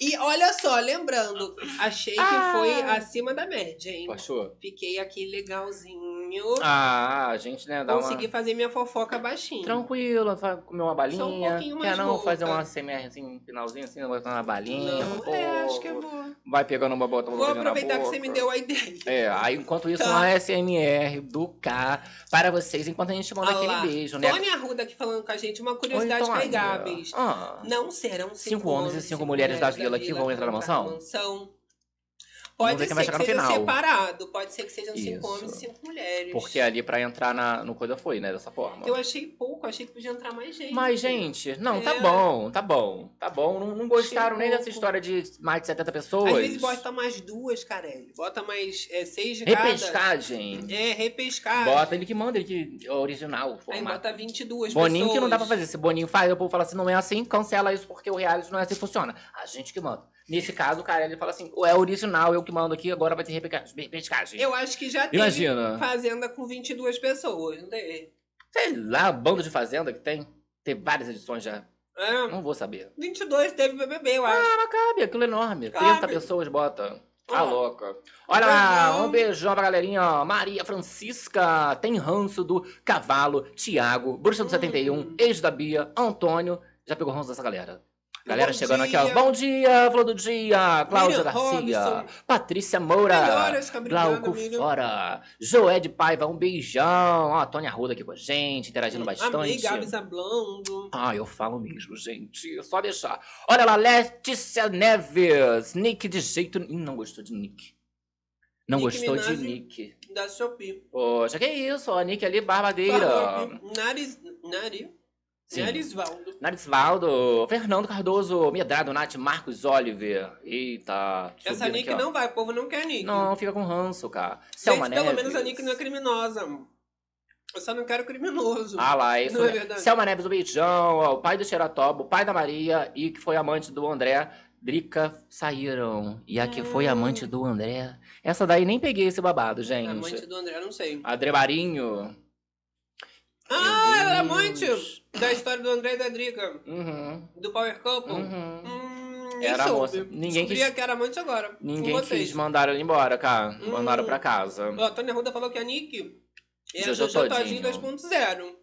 [SPEAKER 1] E olha só, lembrando, achei que
[SPEAKER 2] Ah.
[SPEAKER 1] foi acima da média, hein?
[SPEAKER 2] Achou?
[SPEAKER 1] Fiquei aqui legalzinho.
[SPEAKER 2] Ah, a gente, né, dá
[SPEAKER 1] Consegui
[SPEAKER 2] uma...
[SPEAKER 1] fazer minha fofoca baixinho.
[SPEAKER 2] Tranquila, vai comer uma balinha.
[SPEAKER 1] Só um pouquinho mais
[SPEAKER 2] Quer não
[SPEAKER 1] louca.
[SPEAKER 2] fazer uma CMRzinho, um finalzinho assim, botar uma balinha.
[SPEAKER 1] Não,
[SPEAKER 2] pô,
[SPEAKER 1] é, acho que eu vou.
[SPEAKER 2] Vai pegando uma bota uma
[SPEAKER 1] Vou
[SPEAKER 2] beijinha na
[SPEAKER 1] aproveitar que você
[SPEAKER 2] boca.
[SPEAKER 1] me deu a ideia.
[SPEAKER 2] É, aí enquanto isso,
[SPEAKER 1] Tá.
[SPEAKER 2] uma SMR do K para vocês, enquanto a gente manda
[SPEAKER 1] Ah
[SPEAKER 2] aquele
[SPEAKER 1] lá.
[SPEAKER 2] beijo, né?
[SPEAKER 1] Tony Arruda aqui falando com a gente, uma
[SPEAKER 2] Ou
[SPEAKER 1] curiosidade
[SPEAKER 2] então,
[SPEAKER 1] então,
[SPEAKER 2] olha,
[SPEAKER 1] Gabs.
[SPEAKER 2] ah,
[SPEAKER 1] Não serão cinco,
[SPEAKER 2] Cinco homens e cinco mulheres da vila que vão entrar na mansão?
[SPEAKER 1] mansão.
[SPEAKER 2] ver
[SPEAKER 1] Pode
[SPEAKER 2] quem vai
[SPEAKER 1] ser que
[SPEAKER 2] chegar no final.
[SPEAKER 1] seja separado, pode ser que sejam cinco
[SPEAKER 2] Isso.
[SPEAKER 1] homens e cinco mulheres.
[SPEAKER 2] Porque ali pra entrar na, no coisa foi, né? Dessa forma.
[SPEAKER 1] Eu achei pouco, achei que podia entrar mais gente.
[SPEAKER 2] Mas, gente, não, tá
[SPEAKER 1] É.
[SPEAKER 2] bom, tá bom, tá bom. Não, não gostaram
[SPEAKER 1] Achei
[SPEAKER 2] nem dessa
[SPEAKER 1] pouco.
[SPEAKER 2] história de mais de 70 pessoas.
[SPEAKER 1] Às vezes bota mais duas, Carelli. Bota mais é, seis de cada.
[SPEAKER 2] Repescagem.
[SPEAKER 1] É, repescar.
[SPEAKER 2] Bota ele que manda, ele que é original. o
[SPEAKER 1] Aí
[SPEAKER 2] formato.
[SPEAKER 1] bota 22
[SPEAKER 2] Boninho
[SPEAKER 1] pessoas.
[SPEAKER 2] que não dá pra fazer. Se Boninho faz, o povo fala assim, não é assim, cancela isso porque o reality não é assim que funciona. A gente que manda. Nesse caso, o cara ele fala assim, é original, eu que mando aqui, agora vai ter repeca- repescagem.
[SPEAKER 1] Eu acho que já teve
[SPEAKER 2] Imagina.
[SPEAKER 1] Fazenda com 22 pessoas, não tem?
[SPEAKER 2] Sei lá, bando de fazenda que tem. Tem várias edições já.
[SPEAKER 1] É,
[SPEAKER 2] Não vou saber.
[SPEAKER 1] 22 teve BBB, eu acho.
[SPEAKER 2] Ah, mas cabe, aquilo é enorme.
[SPEAKER 1] Cabe.
[SPEAKER 2] 30 pessoas bota. Tá
[SPEAKER 1] Ó. Uhum.
[SPEAKER 2] louca. Olha lá, um beijão pra galerinha. Maria Francisca tem ranço do Cavalo, Tiago, Bruxa do
[SPEAKER 1] Uhum.
[SPEAKER 2] 71, ex da Bia, Antônio. Já pegou ranço dessa galera. Galera
[SPEAKER 1] Bom
[SPEAKER 2] chegando aqui,
[SPEAKER 1] dia.
[SPEAKER 2] ó. Bom dia, Flor do Dia, Cláudia
[SPEAKER 1] Miriam
[SPEAKER 2] Garcia,
[SPEAKER 1] Robson.
[SPEAKER 2] Patrícia Moura,
[SPEAKER 1] Melhoras, tá? Obrigada,
[SPEAKER 2] Glauco
[SPEAKER 1] Miriam.
[SPEAKER 2] Fora, Joé de Paiva, um beijão. Ó, a Tônia Arruda aqui com a gente, interagindo bastante.
[SPEAKER 1] Amei Gabs hablando.
[SPEAKER 2] Ah, eu falo mesmo, gente. é Só deixar. Olha lá, Letícia Neves. Nick de jeito. Ih, não gostou de Nick. Não
[SPEAKER 1] Nick
[SPEAKER 2] gostou
[SPEAKER 1] Minaj.
[SPEAKER 2] de Nick.
[SPEAKER 1] Da Shopee.
[SPEAKER 2] Poxa, que isso, ó. Nick ali, barbadeira.
[SPEAKER 1] Nari. Nari.
[SPEAKER 2] Sim.
[SPEAKER 1] Arisvaldo.
[SPEAKER 2] Narisvaldo, Fernando Cardoso, Medrado, Nath, Marcos Oliver. Eita. tô
[SPEAKER 1] Essa
[SPEAKER 2] subindo
[SPEAKER 1] Nick
[SPEAKER 2] aqui, ó.
[SPEAKER 1] não vai, o povo não quer Nick. né?
[SPEAKER 2] Não, né? fica com ranço, cara.
[SPEAKER 1] Gente,
[SPEAKER 2] Selma
[SPEAKER 1] pelo
[SPEAKER 2] Neves.
[SPEAKER 1] menos a Nick não é criminosa. Eu só não quero criminoso.
[SPEAKER 2] Ah lá, isso.
[SPEAKER 1] Não é
[SPEAKER 2] né?
[SPEAKER 1] verdade?
[SPEAKER 2] Selma Neves, o Beijão, ó, o pai do Xeratoba, o pai da Maria e que foi amante do André. Drica saíram. E a
[SPEAKER 1] Hum.
[SPEAKER 2] que foi amante do André. Essa daí nem peguei esse babado, gente.
[SPEAKER 1] É Amante do André, não sei.
[SPEAKER 2] André Marinho.
[SPEAKER 1] Ah, ela era amante
[SPEAKER 2] Deus.
[SPEAKER 1] da história do André e da Drica,
[SPEAKER 2] Uhum.
[SPEAKER 1] do Power Couple.
[SPEAKER 2] Uhum.
[SPEAKER 1] Hum, nem
[SPEAKER 2] Era a
[SPEAKER 1] soube.
[SPEAKER 2] moça. Ninguém
[SPEAKER 1] Descobri
[SPEAKER 2] quis-
[SPEAKER 1] que era amante agora. com
[SPEAKER 2] Ninguém
[SPEAKER 1] vocês.
[SPEAKER 2] quis, mandaram ele embora, cara.
[SPEAKER 1] Hum.
[SPEAKER 2] Mandaram pra casa.
[SPEAKER 1] Ó, a Tânia Ruda falou que a Nick era
[SPEAKER 2] Jojo
[SPEAKER 1] Jojo
[SPEAKER 2] Todinho.
[SPEAKER 1] Todinho 2.0.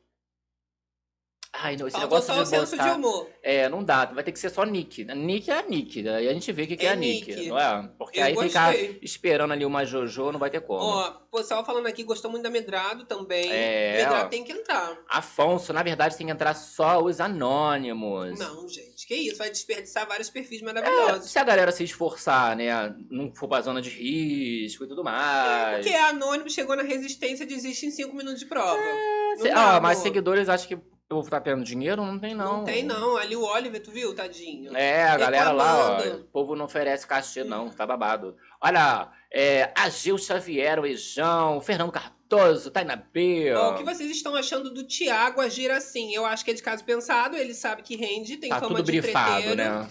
[SPEAKER 2] Ai, não, esse
[SPEAKER 1] Faltou
[SPEAKER 2] negócio
[SPEAKER 1] só o
[SPEAKER 2] de
[SPEAKER 1] senso de
[SPEAKER 2] botar...
[SPEAKER 1] humor.
[SPEAKER 2] É, não dá, vai ter que ser só Nick. Nick é Nick, daí a gente vê o que, que é,
[SPEAKER 1] É
[SPEAKER 2] a Nick,
[SPEAKER 1] Nick.
[SPEAKER 2] não é? Porque
[SPEAKER 1] Eu
[SPEAKER 2] aí
[SPEAKER 1] gostei.
[SPEAKER 2] ficar esperando ali uma JoJo não vai ter como.
[SPEAKER 1] Ó, o pessoal falando aqui, gostou muito da Medrado também.
[SPEAKER 2] É,
[SPEAKER 1] Medrado
[SPEAKER 2] ó.
[SPEAKER 1] tem que entrar.
[SPEAKER 2] Afonso, na verdade, tem que entrar só os anônimos.
[SPEAKER 1] Não, gente, que isso? Vai desperdiçar vários perfis
[SPEAKER 2] É,
[SPEAKER 1] maravilhosos.
[SPEAKER 2] se a galera se esforçar, né? Não for pra zona de risco e tudo mais.
[SPEAKER 1] Porque é anônimo, chegou na resistência, desiste em 5 minutos de prova. Não
[SPEAKER 2] Se-
[SPEAKER 1] dá,
[SPEAKER 2] ah, mas
[SPEAKER 1] amor.
[SPEAKER 2] seguidores acham que o povo tá perdendo dinheiro? Não tem, não.
[SPEAKER 1] Não tem, não. Ali o Oliver, tu viu, tadinho?
[SPEAKER 2] É, a galera lá, ó,
[SPEAKER 1] Reclamando.
[SPEAKER 2] o povo não oferece cachê, não, tá babado. Olha, é, a Gil Xavier, o Ejão, Fernando Cardoso, Taina B.
[SPEAKER 1] Ó, É o que vocês estão achando do Thiago agir assim? Eu acho que é de caso pensado, ele sabe que rende, tem
[SPEAKER 2] Tá
[SPEAKER 1] fama
[SPEAKER 2] tudo
[SPEAKER 1] de
[SPEAKER 2] brifado,
[SPEAKER 1] treteiro.
[SPEAKER 2] né?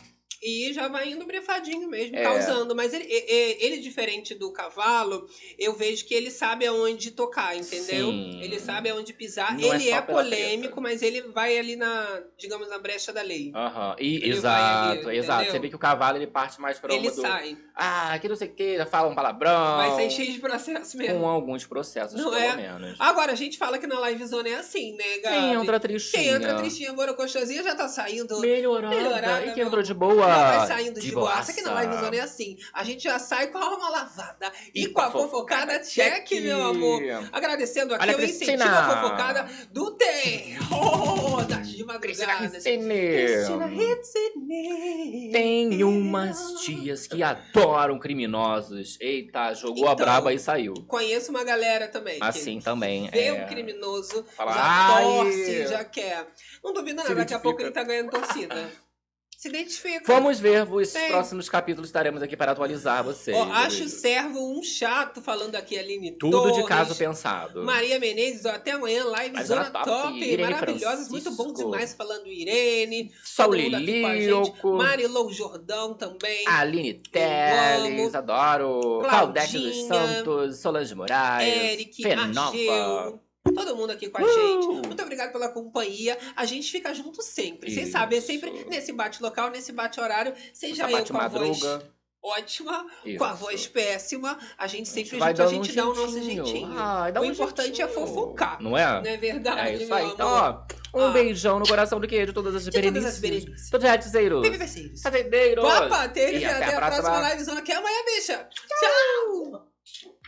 [SPEAKER 1] E já vai indo brefadinho mesmo,
[SPEAKER 2] É.
[SPEAKER 1] causando. Mas ele, e- e- ele, diferente do cavalo, eu vejo que ele sabe aonde tocar, entendeu?
[SPEAKER 2] Sim.
[SPEAKER 1] Ele sabe aonde pisar.
[SPEAKER 2] Não é
[SPEAKER 1] ele
[SPEAKER 2] só
[SPEAKER 1] é,
[SPEAKER 2] pela
[SPEAKER 1] polêmico,
[SPEAKER 2] treta.
[SPEAKER 1] mas ele vai ali na, digamos, na brecha da lei.
[SPEAKER 2] Aham, e-
[SPEAKER 1] Ele vai ali,
[SPEAKER 2] exato,
[SPEAKER 1] entendeu?
[SPEAKER 2] exato. Você vê que o cavalo ele parte mais pra
[SPEAKER 1] ele
[SPEAKER 2] uma do.
[SPEAKER 1] sai.
[SPEAKER 2] Ah, que não sei o que, fala um palavrão.
[SPEAKER 1] Vai ser cheio de processo mesmo.
[SPEAKER 2] Com alguns processos,
[SPEAKER 1] Não
[SPEAKER 2] pelo
[SPEAKER 1] é?
[SPEAKER 2] menos.
[SPEAKER 1] Agora, a gente fala que na live zona é assim, né, Gabi?
[SPEAKER 2] Quem entra tristinha.
[SPEAKER 1] Quem entra tristinha, borocochosinha, já tá saindo.
[SPEAKER 2] Melhorada.
[SPEAKER 1] Melhorada,
[SPEAKER 2] e quem
[SPEAKER 1] meu-
[SPEAKER 2] entrou de boa.
[SPEAKER 1] Já vai saindo de boaça, que na livezona é assim. A gente já sai com a alma lavada e, com a fofocada check, meu amor. Agradecendo aqui
[SPEAKER 2] Olha,
[SPEAKER 1] o incentivo
[SPEAKER 2] Cristina.
[SPEAKER 1] à fofocada do Terro das de
[SPEAKER 2] Cristina
[SPEAKER 1] madrugada. Cristina
[SPEAKER 2] Cristina.
[SPEAKER 1] Ritzene.
[SPEAKER 2] Tem umas tias que adoram criminosos. Eita, jogou a
[SPEAKER 1] Então,
[SPEAKER 2] braba e saiu.
[SPEAKER 1] Conheço uma galera também. que
[SPEAKER 2] Assim também.
[SPEAKER 1] Vê
[SPEAKER 2] é.
[SPEAKER 1] um criminoso,
[SPEAKER 2] Fala,
[SPEAKER 1] já
[SPEAKER 2] "Ai".
[SPEAKER 1] torce, já quer. Não duvida
[SPEAKER 2] Se
[SPEAKER 1] nada, daqui a
[SPEAKER 2] identifica.
[SPEAKER 1] pouco ele tá ganhando torcida. Se identifica.
[SPEAKER 2] Vamos ver, os
[SPEAKER 1] Tem.
[SPEAKER 2] próximos capítulos estaremos aqui para atualizar vocês.
[SPEAKER 1] Ó, acho o servo um chato falando aqui, Aline
[SPEAKER 2] Tudo de
[SPEAKER 1] Torres.
[SPEAKER 2] caso pensado.
[SPEAKER 1] Maria Menezes, ó, até amanhã, live
[SPEAKER 2] Mas
[SPEAKER 1] zona
[SPEAKER 2] era top,
[SPEAKER 1] top,
[SPEAKER 2] Irene
[SPEAKER 1] maravilhosas,
[SPEAKER 2] Francisco.
[SPEAKER 1] muito bom demais falando Irene,
[SPEAKER 2] Sol
[SPEAKER 1] todo mundo aqui com a gente.
[SPEAKER 2] Lilioco,
[SPEAKER 1] Marilou Jordão também,
[SPEAKER 2] Aline Teles,
[SPEAKER 1] amo.
[SPEAKER 2] adoro,
[SPEAKER 1] Claudinha,
[SPEAKER 2] Claudete dos Santos, Solange Moraes,
[SPEAKER 1] Eric,
[SPEAKER 2] Fenova.
[SPEAKER 1] Argel, todo mundo aqui com a
[SPEAKER 2] Uh!
[SPEAKER 1] gente. Muito obrigada pela companhia, a gente fica junto sempre, vocês
[SPEAKER 2] Isso.
[SPEAKER 1] sabem, é sempre nesse bate-local, nesse bate-horário, seja eu
[SPEAKER 2] Sabate
[SPEAKER 1] com a voz
[SPEAKER 2] Madruga.
[SPEAKER 1] ótima,
[SPEAKER 2] Isso.
[SPEAKER 1] com a voz péssima, a gente sempre
[SPEAKER 2] vai
[SPEAKER 1] junto, a
[SPEAKER 2] dando
[SPEAKER 1] gente
[SPEAKER 2] um
[SPEAKER 1] dá o nosso
[SPEAKER 2] jeitinho.
[SPEAKER 1] jeitinho.
[SPEAKER 2] Ai, dá
[SPEAKER 1] o
[SPEAKER 2] um
[SPEAKER 1] importante é
[SPEAKER 2] jeitinho.
[SPEAKER 1] fofocar,
[SPEAKER 2] Não é?
[SPEAKER 1] não é verdade,
[SPEAKER 2] É isso
[SPEAKER 1] meu
[SPEAKER 2] aí.
[SPEAKER 1] amor?
[SPEAKER 2] Então, ó, um
[SPEAKER 1] Ah.
[SPEAKER 2] beijão no coração do queijo de todas as
[SPEAKER 1] De todas
[SPEAKER 2] Berenices.
[SPEAKER 1] as Berenices.
[SPEAKER 2] Todos os reticeiros.
[SPEAKER 1] Pepe Mercedes.
[SPEAKER 2] Satendeiros.
[SPEAKER 1] Papateiro,
[SPEAKER 2] E
[SPEAKER 1] até, até a próxima livezona que é amanhã, bicha. Tchau.